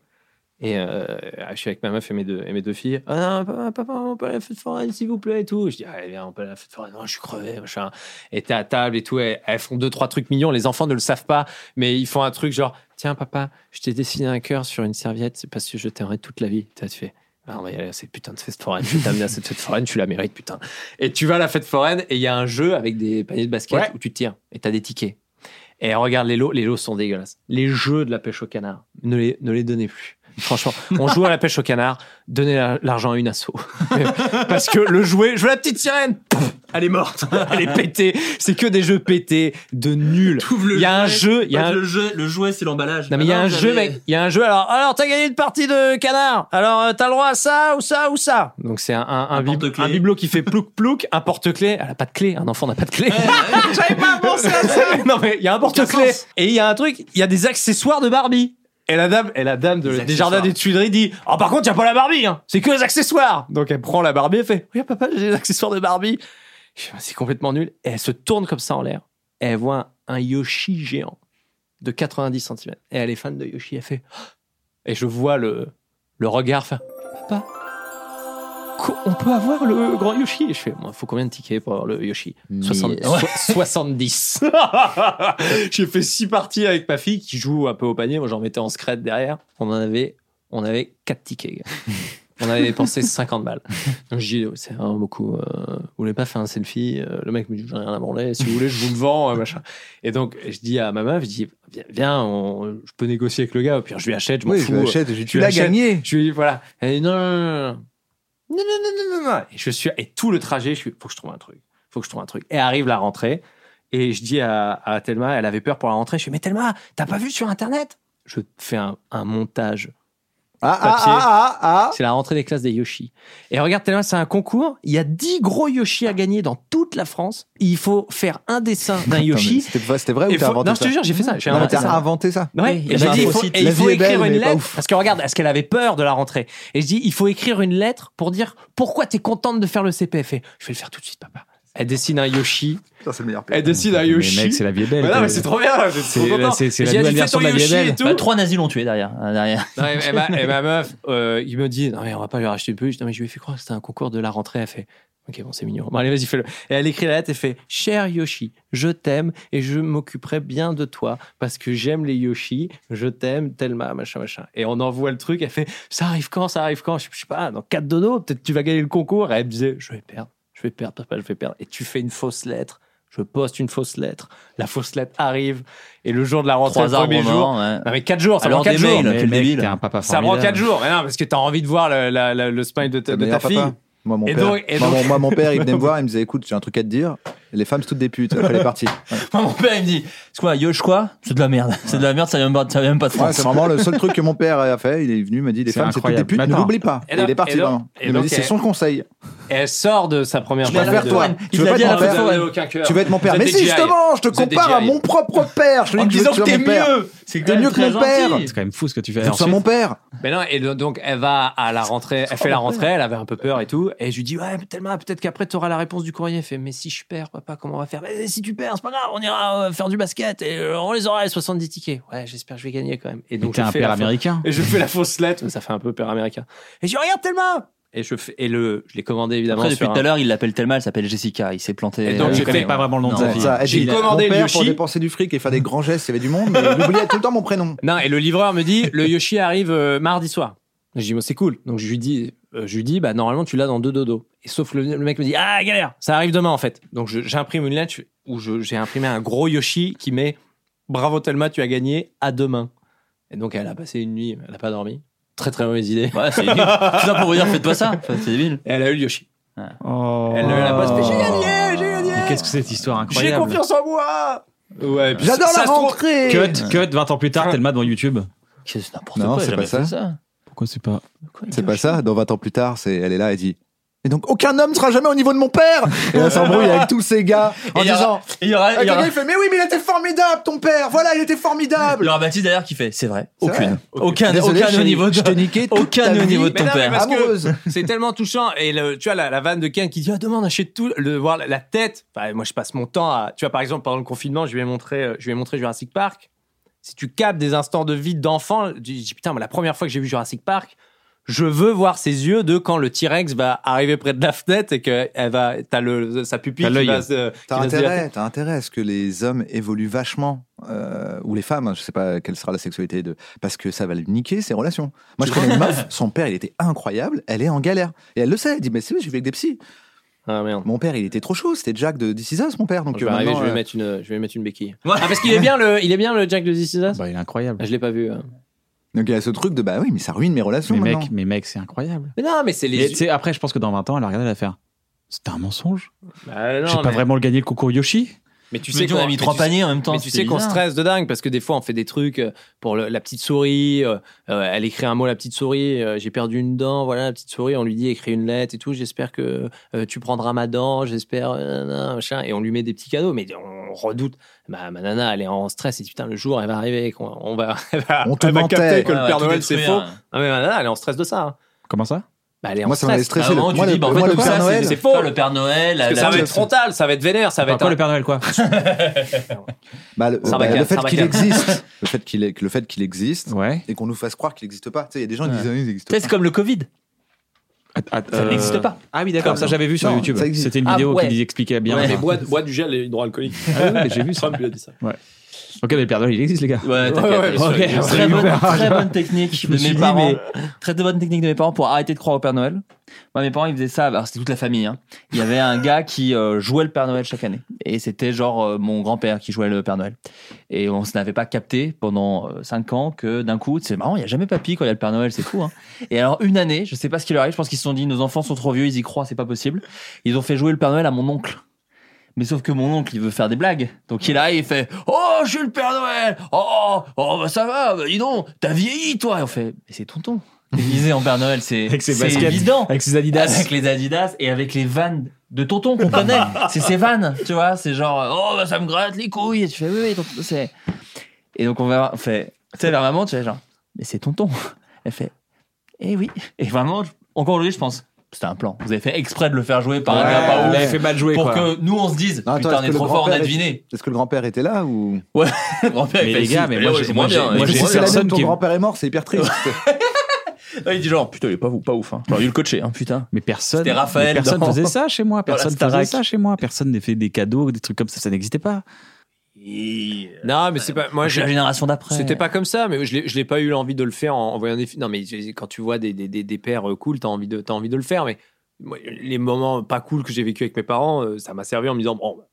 Et euh, je suis avec ma meuf et mes deux, et mes deux filles. Ah, papa, papa, on peut aller à la fête foraine, s'il vous plaît, et tout. Je dis, allez, viens, on peut aller à la fête foraine. Non, je suis crevé, machin. Et t'es à table et tout. et elles font deux, trois trucs mignons. Les enfants ne le savent pas, mais ils font un truc genre, tiens, papa, je t'ai dessiné un cœur sur une serviette, c'est parce que je t'aimerais toute la vie. Tu vois, tu fais, ah, on va y aller à cette putain de fête foraine. Je vais t'amener à cette fête foraine, tu la mérites, putain. Et tu vas à la fête foraine et il y a un jeu avec des paniers de basket Ouais. où tu tires et t'as des tickets. Et regarde les lots, les lots sont dégueulasses. Les jeux de la pêche au canard, ne les, ne les donnez plus. Franchement, on joue à la pêche au canard, donnez la- l'argent à une asso. Parce que le jouet, je veux la petite sirène, Pouf, elle est morte, elle est pétée. C'est que des jeux pétés, de nuls. Il y a un jeu, il y a un, le jeu, le jouet, c'est l'emballage. non mais il y a Ah un j'avais- jeu, mec. Il y a un jeu. Alors, alors t'as gagné une partie de canard. Alors, euh, t'as le droit à ça ou ça ou ça. Donc c'est un un, un, bib- porte-clés. un bibelot qui fait plouc plouc, un porte-clé. Elle a pas de clé. Un enfant n'a pas de clé. J'avais pas pensé à ça. non mais il y a un porte-clé et il y a un truc. Il y a des accessoires de Barbie. Et la dame, et la dame de- des jardins des Tuileries dit Ah, par contre, il n'y a pas la Barbie, hein. c'est que les accessoires Donc elle prend la Barbie et fait Regarde, papa, j'ai les accessoires de Barbie. Je fais, Ah, C'est complètement nul. Et elle se tourne comme ça en l'air. Et elle voit un, un Yoshi géant de 90 cm. Et elle est fan de Yoshi. Elle fait Ah Et je vois le, le regard faire Papa, co- on peut avoir le grand Yoshi Et je fais Il faut combien de tickets pour avoir le Yoshi 70. Ouais. so- 70. J'ai fait six parties avec ma fille qui joue un peu au panier. Moi, j'en mettais en scred derrière. On en avait, on avait quatre tickets. gars. On avait dépensé 50 balles. Donc je dis, ouais, c'est vraiment beaucoup. euh, vous voulez pas faire un selfie Euh, Le mec me dit, j'ai rien à branler. Si vous voulez, je vous le vends, euh, machin. Et donc, je dis à ma meuf, je dis, viens, viens, on- je peux négocier avec le gars. Au pire, je lui achète, je m'en Oui, je fous. lui achète, je lui dis, Je tu lui l'as achète. gagné. Je lui dis, voilà. Elle dit, non, non, non, non. Non, non, non, non, non, non. Et je suis, et tout le trajet, je suis, faut que je trouve un truc. Faut que je trouve un truc. Et arrive la rentrée. Et je dis à, à Thelma, elle avait peur pour la rentrée. Je lui dis, mais Thelma, t'as pas vu sur Internet? Je fais un, un montage. Ah, papier. C'est la rentrée des classes des Yoshi. Et regarde, Thelma, c'est un concours. Il y a 10 gros Yoshi à gagner dans toute la France. Il faut faire un dessin d'un Attends, mais Yoshi. C'était vrai, c'était vrai Et ou t'as faut- inventé non, ça je te jure, j'ai fait ça, j'ai Non, inventé t'as ça. inventé ça. Ouais, et j'ai dit, il faut, et il La faut vie est écrire une belle, mais pas lettre. ouf. Parce que regarde, est-ce qu'elle avait peur de la rentrée Et je dis, il faut écrire une lettre pour dire pourquoi t'es contente de faire le CPF. Et je vais le faire tout de suite, papa. Elle dessine un Yoshi. c'est le meilleur Elle dessine un Mais Yoshi. mec, c'est la vie est belle, Mais non, quoi. mais c'est trop bien. j'étais C'est trop la- content. c'est- c'est la J'ai dit, nouvelle fais version ton de la vie est Yoshi et belle. tout. Bah, trois nazis l'ont tué derrière. hein, derrière. Non, et, et ma, et ma meuf, euh, il me dit, non mais on va pas lui racheter une peluche. Non mais je lui ai fait croire que c'était un concours de la rentrée. Elle fait, ok bon c'est mignon. Bon allez vas-y fais-le. Et elle écrit la lettre et fait, cher Yoshi, je t'aime et je m'occuperai bien de toi parce que j'aime les Yoshi, je t'aime, Thelma, machin machin. Et on envoie le truc. Elle fait, ça arrive quand, ça arrive quand. Je, je sais pas, dans 4 dodo, peut-être tu vas gagner le concours. Et elle me disait, je vais perdre, je vais perdre, papa, je vais perdre. Et tu fais une fausse lettre. Je poste une fausse lettre. La fausse lettre arrive. Et le jour de la rentrée, Trois le premier arbres jour. morts, ouais. Non, mais 4 jours, ça Alors prend 4 des jours. mails, Mais quel mec, débile. T'es un papa ça prend formidable. 4 jours, mais non, parce que t'as envie de voir le, la- la- le smile de ta, de ta meilleur fille. papa. Moi, mon Et père, donc- et moi, donc- mon- moi, mon père, il venait me voir, il me disait écoute, j'ai un truc à te dire. Les femmes, c'est toutes des putes. Elle est partie. Moi, mon père, il me dit C'est quoi, Yosh quoi C'est de la merde. C'est de la merde, ça vient même pas, ça vient même pas de Ouais, France. c'est vraiment le seul truc que mon père a fait. Il est venu, il m'a dit les C'est femmes, c'est toutes des incroyable. putes, ne Maintenant. l'oublie pas. Et Et il donc- est parti et donc- vraiment. et Il m'a donc, dit c'est elle- son conseil. Elle sort de sa première Je vais phase faire de- toi. Tu veux pas être mon Vous avez père aucun cœur. Tu veux être mon père. Vous Mais êtes si, des justement, je te GI. Vous êtes des compare à GI. mon propre père. Je te En dis disant veux que mon t'es père. mieux. C'est quand T'es même mieux que très mon père. gentil. C'est quand même fou ce que tu fais. Tu sois mon père. Mais non, et le- donc elle va à la rentrée, elle fait la rentrée, elle avait un peu peur et tout, et je lui dis ouais mais Thelma, peut-être qu'après tu auras la réponse du courrier. Elle fait mais si je perds, papa, comment on va faire Mais si tu perds, c'est pas grave, on ira euh, faire du basket et euh, on les aura les 70 tickets. Ouais, j'espère que je vais gagner quand même. Et donc t'es je un fais la père fa- américain. Et je fais la fausse lettre, mais ça fait un peu père américain. Et je dis, regarde Thelma. Et je fais et le je l'ai commandé évidemment Après, depuis sur tout à un- l'heure, il l'appelle tellement, elle s'appelle Jessica. Il s'est planté. Et donc, Euh, j'ai connais fait- pas vraiment le nom de Non, sa c'est fille. ça. Elle J'ai dit, commandé mon père Yoshi. pour dépenser du fric et faire des grands gestes, il y avait du monde, mais il oubliait tout le temps mon prénom. Non, et le livreur me dit le Yoshi arrive euh, mardi soir. Je dis, moi, c'est cool. Donc, je lui dis, euh, je lui dis bah, normalement, tu l'as dans deux dodos. Et sauf le, le mec me dit, ah, galère, ça arrive demain, en fait. Donc, je- j'imprime une lettre où je- j'ai imprimé un gros Yoshi qui met bravo Thelma, tu as gagné, à demain. Et donc, elle a passé une nuit, elle n'a pas dormi. Très, très mauvaise idée. Ouais, c'est débile. Tout ça pour vous dire, faites-toi ça. Enfin, c'est débile. Et elle a eu le Yoshi. Elle Oh. l'a pas fait, j'ai gagné, j'ai gagné. Mais Qu'est-ce que c'est cette histoire J'ai incroyable confiance en moi. Ouais, et puis J'adore ça- ça la se trouve- rentrée. Cut, cut, 20 ans plus tard, Thelma devant YouTube. C'est n'importe Non, quoi. c'est j'ai pas jamais ça. fait ça. Pourquoi c'est pas C'est pas ça. Dans 20 ans plus tard, c'est elle est là, elle dit. Et donc aucun homme ne sera jamais au niveau de mon père. Et elle s'embrouille avec tous ces gars en Et il y aura- disant. et il y aura- Avec il y le aura- gars, il fait mais oui mais il était formidable ton père. Voilà il était Il y formidable. aura Baptiste d'ailleurs qui fait, c'est vrai, C'est vrai. aucune, aucun, Désolé, aucun au chérie, niveau de, je t'ai niqué toute aucun ta au vie. niveau de Mais ton non, mais père. parce que Amoureuse. c'est tellement touchant. Et le, tu vois, la, la vanne de Ken qui dit Ah, demain, on achète tout. Le, voir la, la tête. Enfin, moi, je passe mon temps à. Tu vois, par exemple, pendant le confinement, je lui ai montré, euh, je lui ai montré Jurassic Park. Si tu captes des instants de vie d'enfant, je dis Putain, mais la première fois que j'ai vu Jurassic Park, je veux voir ses yeux de quand le T-Rex va arriver près de la fenêtre et que elle va, t'as le, sa pupille T'as qui l'œil. va se. qui T'as va se intérêt, dilater. t'as intérêt à ce que les hommes évoluent vachement, euh, ou les femmes, hein, je sais pas quelle sera la sexualité de. Parce que ça va lui niquer ses relations. Moi, je connais une meuf, son père, il était incroyable, elle est en galère. Et elle le sait, elle dit, mais c'est vrai, j'ai vu avec des psys. Ah merde. Mon père, il était trop chaud, c'était Jack de This Is Us, mon père. Donc, Je vais euh, arriver, je maintenant, vais euh, mettre une, je vais mettre une béquille. Ah, parce qu'il est bien le, il est bien le Jack de This Is Us Bah, il est incroyable. Je l'ai pas vu. hein. donc, il y a ce truc de, bah oui, mais ça ruine mes relations Mais maintenant. mec, mais mec, c'est incroyable. Mais non, mais c'est Et les. tu sais, après, je pense que dans 20 ans, elle a regardé l'affaire. C'était un mensonge. Bah, non, J'ai pas mais- vraiment gagné le concours Yoshi. Mais tu Mais sais nous, on qu'on a mis mais trois tu sais- paniers en même temps, Mais tu c'était sais qu'on bizarre. stresse de dingue parce que des fois on fait des trucs euh, pour le- la petite souris. euh, euh, elle écrit un mot, la petite souris. euh, J'ai perdu une dent. Voilà la petite souris. On lui dit écris une lettre et tout. J'espère que euh, tu prendras ma dent. J'espère euh, nan, machin. Et on lui met des petits cadeaux. Mais on redoute. Bah, Ma, ma nana, elle est en stress. Et dit, putain, le jour elle va arriver. et qu'on- On, va, elle va, On te elle va mentait. capter que Ouais, le Ah ouais, Père tout Noël c'est faux. détruire. Non mais ma nana, elle est en stress de ça. hein. Comment ça Bah, elle est en Moi, ça m'avait stress. À un stressé. le- moment, Moi, tu le dis, bah, en moi, fait, le tout Père ça, Noël. c'est c'est faux. Le Père Noël, Parce que la- ça la- va être frontal, ça va être vénère, ça Enfin, va être. quoi, un- le Père Noël, quoi Bah, le, Sarbacane, bah, le fait qu'il Sarbacane. existe, le fait qu'il est- le fait qu'il existe, Ouais. et qu'on nous fasse croire qu'il n'existe pas. Tu sais, il y a des gens qui disent, ah, il n'existe Tu sais, pas. C'est comme le Covid. Ça n'existe pas. Ah oui, d'accord, ça j'avais vu sur Non, YouTube. ça existe. C'était une Ah, vidéo ouais. qui expliquait bien. Ouais. Mais bois, bois du gel hydroalcoolique. Ah oui, mais j'ai vu ça. Trump lui a dit ça. Ouais. Ok, mais le Père Noël, il existe, les gars. Ouais, t'inquiète. ok. je- très, Je bonne, vais faire- très bonne technique Je de me mes suis dit, parents. mais- Très bonne technique de mes parents pour arrêter de croire au Père Noël. Moi, mes parents, ils faisaient ça. Alors, c'était toute la famille. hein. Il y avait un gars qui euh, jouait le Père Noël chaque année. Et c'était genre euh, mon grand-père qui jouait le Père Noël. Et on se n'avait pas capté pendant 5 ans que d'un coup, c'est marrant, il n'y a jamais papy quand il y a le Père Noël, c'est fou. hein. Et alors, une année, je sais pas ce qui leur arrive, je pense qu'ils se sont dit, nos enfants sont trop vieux, ils y croient, c'est pas possible. Ils ont fait jouer le Père Noël à mon oncle. Mais sauf que mon oncle, il veut faire des blagues. Donc il arrive, il fait Oh, je suis le Père Noël Oh, oh bah ça va, bah dis donc, t'as vieilli toi Et on fait Mais c'est tonton Déguisé en Père Noël, c'est Avec ses c'est baskets, évident. avec ses Adidas. Avec les Adidas et avec les vannes de tonton qu'on connaît. c'est ses vannes, tu vois. C'est genre Oh, bah ça me gratte les couilles Et tu fais Oui, oui, tonton, c'est. Et donc on va, on fait Tu sais, vers maman, tu fais genre Mais c'est tonton Elle fait Eh oui Et vraiment, je- encore aujourd'hui, je pense C'était un plan. Vous avez fait exprès de le faire jouer par un Ouais, gars pas vous ouf l'avez fait mal jouer, Pour quoi. que nous, on se dise Non, attends, Putain, on est-ce est que le trop fort, on a grand-père est- deviné. Est-ce que le grand-père était là ou Ouais, le grand-père, il Mais fait les si, gars, mais mais moi, ouais, j'ai- c'est moi, moins j'ai- bien, moi, ouais. j'ai- Moi, c'est l'année personne où ton qui- grand-père est mort, c'est hyper triste. Là, Ah, il dit genre, putain, il est pas, ou- pas ouf, hein. J'aurais dû le coacher, hein, putain. Mais personne, C'était Raphaël mais personne dans- faisait ça chez moi. dans la Personne faisait Starac. ça chez moi. Personne n'avait fait des cadeaux, des trucs comme ça. Ça n'existait pas. Non, mais c'est pas. Moi, c'est j'ai- la génération d'après. C'était pas comme ça, mais je l'ai- je l'ai pas eu l'envie de le faire en, en voyant des films. Non, mais j'ai- quand tu vois des, des, des, des pères euh, cool, t'as envie, de- t'as envie de le faire. Mais moi, les moments pas cool que j'ai vécu avec mes parents, euh, ça m'a servi en me disant bon, bah,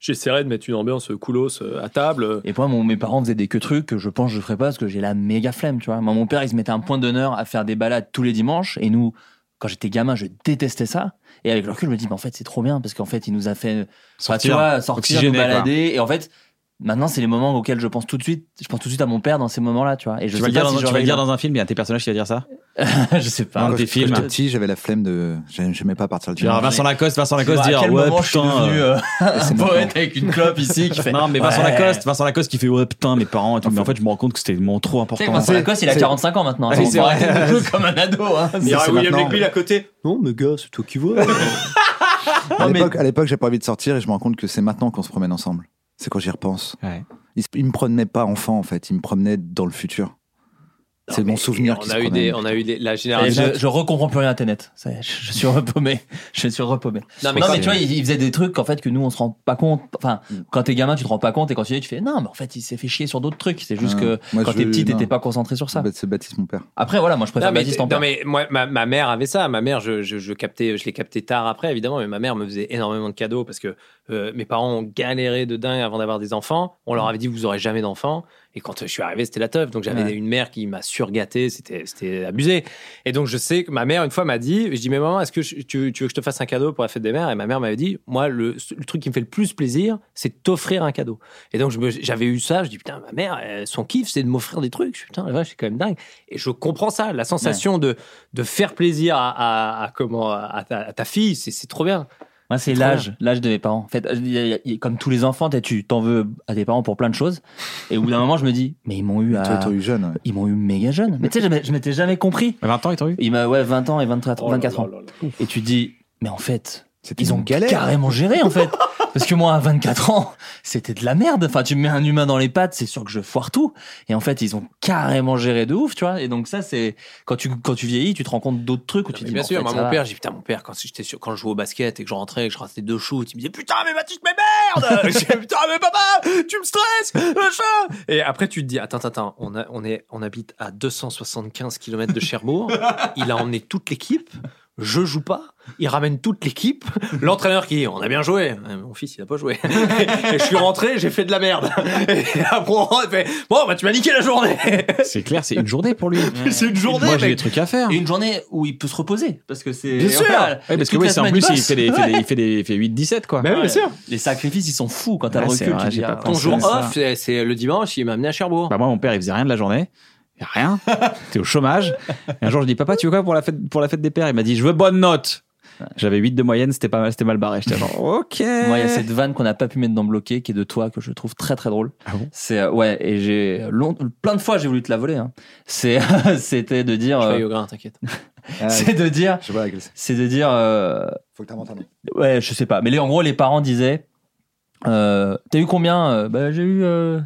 j'essaierai de mettre une ambiance coolos euh, à table. Et moi, mon- mes parents faisaient des que trucs que je pense que je ferais pas parce que j'ai la méga flemme, tu vois. Moi, mon père, il se mettait un point d'honneur à faire des balades tous les dimanches. Et nous, quand j'étais gamin, je détestais ça. Et avec le recul, je me dis, mais en fait, c'est trop bien parce qu'en fait, il nous a fait, enfin, tu Sortir, vois, sortir, nous oxygéner, quoi. balader. Et en fait, maintenant, c'est les moments auxquels je pense tout de suite. Je pense tout de suite à mon père dans ces moments-là, tu vois. Et Tu je sais vas le pas dire si dans- tu vas j'aurais le eu dire l'en- dans un film. Il y a un de tes personnages qui va dire ça. je sais pas. Dans Quand tes je- quand films. j'étais petit, j'avais la flemme de. j'aimais- J'aimais pas partir le Tu verras dimanche. Vincent Lacoste, Vincent Je sais Lacoste pas à dire quel ouais moment je suis putain. devenu euh, euh, un c'est Ah, poète maintenant. avec une clope ici qui fait. Non mais Vincent Ouais. Lacoste, Vincent Lacoste qui fait ouais putain mes parents et tout. Mais en fait je me rends compte que c'était mon trop Tu sais, important. Vincent Lacoste, il a C'est- 45 ans maintenant. Ah Attends, oui, on c'est peut vrai. arrêter de jouer comme un ado. hein. Ah Il y c'est aurait William maintenant, Legbill à côté. Non, mais gars, c'est toi qui vois. À l'époque, à l'époque, j'ai pas envie de sortir et je me rends compte que c'est maintenant qu'on se promène ensemble. C'est quand j'y repense. Il, se- il me promenait pas enfant en fait, il me promenait dans le futur. C'est mon souvenir qui on se a eu promenait. des, on a eu des, la Ça y est, génération. Je, je recomprends plus rien à Tenet. Ça y est, je, je suis repaumé. Je suis repaumé. Non, Non, mais, Ah, mais Mm. c'est- tu vois, il, il faisait des trucs en fait que nous on se rend pas compte. Enfin, quand t'es gamin, tu te rends pas compte et quand tu es, tu fais non, mais en fait, il s'est fait chier sur d'autres trucs. C'est juste Ah, que moi, quand je- t'es petit, non. t'étais pas concentré sur ça. Bah, C'est Baptiste, mon père. Après, voilà, moi je préfère Non mais, Baptiste en non, père. mais moi, ma, ma mère avait ça. Ma mère, je, je, je captais, je l'ai capté tard après, évidemment, mais ma mère me faisait énormément de cadeaux parce que euh, mes parents ont galéré de dingue avant d'avoir des enfants. On Mm. leur avait dit, vous aurez jamais d'enfants. Et quand euh, je suis arrivé, c'était la teuf. Donc j'avais Ouais. une mère qui m'a surgâté, c'était c'était abusé. Et donc je sais que ma mère, une fois, m'a dit, je dis, mais maman, est-ce que je- tu, tu veux que je te fasse un cadeau pour la fête des mères Et ma mère m'avait dit, moi, le, le truc qui me fait le plus plaisir, c'est de t'offrir un cadeau. Et donc je me- j'avais eu ça, je dis, putain, ma mère, euh, son kiff, c'est de m'offrir des trucs. Je dis, Putain, la vache, c'est quand même dingue. Et je comprends ça, la sensation de, de faire plaisir à, à- à comment, à, ta, à ta fille, c'est c'est trop bien. Moi, c'est C'est trop l'âge, bien. l'âge de mes parents. En fait, il y a- il y a- comme tous les enfants, t'as- tu t'en veux à tes parents pour plein de choses. Et au bout d'un moment, je me dis, mais ils m'ont eu à. Toi, t'as eu jeune. ouais. Ils m'ont eu méga jeune. Mais tu sais, jamais- je m'étais jamais compris. À 20 ans ils t'ont eu. Il m'a, ouais, 20 ans et Oh 23, 24 ans. Et tu dis, mais en fait, ils ont carrément géré, en fait. Parce que moi, à 24 ans, c'était de la merde. Enfin, tu me mets un humain dans les pattes, c'est sûr que je foire tout. Et en fait, ils ont carrément géré de ouf, tu vois. Et donc, ça, c'est, quand tu, quand tu vieillis, tu te rends compte d'autres trucs où tu Ah, Mais dis, bien mais en sûr, fait, moi, ça mon va. père, j'ai dit, putain, mon père, quand, j'étais sur- quand je jouais au basket et que je rentrais et que je ratais deux shoots, il me disait putain, mais Baptiste, mais merde Je dis, Putain, mais papa, tu me stresses machin. Et après, tu te dis attends, attends, attends, on, a- on est, on habite à 275 km de Cherbourg, il a emmené toute l'équipe, je joue pas, il ramène toute l'équipe, l'entraîneur qui dit on a bien joué, Ouais, mon fils, il a pas joué. et je suis rentré, j'ai fait de la merde. et après, on rentre, il fait bon, bah, tu m'as niqué la journée C'est clair, c'est une journée pour lui. C'est une journée, Moi j'ai des mec. trucs à faire. Et une journée où il peut se reposer. Parce que c'est. Bien sûr. Voilà. Ouais, parce que Toute oui, la c'est en semaine plus, il passe. fait, des, il fait des- Ouais. il fait des- il fait 8-17, quoi. Bah Mais oui, bien sûr. Les sacrifices, ils sont fous quand t'as Ouais, le c'est recul. vrai, tu te j'ai dis, pas ah, pensé. Ton jour C'est ça. off, c'est- c'est le dimanche, il m'a amené à Cherbourg. Bah, moi, mon père, il faisait rien de la journée. Il faisait Rien. T'es au chômage. Et un jour, je dis, papa, tu veux quoi pour la fête, pour la fête des pères? Il m'a dit, je veux bonne note. J'avais 8 de moyenne, c'était pas mal, c'était mal barré. J'étais genre, ok. Moi, il y a cette vanne qu'on n'a pas pu mettre dans bloqué, qui est de toi, que je trouve très très drôle. c'est euh, ouais, et j'ai long- plein de fois j'ai voulu te la voler. hein. C'est c'était de dire, Je euh, vais au grain, t'inquiète. Ah, c'est de dire, Je sais pas laquelle c'est. c'est de dire, euh, Faut que t'inventes un nom. ouais, je sais pas. Mais les, en gros, les parents disaient, euh, t'as eu combien Euh, Bah, j'ai eu euh,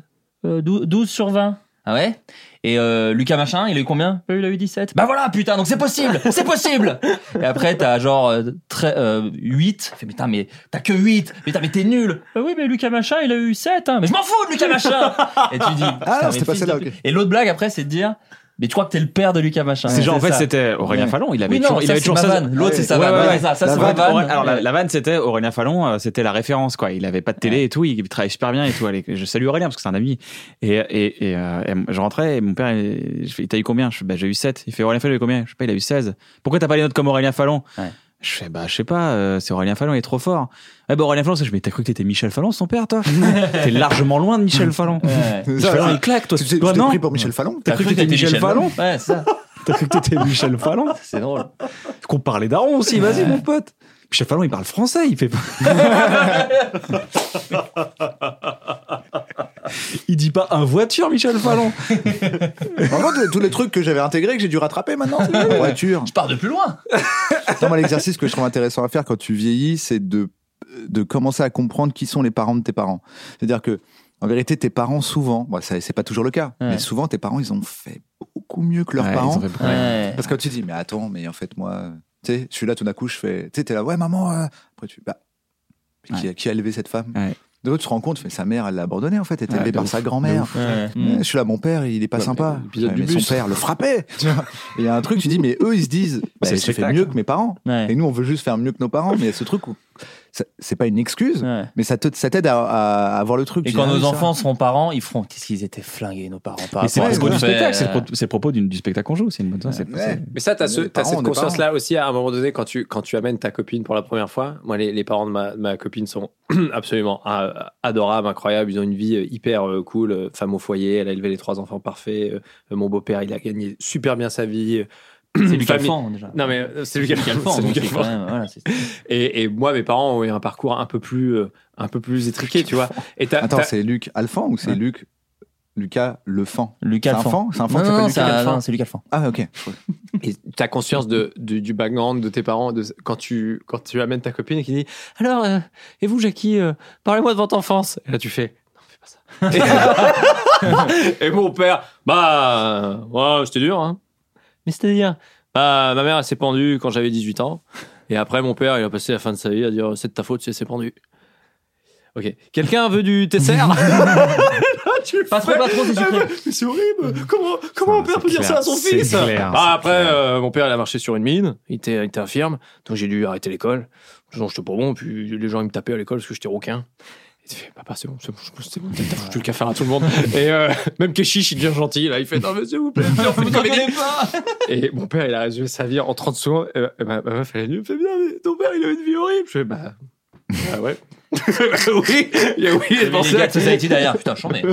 euh, dou- 12, sur 20. Ah ouais Et euh, Lucas Machin, il a eu combien Euh, Il a eu 17. Bah voilà, putain, donc c'est possible C'est possible Et après, t'as genre euh, tre- euh, 8. Fait, putain, mais t'as que 8 Putain, mais t'es nul Bah oui, mais Lucas Machin, il a eu 7. hein. Mais je m'en fous de Lucas Machin Et tu dis... putain, non, mais c'était pas fils celle-là, de ok. pute. Et l'autre blague, après, c'est de dire... Mais tu crois que t'es le père de Lucas Machin C'est genre, en fait, ça. c'était Aurélien Fallon. Il avait Oui, non, toujours, il ça, avait c'est toujours ma 16 vanne. L'autre, c'est sa Ouais, vanne. ouais, Voilà, ouais. ça, ça, La c'est ma vanne. Auré- Alors, la, la vanne, c'était Aurélien Fallon, euh, c'était la référence, quoi. Il avait pas de télé et tout, il travaille super bien et tout. Allez, je salue Aurélien parce que c'est un ami. Et, et, et, euh, et je rentrais et mon père, il- je fais, t'as eu combien Je fais, bah, j'ai eu 7. Il fait, Aurélien Fallon, il a eu combien Je sais pas, il a eu 16. Pourquoi t'as pas les notes comme Aurélien Fallon Je fais, bah, je sais pas, euh, c'est Aurélien Fallon, il est trop fort. Ouais, bah, Aurélien Fallon, c'est- je fais, mais t'as cru que t'étais Michel Fallon, son père, toi T'es largement loin de Michel Fallon. Je fais, alors, il claque, toi. Tu t'es toi, tu t'es non pris pour Michel Fallon T'as cru que t'étais Michel Fallon Ouais, ça. T'as cru que t'étais Michel Fallon C'est drôle. Qu'on parlait daron aussi, vas-y mon pote. Michel Fallon, il parle français, il fait pas. il dit pas un voiture, Michel Fallon. En gros, tous les trucs que j'avais intégrés que j'ai dû rattraper maintenant, c'est la voiture. Je pars de plus loin. Attends, moi, l'exercice que je trouve intéressant à faire quand tu vieillis, c'est de, de commencer à comprendre qui sont les parents de tes parents. C'est-à-dire que, en vérité, tes parents, souvent, bon, ça, c'est pas toujours le cas, Ouais. mais souvent, tes parents, ils ont fait beaucoup mieux que leurs Ouais, ils parents. ont fait beaucoup mieux. Parce que quand tu dis, mais attends, mais en fait, moi, euh, tu sais, je suis là tout d'un coup, je fais, tu sais, t'es là, ouais, maman, euh. après tu, bah, mais qui, a- qui a élevé cette femme De l'autre, tu te rends compte, mais sa mère, elle l'a abandonnée, en fait, elle était Ouais, élevée de par ouf, sa de grand-mère. ouf. Ouais. Euh, Je suis là, mon père, il est pas Ouais, sympa. mais l'épisode Ouais, du mais bus. son père le frappait. tu vois. Et Il y a un truc, tu dis, mais eux, ils se disent, bah, c'est le j'ai fait spectacle. mieux que mes parents. Ouais. Et nous, on veut juste faire mieux que nos parents. Mais il y a ce truc où ça- c'est pas une excuse, mais ça te- ça t'aide à, à, à voir le truc. Et Tu quand dis, ah, nos oui, ça. enfants seront parents, ils feront qu'est-ce qu'ils étaient flingués, nos parents. par Mais c'est rapport le à ce propos qu'on du fait, spectacle, c'est le, euh, pro- c'est le propos d'une- du spectacle qu'on joue. C'est une bonne c'est- c'est- Mais ça, t'as ce, Les t'as parents cette ont des conscience-là aussi à un moment donné quand tu, quand tu amènes ta copine pour la première fois. Moi, les, les parents de ma, de ma copine sont absolument euh, adorables, incroyables. Ils ont une vie euh, hyper euh, cool. euh, Femme au foyer, elle a élevé les trois enfants parfaits. euh, Mon beau-père, il a gagné super bien sa vie. C'est Une Lucas famille- Alphand, déjà. Non, mais euh, c'est Lucas Lucas Alphand, Alphand, c'est donc Lucas c'est quand Alphand. même- voilà, c'est- et, et moi, mes parents ont eu un parcours un peu plus, euh, un peu plus étriqué, tu vois. Et t'as- Attends, t'as- c'est Luc Alphand ou c'est Luc Lucas Lefant Lucas C'est un Alphand. fan C'est un Non, fan qui s'appelle non, Lucas c'est un- Alphand non, c'est Lucas Alphand. Ah, ok. Et t'as conscience de, du, du background de tes parents de, quand, tu, quand tu amènes ta copine et qui dit Alors, euh, et vous, Jackie, euh, parlez-moi de votre enfance. Et là, tu fais Non, fais pas ça. et, et mon père Bah, euh, ouais, c'était dur, hein. Mais c'est-à-dire Bah, ma mère, elle s'est pendue quand j'avais 18 ans. Et après, mon père, il a passé la fin de sa vie à dire C'est de ta faute si elle s'est pendue. Ok. Quelqu'un veut du Tesser Pas trop, pas trop, c'est sucré. Eh Mais c'est horrible. Comment, comment un père peut dire ça à son fils Ah, après, euh, mon père, il a marché sur une mine. Il était, il était infirme. Donc, j'ai dû arrêter l'école. Genre, j'étais pas bon. Puis, les gens, ils me tapaient à l'école parce que j'étais requin. Et tu fais, papa, c'est bon, c'est bon, je pense que c'est bon. T'as foutu le cafard à tout le monde. Et euh, même Keshish, il devient gentil. Là, il fait, non, mais s'il vous plaît, viens, on fait une comédie. Et mon père, il a résumé sa vie en 30 secondes. Et, et ma, ma meuf, elle a dit, fais bien, mais ton père, il a une vie horrible. Je fais, bah. bah ouais. oui, il y a oui, Il y avait pensé les à- gars de Society derrière. Putain, j'en ai. Les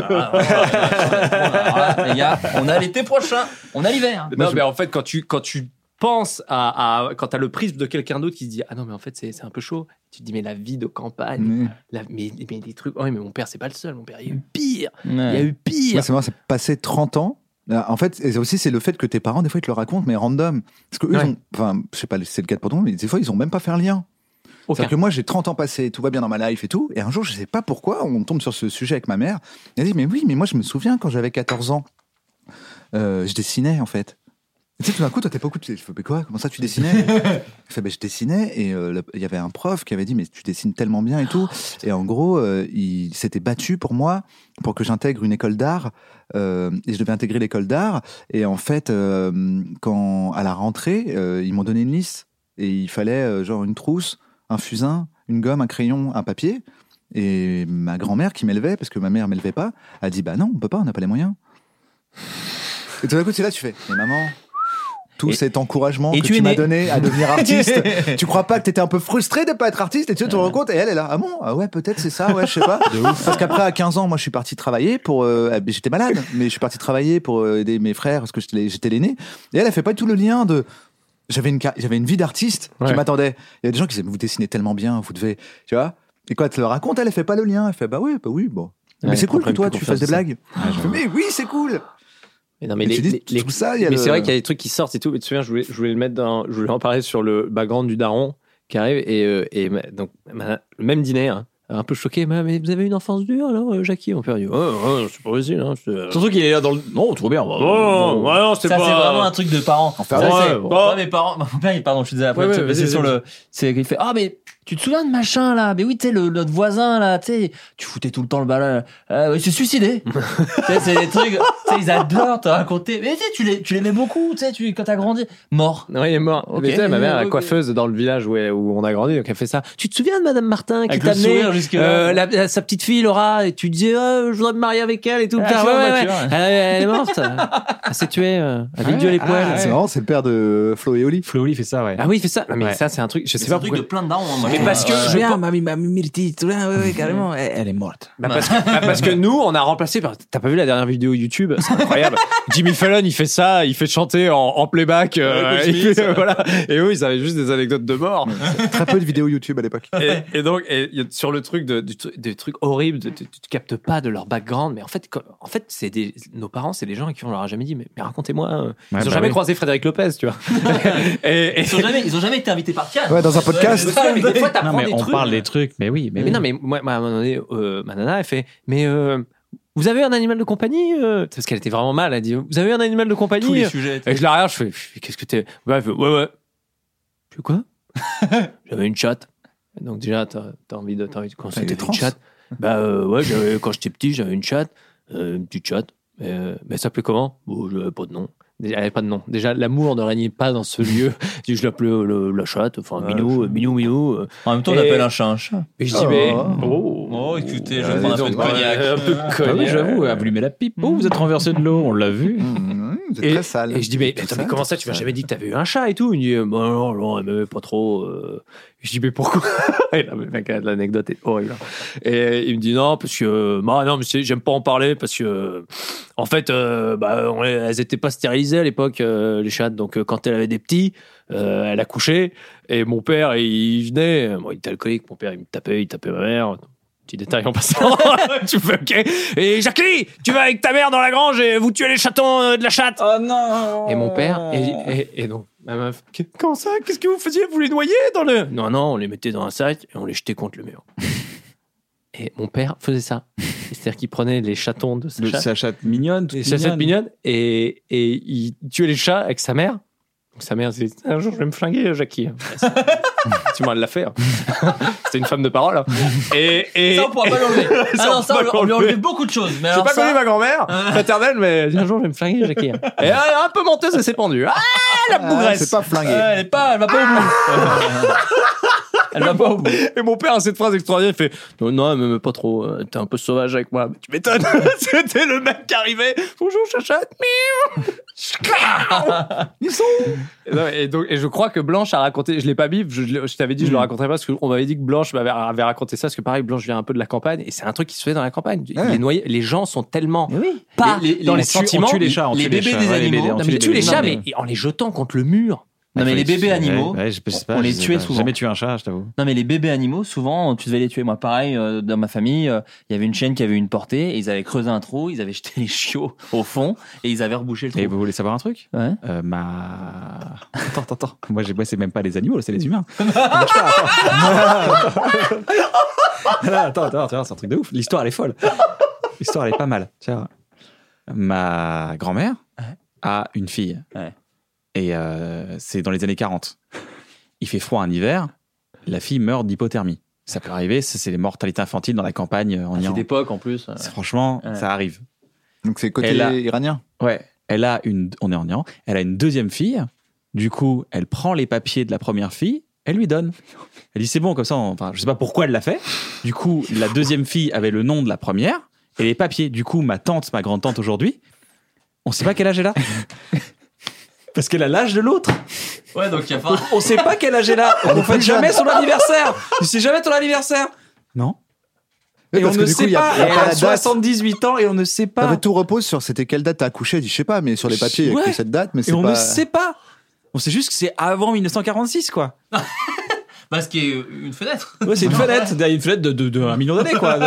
gars, on a l'été prochain. On a l'hiver. Non, mais en fait, quand tu, quand tu penses à, à- quand t'as le prisme de quelqu'un d'autre qui se dit ah non mais en fait c'est c'est un peu chaud tu te dis mais la vie de campagne Mm. la- mais, mais des trucs oh oui mais mon père c'est pas le seul mon père il y a eu pire il y a eu pire Moi, c'est marrant, c'est passé 30 ans. Euh, En fait, et aussi, c'est le fait que tes parents, des fois, ils te le racontent, mais random. Parce que eux, ils Ouais. ont- enfin, je sais pas, c'est le cas pour tout le monde, mais des fois, ils ont même pas fait un lien. C'est-à-dire que moi, j'ai 30 ans passé, tout va bien dans ma life et tout, et un jour, je sais pas pourquoi, on tombe sur ce sujet avec ma mère. Elle dit, mais oui, mais moi, je me souviens quand j'avais 14 ans, euh, je dessinais, en fait. Et Tu sais, tout d'un coup, toi, t'es pas au coup, tu dis, mais quoi Comment ça, tu dessinais Je fais, Ben, je dessinais, et euh, le- il y avait un prof qui avait dit, mais tu dessines tellement bien et tout. et en gros, euh, il s'était battu pour moi, pour que j'intègre une école d'art. euh, et je devais intégrer l'école d'art. Et en fait, euh, quand, à la rentrée, euh, ils m'ont donné une liste. Et il fallait, euh, genre, une trousse, un fusain, une gomme, un crayon, un papier. Et ma grand-mère qui m'élevait, parce que ma mère m'élevait pas, a dit, bah non, on peut pas, on n'a pas les moyens. Et tout d'un coup, tu es là, tu fais, mais maman, tout cet encouragement et que tu tu, es m'as né. donné à devenir artiste, tu crois pas que t'étais un peu frustré de pas être artiste et tu te rends compte et elle est là, ah bon, ah ouais, peut-être c'est ça, ouais, je sais pas. Parce qu'après, à 15 ans, moi, je suis parti travailler pour, euh, ah, j'étais malade, mais je suis parti travailler pour euh, aider mes frères parce que j'étais j'étais l'aîné. Et elle, elle fait pas tout le lien de, j'avais une, car- j'avais une vie d'artiste qui Ouais. m'attendait. Il y a des gens qui disaient, mais vous dessinez tellement bien, vous devez, tu vois. Et quand elle te le raconte, elle, elle fait pas le lien. Elle fait, bah oui, bah oui, bon. Ouais, mais c'est cool que après, toi, plus tu fasses des confiance, blagues. c'est ça. Je fais, mais oui, c'est cool. Mais non, mais, Et les- tu dis, les- tout les- ça, il y a mais le- c'est vrai qu'il y a des trucs qui sortent et tout. Mais tu te souviens, je voulais, je voulais le mettre dans, je voulais en parler sur le background du daron qui arrive et, euh, et ma- donc ma- le même dîner. hein. un peu choqué. Mais, mais vous avez une enfance dure, alors, euh, Jackie Mon père dit Ouais, ouais, c'est pas facile. Hein, c'est- Surtout qu'il est là dans le. Non, trop bien. bah, Non, Oh, ouais, non, c'est ça, pas- c'est vraiment un truc de parents. Enfin, Ça, ouais, c'est- bon. moi, mes parents, mon père, il- pardon, je suis désolé après, Ouais, tu- ouais, mais c'est vas-y, sur vas-y. le, c'est qu'il fait, ah, mais tu te souviens de machin, là? Mais oui, tu sais, le, notre voisin, là, tu sais, tu foutais tout le temps le balai, euh, il s'est suicidé. tu sais, c'est des trucs, tu sais, ils adorent te raconter. Mais tu sais, tu les, tu l'aimais beaucoup, tu sais, tu, quand t'as grandi. Mort. Non, il est mort. Ok. Mais tu sais, ma mère, la Ok. coiffeuse dans le village où, elle- où on a grandi, donc elle fait ça. Tu te souviens de Madame Martin qui Avec le t'amenait sourire jusque-là. euh, la- la- sa petite fille Laura et tu disais oh, je voudrais me marier avec elle et tout. Ah, Putain, tu ouais, vois, ouais, bah, tu ouais. vois, ouais. Elle, elle est morte. elle s'est tuée euh, avec Dieu les poils. C'est marrant, c'est le père de Flo et Oli. Ah, Flo et Oli fait ça, ouais. Ah oui, il fait ça. Non, mais Ouais. ça, c'est un truc. Je sais C'est pas un truc de pourquoi. plein de darons, hein, moi, Mais je parce pense. que Ah, Ouais, je ouais. pense- mamie, mamie Myrtille, tu vois, ouais, ouais, carrément, elle, elle est morte. Bah, parce, bah, parce que nous, on a remplacé. par- T'as pas vu la dernière vidéo YouTube C'est incroyable. Jimmy Fallon, il fait ça, il fait chanter en, en playback. euh, Ouais, Will il fait- Smith. voilà. Et eux, ils avaient juste des anecdotes de mort. Très peu de vidéos YouTube à l'époque. et, et donc, et il y a sur le truc de, du tru- des trucs horribles, de- tu, tu te captes pas de leur background, mais en fait, quand- en fait, c'est des, nos parents, c'est des gens à qui on leur a jamais dit, mais, mais racontez-moi. euh. ils Ouais, ont bah jamais oui. croisé Frédéric Lopez, tu vois. et, et- Ils ont jamais, ils ont jamais été invités par Kian. Ouais, dans un podcast. Ouais, mais des fois, t'apprends Non, mais des on trucs. parle des trucs, mais oui. Mais, non, mais moi, moi, à un moment donné, euh, ma nana, elle fait Mais euh, vous avez un animal de compagnie euh Parce qu'elle était vraiment mal. Elle dit Vous avez un animal de compagnie euh? Tous les sujets, t'sais. Et je la regarde, je fais Pff, Qu'est-ce que t'es Ouais, elle fait, ouais, ouais. Je fais quoi J'avais une chatte. Donc, déjà, t'as t'as envie de. T'as envie de Elle conseiller était une trans chatte Bah, euh, ouais, j'avais- quand j'étais petit, j'avais une chatte, euh, une petite chatte. Euh, mais elle s'appelait comment Bon, j'avais pas de nom. Déjà, Elle avait pas de nom. Déjà, l'amour ne régnait pas dans ce lieu. Si je l'appelais euh, le- la chatte, enfin, Minou, euh, Minou, Minou. euh. En même temps, on Et- appelle un chat un chat. Et je dis, mais. Oh, écoutez, je vais prendre un peu de Euh, donc, cognac. Bah ouais, un peu de cognac. Ah oui, j'avoue, à vous allumez la pipe. Oh, vous êtes renversé de l'eau, on l'a vu. Mm, Vous Et, et je dis, mais, attends, mais comment ça, tu m'as jamais dit que t'avais eu un chat et tout Il me dit, euh, bah, non, non, elle m'aimait pas trop. euh. Je dis, mais pourquoi Et là, mec, l'anecdote est horrible. Et il me dit, non, parce que, euh, bah, non, mais c'est- j'aime pas en parler parce que, euh, en fait, euh, bah, on- elles étaient pas stérilisées à l'époque, euh, les chattes. Donc, euh, quand elle avait des petits, euh, elle accouchait. Et mon père, il venait, bon, il était alcoolique, mon père, il me tapait, il tapait ma mère. Petit détail en passant. tu fais OK. Et Jacqueline, tu vas avec ta mère dans la grange et vous tuez les chatons euh, de la chatte. Oh non Et mon père, et, et- et donc, ma meuf, Qu- comment ça Qu'est-ce que vous faisiez Vous les noyez dans le. Non, non, on les mettait dans un sac et on les jetait contre le mur. et mon père faisait ça. C'est-à-dire qu'il prenait les chatons de sa De chatte. sa chatte mignonne, toute Les chattes mignonnes et, et il tuait les chats avec sa mère. Donc sa mère s'est dit Un jour, je vais me flinguer, Jackie. Ouais, c'est- tu m'as de la faire. C'était une femme de parole. hein. Et, et, Ça, on pourra pas l'enlever. Ça, Ah on non, ça, pourra on pas on lui a l'enlever. enlevé beaucoup de choses. Mais Je alors pas ça- Ah. connu ma grand-mère paternelle, mais un jour je vais me flinguer, Jackie. Et elle est un peu menteuse, elle s'est pendue. Ah, la bougresse c'est pas flingué. Ah, elle est pas, elle va pas au bout. Elle va pas au bout. Ah. Et mon père a cette phrase extraordinaire, il fait Non, non, elle m'aime pas trop, euh, t'es un peu sauvage avec moi. Mais tu m'étonnes, c'était le mec qui arrivait Bonjour, chachate, miaou Ils sont où et, non, et donc, et je crois que Blanche a raconté, je l'ai pas mis, je, je l'ai- je t'avais dit, Hmm. je le raconterai pas parce qu'on m'avait dit que Blanche m'avait avait raconté ça, parce que pareil, Blanche vient un peu de la campagne et c'est un truc qui se fait dans la campagne. Les, noyés- les gens sont tellement pas Les- les- dans on les tue- on sentiments. tue les chats, on tue les bébés chats, des ouais, les animaux, bébés, on Non, tue mais les tu les bébés. chats, Non, mais en les jetant contre le mur. Non, mais les bébés animaux, Ouais, je sais pas, on les je sais tuait pas. J'ai souvent. Jamais tué un chat, je t'avoue. Non mais les bébés animaux, souvent tu devais les tuer. Moi pareil, euh, dans ma famille, euh, il y avait une chienne qui avait une portée, et ils avaient creusé un trou, ils avaient jeté les chiots au fond et ils avaient rebouché le trou. Et vous voulez savoir un truc bah, Ouais. Euh, ma. Attends, attends, attends. Moi, j'ai- moi, c'est même pas les animaux, c'est les humains. Ah, attends, attends, attends, c'est un truc de ouf. L'histoire, elle est folle. L'histoire, elle est pas mal. Tiens. Ma grand-mère a une fille. Et euh, c'est dans les années 40. Il fait froid en hiver, la fille meurt d'hypothermie. Ça peut arriver, c'est c'est les mortalités infantiles dans la campagne euh, en À Iran. cette époque en plus. euh, C'est- Franchement, Ouais. ça arrive. Donc c'est côté Elle a- iranien. Ouais. Elle a une, on est en Iran, elle a une deuxième fille. Du coup, elle prend les papiers de la première fille, elle lui donne. Elle dit c'est bon, comme ça, on- enfin, je sais pas pourquoi elle l'a fait. Du coup, la deuxième fille avait le nom de la première et les papiers. Du coup, ma tante, ma grande-tante aujourd'hui, on sait pas quel âge elle a. Parce qu'elle a l'âge de l'autre. Ouais donc il y a pas. Donc, on sait pas quel âge elle a. Donc, on fête jamais son anniversaire. C'est jamais ton anniversaire. Non. Et on parce que ne du coup, sait il y a- pas. il y a Elle pas la a date. 78 ans et on ne sait Non, pas. mais tout repose sur c'était quelle date t'as accouché, je sais pas, mais sur les papiers, il y a que Ouais. cette date, mais Et c'est on pas. ne sait pas. On sait juste que c'est avant 1946, quoi. Parce qu'il y a une fenêtre. Ouais, c'est une fenêtre, une fenêtre de, de, de un million d'années, quoi.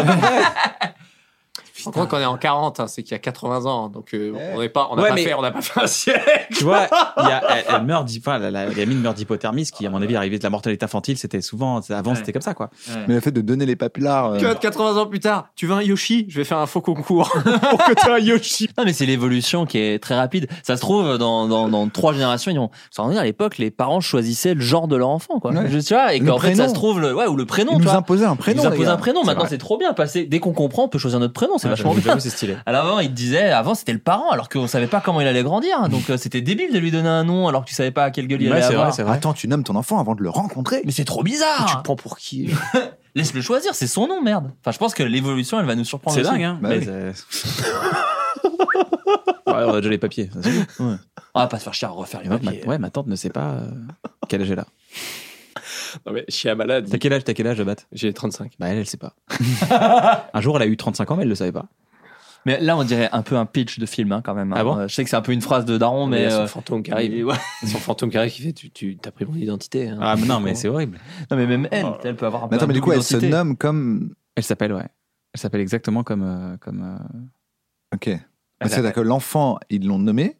Je crois qu'on est en 40, hein, c'est qu'il y a 80 ans, donc euh, on n'est pas, on n'a Ouais, pas mais- fait, on n'a pas fait un siècle. Tu vois, il y a- elle, elle meurt, d'hy- enfin, la, la gamine meurt d'hypothermie, ce qui, à mon avis, arrivait de la mortalité infantile, c'était souvent, avant, Ouais. c'était comme ça, quoi. Ouais. Mais le fait de donner les papillards. euh, Que 80 ans plus tard, tu veux un Yoshi Je vais faire un faux concours pour que tu aies un Yoshi. Non, mais c'est l'évolution qui est très rapide. Ça se trouve, dans, dans, dans trois générations, ils vont s'en dire à l'époque, les parents choisissaient le genre de leur enfant, quoi. Ouais. Je, tu vois, et Le qu'en fait, prénom. ça se trouve, le, ouais, ou le prénom, Ils tu nous vois. imposaient un prénom, Ils les imposaient gars. un prénom. C'est Maintenant, vrai. c'est trop bien. Passer, dès qu'on comprend, on peut choisir notre prénom. C'est Ouais, vachement j'avoue, bien. j'avoue, c'est stylé. Alors avant, ils te disaient, avant, c'était le parent, alors qu'on savait pas comment il allait grandir. Donc, euh, c'était débile de lui donner un nom, alors que tu savais pas à quelle gueule il allait avoir. Attends, tu nommes ton enfant avant de le rencontrer. Mais c'est trop bizarre. Tu le prends pour qui Laisse-le choisir, c'est son nom, merde. Enfin, je pense que l'évolution, elle va nous surprendre. C'est aussi. dingue, hein. Bah Mais oui. c'est- Ouais, on a déjà les papiers. ça, c'est bon. On va pas se faire chier à refaire les Ouais, papiers. ma- ouais, ma tante ne sait pas euh, quel âge elle a. Non mais je suis à malade. T'as quel âge, t'as quel âge, Abat J'ai 35. Bah elle, elle sait pas. un jour, elle a eu 35 ans, mais elle le savait pas. Mais là, on dirait un peu un pitch de film, hein, quand même. hein. Euh, je sais que c'est un peu une phrase de Daron, mais. Mais il y a son euh, fantôme qui arrive. mais ouais. Son fantôme qui arrive qui fait, tu, tu as pris mon identité. hein. Ah, mais non, mais c'est horrible. Non, mais même elle, elle peut avoir un peu. Mais attends, un mais du double coup, elle se identité. nomme comme. Elle s'appelle, ouais. Elle s'appelle exactement comme. euh, comme euh, Ok. Ah, Bah, C'est-à-dire que l'enfant, ils l'ont nommé.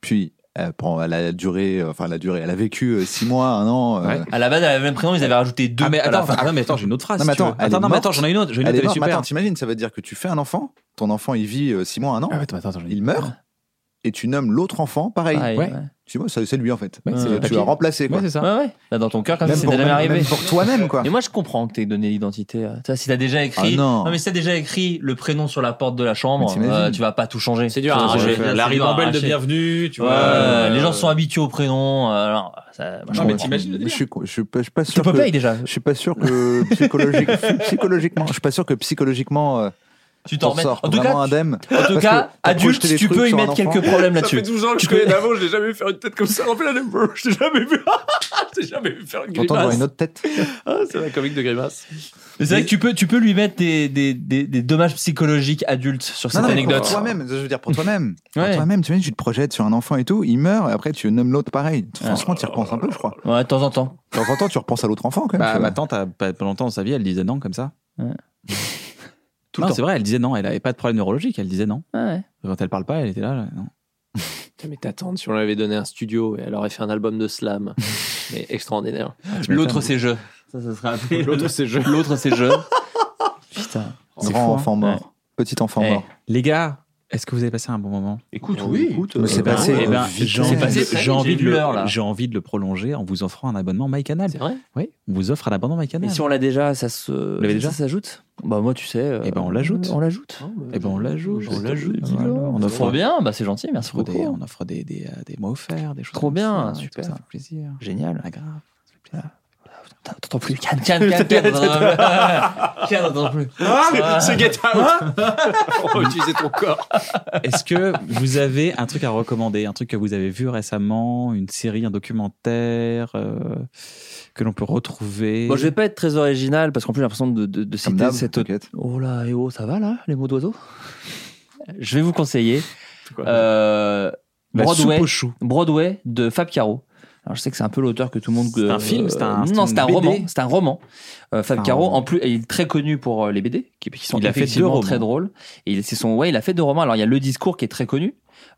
Puis, euh, bon, elle a duré, euh, enfin, elle a duré, elle a vécu euh, six mois, un an. euh, À la base, elle avait le même prénom, ils avaient rajouté deux. Ah, mais à la attends, fin. ah, non, mais attends, j'ai une autre phrase. Non, mais si tu attends, veux. elle attends, est non, mais morte. attends, j'en ai une autre. J'en ai une Elle autre, elle est est morte. Mais super. Attends, t'imagines, ça veut dire que tu fais un enfant, ton enfant, il vit 6 mois, un an. Ah, attends, attends, j'en ai il meurt. Et tu nommes l'autre enfant, pareil. Pareil, Ah, Ouais. ouais. Tu vois, ça- c'est lui en fait. Ouais, c'est Euh, le tu papier. l'as remplacé. Quoi. Ouais, c'est ça. Ouais, ouais. Là, dans ton cœur, comme Même si pour- c'était jamais même- arrivé. même pour toi-même, quoi. Mais moi, je comprends que t'aies donné l'identité. euh. Tu vois, si t'as déjà écrit. Ah, non. mais si t'as déjà écrit le prénom sur la porte de la chambre, Mais t'imagines. euh, tu vas pas tout changer. C'est dur à Tu vois, arracher. c'est- c'est La dur à ribambelle de arracher. bienvenue, tu Ouais, vois. euh, Les gens sont habitués au prénom. euh, Alors, ça, moi, je mais comprends. je suis, je suis pas, je suis pas sûr. peux que- payer, déjà. Je suis pas sûr que psychologique- psychologiquement, je suis pas sûr que psychologiquement. euh, Tu Oh, t'en t'en remets. sors En tout vraiment cas, indemne. en tout Parce cas, que t'as adulte, projeté des tu trucs peux y sur un mettre enfant. quelques problèmes là-dessus. Ça fait 12 ans que Tu je connais connais- Davo, je l'ai jamais vu faire une tête comme ça. En fait, la même- je l'ai jamais vu. je l'ai jamais vu faire une T'entends grimace. dans une autre tête. Ah, c'est la comique de grimace. Mais C'est vrai que tu peux, tu peux lui mettre des, des, des, des dommages psychologiques adultes sur cette non, non, mais anecdote. Pour toi-même, je veux dire pour toi-même. Ouais. Pour toi-même, tu imagines, tu te projettes sur un enfant et tout, il meurt, et après tu nommes l'autre pareil. Ah. Franchement, tu y repenses un peu, je crois. Ouais, de temps en temps. De temps en temps, tu repenses à l'autre enfant quand même. Bah, tu vois. ma tante, a pas pas longtemps dans sa vie, elle disait non comme ça. Ouais. Tout le temps. C'est vrai, elle disait non. Elle avait pas de problème neurologique, elle disait non. Ouais. Quand elle parle pas, elle était là. là, non. Putain, Mais t'attends, si on lui avait donné un studio, et elle aurait fait un album de slam. mais extraordinaire. L'autre, c'est je. Ah, Ça, ça serait appelé. L'autre, c'est je. L'autre, c'est je. Putain. C'est Grand fou, hein. enfant mort. Petit enfant Eh. mort. Les gars, est-ce que vous avez passé un bon moment Écoute, Mais Eh c'est ben, passé. eh ben, euh, vite. j'ai C'est envie, passé, de- ça y est, j'ai envie j'ai de vu le- l'heure, là. j'ai envie de le prolonger en vous offrant un abonnement MyCanal. C'est vrai Oui, on vous offre un abonnement MyCanal. Et si on l'a déjà, ça se. Vous l'avez déjà s'ajoute Bah, moi, tu sais. euh, Eh ben, on l'ajoute. On l'ajoute. Eh ben on l'ajoute. On l'ajoute. Voilà, on offre Trop bien, bah, c'est gentil, merci offre des, beaucoup. on offre des, des, euh, des mots offerts, des choses. Trop comme ça, et bien, tout super. Ça fait plaisir. Génial. Ah, grave. T'entends plus. Cannes, cannes, cannes, cannes. Cannes, t'entends plus. Ah. C'est Get Out On va utiliser ton corps. Est-ce que vous avez un truc à recommander, un truc que vous avez vu récemment, une série, un documentaire euh, que l'on peut retrouver Bon, je vais pas être très original parce qu'en plus j'ai l'impression de, de, de Comme citer d'hab, cette. t'inquiète. Oh là, eh oh, ça va là, les mots d'oiseau Je vais vous conseiller euh, La Broadway, Bah, soupe aux choux. Broadway de Fab Caro. Alors je sais que c'est un peu l'auteur que tout le monde. euh, C'est un film, c'est un- c'est non, une c'est un BD. roman. C'est un roman. Euh, Fab Ah, Caro, ouais. en plus, il est très connu pour euh, les BD qui, qui sont Il a fait deux effectivement romans. très drôles. Et il- c'est son ouais, il a fait deux romans. Alors il y a le discours qui est très connu.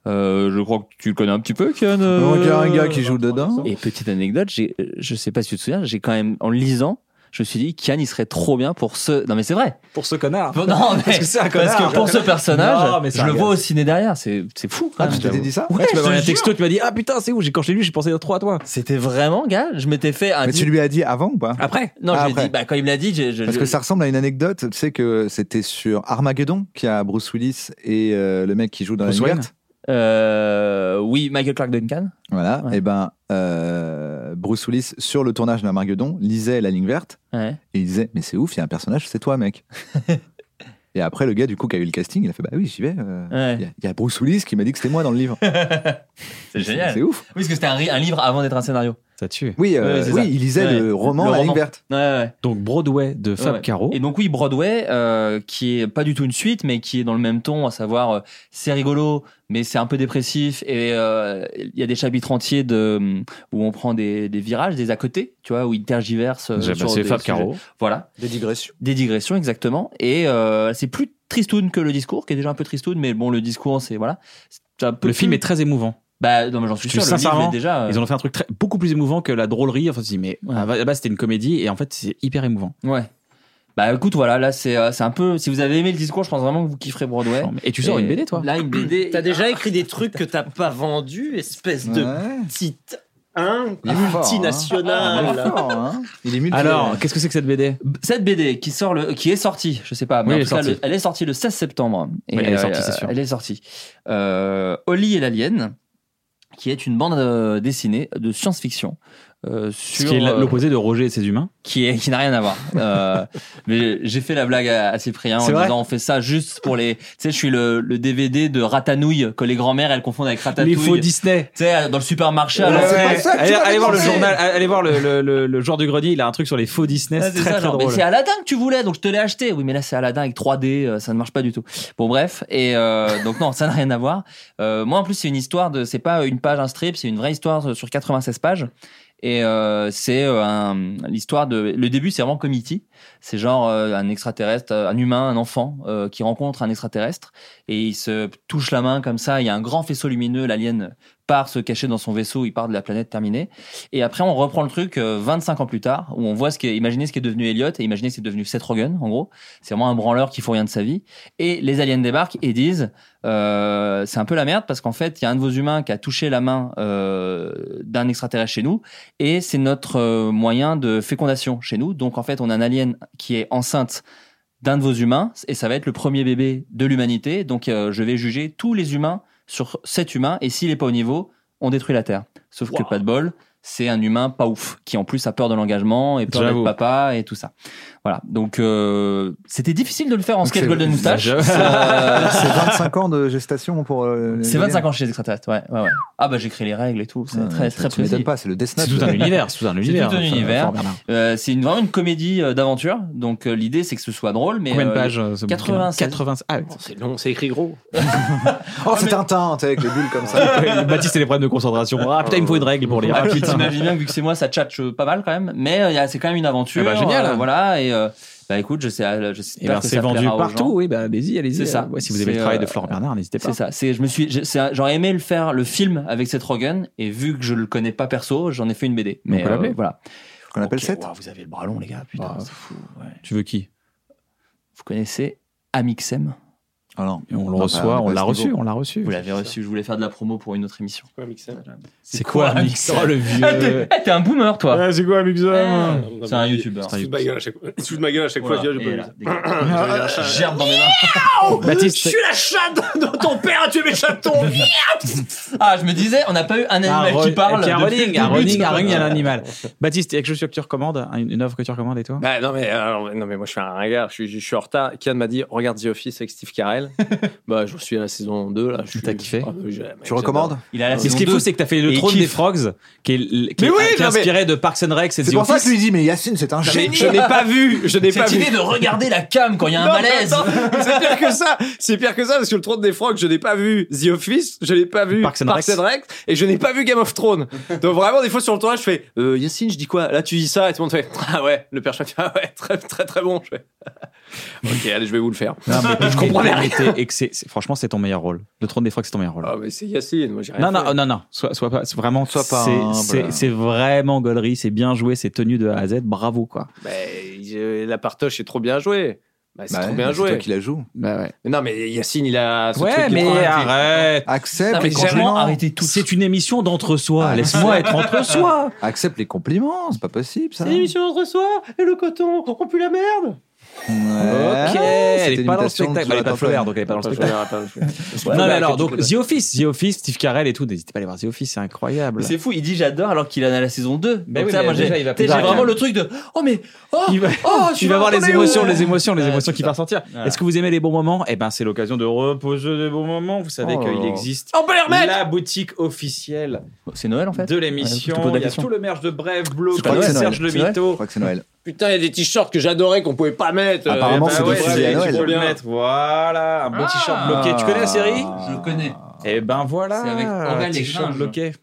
Euh, je crois que tu le connais un petit peu, Ken. euh, Donc, il y a un gars qui joue dedans. et petite anecdote, j'ai- euh, je sais pas si tu te souviens, j'ai quand même, en le lisant, je me suis dit, Kian, il serait trop bien pour ce. Non, mais c'est vrai. Pour ce connard. Pour- Non, mais- parce que c'est un parce connard. que pour ce personnage, Non, mais c'est je un le gars. vois au ciné derrière. C'est c'est fou. quand Ah, même. tu t'étais dit ça Ouais, Ouais, tu je m'as envoyé un te texto, jure. tu m'as dit Ah putain, c'est où J'ai- Quand j'ai lu, j'ai pensé trois à toi. C'était vraiment, gars. Je m'étais fait un. Mais dit- tu lui as dit avant ou pas Après Non, Ah, je lui ai après. dit, bah, quand il me l'a dit, je. je- Parce que je- ça ressemble à une anecdote, tu sais que c'était sur Armageddon qui a Bruce Willis et euh, le mec qui joue dans Bruce la Wayne. verte. Euh, oui, Michael Clark Duncan. Voilà, Ouais. et ben euh, Bruce Willis sur le tournage d'Armageddon lisait la ligne verte Ouais. et il disait mais c'est ouf, il y a un personnage, c'est toi mec. et après le gars du coup qui a eu le casting, il a fait bah oui j'y vais. euh, Il Ouais. y a- il y, a Bruce Willis qui m'a dit que c'était moi dans le livre. C'est génial. C'est Oui, ouf. parce que c'était un, ri- un livre avant d'être un scénario. Ça tue. Oui, euh, Ouais, c'est oui ça. il lisait Ouais. le roman Le La ligne roman. verte. Ouais, ouais, ouais. Donc Broadway de Fab Ouais. Caro. Et donc oui, Broadway, euh, qui est pas du tout une suite, mais qui est dans le même ton, à savoir euh, c'est rigolo, mais c'est un peu dépressif, et euh, il y a des chapitres entiers de mm, où on prend des, des virages, des à côté, tu vois, où ils tergiversent. euh, J'ai- bah, sur c'est des Fab sujets. Caro. Voilà, Des digressions. des digressions exactement, et euh, c'est plus tristoun que le discours, qui est déjà un peu tristoun, mais bon, le discours, c'est voilà. C'est un peu Le film plus- est très émouvant. Bah, non, mais j'en suis sûr. le livre sincèrement, est déjà. euh, ils en ont fait un truc très, beaucoup plus émouvant que la drôlerie. Enfin, si, mais à la base, c'était une comédie et en fait, c'est hyper émouvant. Ouais. Bah écoute, voilà, là c'est euh, c'est un peu. Si vous avez aimé le discours, je pense vraiment que vous kifferez Broadway. Et tu sors une BD, toi Là, une BD. T'as déjà écrit des trucs que t'as pas vendus, espèce de Ouais. petite hein, Il est fort, hein. Ah, Ah, hein. multinationale. Il est Alors, qu'est-ce que c'est que cette BD Cette BD qui sort le, qui est sortie, je sais pas, mais Oui, en elle tout est cas, sortie. le- elle est sortie le 16 septembre. Oui, elle est sortie, c'est sûr. Elle est sortie. Euh, Oli et l'alien, qui est une bande euh, dessinée de science-fiction. euh, Ce sur qui est euh, l'opposé de Roger et ses humains. qui est qui n'a rien à voir. Euh, mais j'ai fait la blague à, à Cyprien en C'est vrai disant on fait ça juste pour les. Tu sais, je suis le, le DVD de Ratanouille que les grands-mères elles confondent avec Ratatouille. Les faux Disney. Tu sais, dans le supermarché. alors Ouais, c'est ouais. pas ça que allez, tu vas allez voir le dépenser. journal, allez voir le, le, le, le joueur du grenier, il a un truc sur les faux Disney, c'est Ouais, Ah, c'est très ça, très genre, drôle. mais c'est Aladdin que tu voulais, donc je te l'ai acheté. Oui, mais là c'est Aladdin avec 3D, euh, ça ne marche pas du tout. Bon bref, et euh, donc non, ça n'a rien à voir. Euh, moi en plus c'est une histoire de, c'est pas une page un strip, c'est une vraie histoire sur 96 pages. Et euh, c'est euh, un- l'histoire de. Le début, c'est vraiment comme E.T. C'est genre euh, un extraterrestre, euh, un humain, un enfant euh, qui rencontre un extraterrestre et il se touche la main comme ça. Il y a un grand faisceau lumineux. L'alien part se cacher dans son vaisseau. Il part de la planète terminée. Et après, on reprend le truc euh, 25 ans plus tard où on voit ce qui est. Imaginez ce qui est devenu Elliot et imaginez ce qui est devenu Seth Rogen. En gros, c'est vraiment un branleur qui fout rien de sa vie. Et les aliens débarquent et disent euh, c'est un peu la merde parce qu'en fait, il y a un de vos humains qui a touché la main euh, d'un extraterrestre chez nous et c'est notre euh, moyen de fécondation chez nous. Donc en fait, on a un alien qui est enceinte d'un de vos humains et ça va être le premier bébé de l'humanité. Donc euh, je vais juger tous les humains sur cet humain et s'il est pas au niveau, on détruit la Terre. Sauf que pas de bol, c'est un humain pas ouf qui en plus a peur de l'engagement et peur d'être J'avoue. papa et tout ça. Voilà. Donc euh, c'était difficile de le faire en sketch c'est- Golden Moustache. C'est Euh, Ah, c'est 25 ans de gestation pour. euh, les c'est aliens. 25 ans chez les extraterrestres, ouais, ouais, ouais. Ah bah j'ai créé les règles et tout, c'est Ouais, très tu- très tu m'étonnes précis. pas, c'est le Death Note. C'est tout un univers, c'est tout un univers, C'est tout un enfin, univers. Fort Bernard. Euh, c'est une, vraiment une comédie euh, d'aventure, donc euh, l'idée c'est que ce soit drôle, mais Combien de euh, pages, euh, ce bouquin 96. 96. Ah, c'est long, c'est écrit gros. Oh, c'est Tintin, tu sais, avec les bulles comme ça. Baptiste et les problèmes de concentration. Ah putain, il me faut une règle pour lire. Ah, puis t'imagines bien que vu que c'est moi, ça tchatche euh, pas mal quand même. Mais euh, y a- c'est quand même une aventure. Ah bah, génial. euh, voilà. Et euh, bah écoute, je sais, euh, je sais Et ben, c'est vendu partout, oui, bah allez-y, allez-y. C'est ça. Ouais, si vous aimez le C'est, travail de euh, Florent Bernard, n'hésitez pas. C'est ça. C'est, je me suis, j'ai- c'est un- j'aurais aimé le faire, le film avec Seth Rogen, et vu que je le connais pas perso, j'en ai fait une BD. on Mais peut euh, l'appeler. voilà. Qu'on appelle Ok, Seth waouh, vous avez le bras long, les gars. Putain, c'est fou. ouais. Tu veux qui Vous connaissez Amixem Bah, Alors, Et on le reçoit, on l'a reçu, on l'a reçu. Vous l'avez reçu. Je voulais faire de la promo pour une autre émission. Quoi, Mixem C'est quoi un mix Oh, le Ah, t'es- vieux. ah, t'es un boomer, toi. c'est quoi un mix C'est un youtubeur. Il se fout de ma gueule à chaque fois. Il se fout de ma gueule à chaque fois. Voilà, je dis, et ah, j'ai pas là, vu ça. J'ai un Je chat. gerbe dans mes mains. Miaou Baptiste, Je suis la chatte de ton père a tué mes chatons. Miaou Ah, je me disais, on n'a pas eu un animal re- qui parle. et puis un depuis le running, un début. running, un running, il y a un animal. Baptiste, il y a quelque chose que tu recommandes, un- une œuvre que tu recommandes et toi Bah, non, mais, alors, non, mais moi, je suis un ringard. Je suis, je suis en retard. Kian m'a dit Regarde The Office avec Steve Carell. bah, je suis à la saison 2. Là, je T'as suis- kiffé Ah, mais j'ai- mec, Tu j'adore. recommandes Il a la Et saison ce qui est fou, 2. c'est que t'as fait Et le il trône kiffe. des frogs, qui est, qui est- qui Mais est oui, non, mais- inspiré de Parks and Rec, c'est C'est pour ça que je lui dis, mais Yacine, c'est un Je génie. je n'ai pas vu. Je n'ai pas Cette vu. idée de regarder la cam quand il y a un Non, mais malaise. attends, C'est pire que ça. C'est pire que ça parce que le trône des frogs, je n'ai pas vu The Office, je n'ai pas vu Parks and Rec. Rec, et je n'ai pas vu Game of Thrones. Donc vraiment, des fois sur le tournage, je fais euh, Yacine, je dis quoi Là, tu dis ça et tout le monde fait Ah ouais, le père Chouette fait, Ah ouais, très très très bon. Je fais, ok, allez, je vais vous le faire. Non, mais je comprenais mais- rien. Et que c'est- c'est- franchement, c'est ton meilleur rôle. Le trône des frogs, c'est ton meilleur rôle. Ah mais c'est Yacine, moi j'ai rien Non, non, fait. oh, non, non, sois, sois pas, sois vraiment, Sois pas c'est- humble. c'est c'est vraiment gaulerie, c'est bien joué, c'est tenu de A à Z, bravo quoi. Mais, euh, la partoche est trop bien jouée. Bah, c'est Bah trop ouais, bien mais C'est toi joué. qui la joue. Bah ouais. Mais non, mais Yacine, il a. ce truc Ouais, qui mais prend- arrête. Non, Accepte mais les clairement, compliments. arrêtez tout. C'est une émission d'entre-soi, laisse-moi être entre-soi. Accepte les compliments, c'est pas possible ça. C'est l'émission entre soi et le coton, on pue la merde. Ah, Ok, elle est pas dans le spectacle. Bah, Elle est pas fleur, donc elle est pas dans le Attends, je spectacle. regarde, attends, je regarde. Non, mais alors, donc The Office, The Office, Steve Carell et tout, n'hésitez pas à aller voir The Office, c'est incroyable. Mais C'est fou, il dit j'adore alors qu'il en a la saison 2. Ben Donc oui, ça, mais moi, déjà, j'ai il va t'sais, plus j'ai tard. vraiment le truc de Oh, mais oh, Il va, oh, il va voir les émotions, les émotions, les Ouais, émotions qui c'est ça. partent sortir. Voilà. Est-ce que vous aimez les bons moments Eh ben, c'est l'occasion de reposer des bons moments. Vous savez Oh là qu'il là. existe On peut Oh, les remettre la boutique officielle C'est Noël en fait de l'émission. Ouais, je te pose la Il y a question. tout le merge de Brève, Bloc, Je crois que c'est Serge Noël. Le C'est vrai Je Mito. crois que c'est Noël. Putain, il y a des t-shirts que j'adorais qu'on pouvait pas mettre. Apparemment, Bah Eh ben c'est des ouais, fusils à c'est Noël. trop faut le bien. mettre, voilà, un beau Ah. t-shirt bloqué. Tu connais la série Ah. Je le connais. Eh ben voilà, C'est avec Orel un et t-shirt Gringe. bloqué. Oh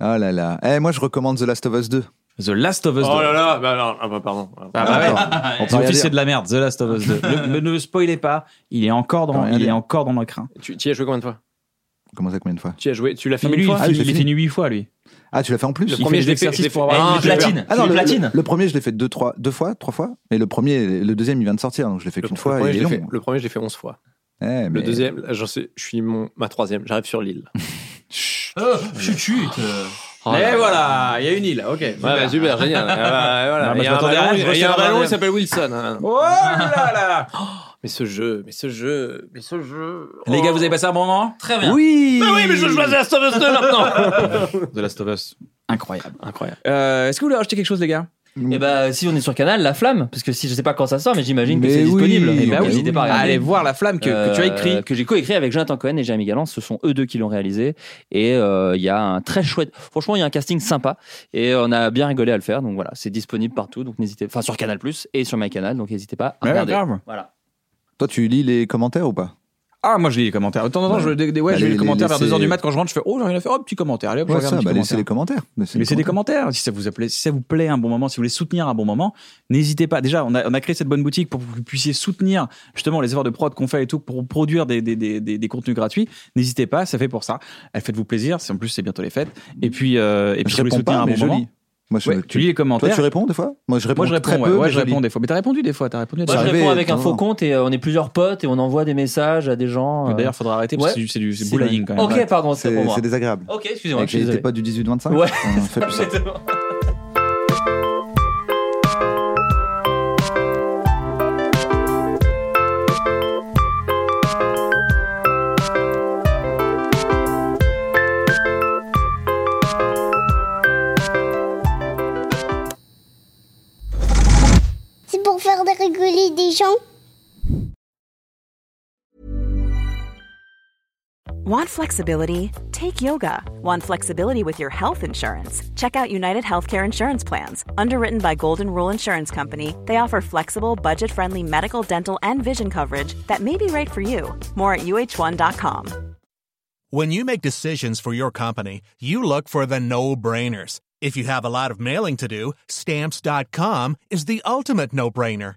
Ah là là. Eh, moi, je recommande The Last of Us 2. The Last of Us 2. Oh là là, bah non, ah bah pardon. Ah bah ouais. Ils ont pissé de la merde, The Last of Us 2. Ne- ne- ne spoilez pas, il est encore dans, il est encore dans le crin. Tu tu y as joué combien de fois Comment ça, combien de fois Tu y as joué, tu l'as Mais fini lui, une fois Ah, il, il est fini 8 fois, lui. Ah, tu l'as fait en plus Le premier, je l'ai fait- je l'ai fait- Ah, je l'ai fait. Ah non, Tu le, l'as platine. le- le premier, je l'ai fait deux, trois, deux fois, trois fois. Mais le premier, le deuxième, il vient de sortir, donc je l'ai fait qu'une fois. Le premier, et il je est l'ai long. fait- le premier, je l'ai fait 11 fois. Eh, Le mais- deuxième, là, j'en sais, je suis mon, ma troisième, j'arrive sur l'île. Euh, chut, chut. Oh là Et là. voilà, il y a une île, ok. Ouais, bah, super, génial. Ah, bah, voilà. Non, mais Il y je a un m'attendais à ballon, rien, je il y a un restais ballon, dans il s'appelle Wilson. hein. Oh là là Mais ce jeu, mais ce jeu, mais ce jeu. Les gars, vous avez passé un bon moment Très bien. Bah Oui Mais oui, mais je joue à The Last of Us 2 maintenant The Last of Us. Incroyable. Incroyable. Est-ce que vous voulez rajouter quelque chose, les gars Eh ben, si on est sur Canal, La Flamme, parce que si je sais pas quand ça sort, mais Bah j'imagine que Mais c'est oui, disponible. eh ben Donc, oui. n'hésitez pas à regarder. Allez voir La Flamme que- que tu as écrit. que j'ai coécrit avec Jonathan Cohen et Jérémy Galland. Ce sont eux deux qui l'ont réalisé. Et euh, il y a un très chouette. Franchement, il y a un casting sympa et euh, on a bien rigolé à le faire. Donc voilà, c'est disponible partout. Donc n'hésitez, enfin sur Canal Plus et sur MyCanal. Donc n'hésitez pas à Ouais, regarder. grave. Voilà. Toi, tu lis les commentaires ou pas Ah, moi je lis les commentaires. De temps en temps, Ouais. je, des- des- ouais, Bah, je lis les- les commentaires les- vers 2h du laissez- mat quand je rentre. Je fais Oh, j'ai rien à faire. Oh, petit commentaire. Allez hop, je Ouais, regarde ça, les bah, laissez les commentaires. commentaires. Laissez les Laissez des commentaires. Si ça vous appelait- si ça vous plaît un bon moment, si vous voulez soutenir un bon moment, n'hésitez pas. Déjà, on a, on a créé cette bonne boutique pour que vous puissiez soutenir justement les efforts de prod qu'on fait et tout pour produire des, des, des, des, des contenus gratuits. N'hésitez pas, ça fait pour ça. Euh, Faites-vous plaisir. c'est- En plus, c'est bientôt les fêtes. Et puis, euh, et puis, Je si vous voulez réponds soutenir pas, un mais bon je moment. lis. Moi, je- Ouais, tu lis les commentaires. Toi, tu réponds des fois Moi, je réponds. Moi, je réponds. très ouais, peu, ouais, mais je réponds lis. Bah, des fois. Mais t'as répondu des fois. T'as répondu. des Moi, fois. je J'arrivais réponds avec un devant. faux compte et euh, on est plusieurs potes et on envoie des messages à des gens. euh, D'ailleurs, faudra arrêter parce que ouais. c'est du- c'est du, C'est bullying quand même. Ok, Ouais. pardon, c'est pour C'est moi. c'est désagréable. Ok, excusez-moi, Avec je suis les- T'es désolé. pas du 18-25 Ouais. On fait plus ça. C'est pour faire rigoler des gens. Want flexibility? Take yoga. Want flexibility with your health insurance? Check out United Healthcare Insurance Plans. Underwritten by Golden Rule Insurance Company, they offer flexible, budget friendly medical, dental, and vision coverage that may be right for you. More at uh1.com. When you make decisions for your company, you look for the no brainers. If you have a lot of mailing to do, stamps.com is the ultimate no brainer.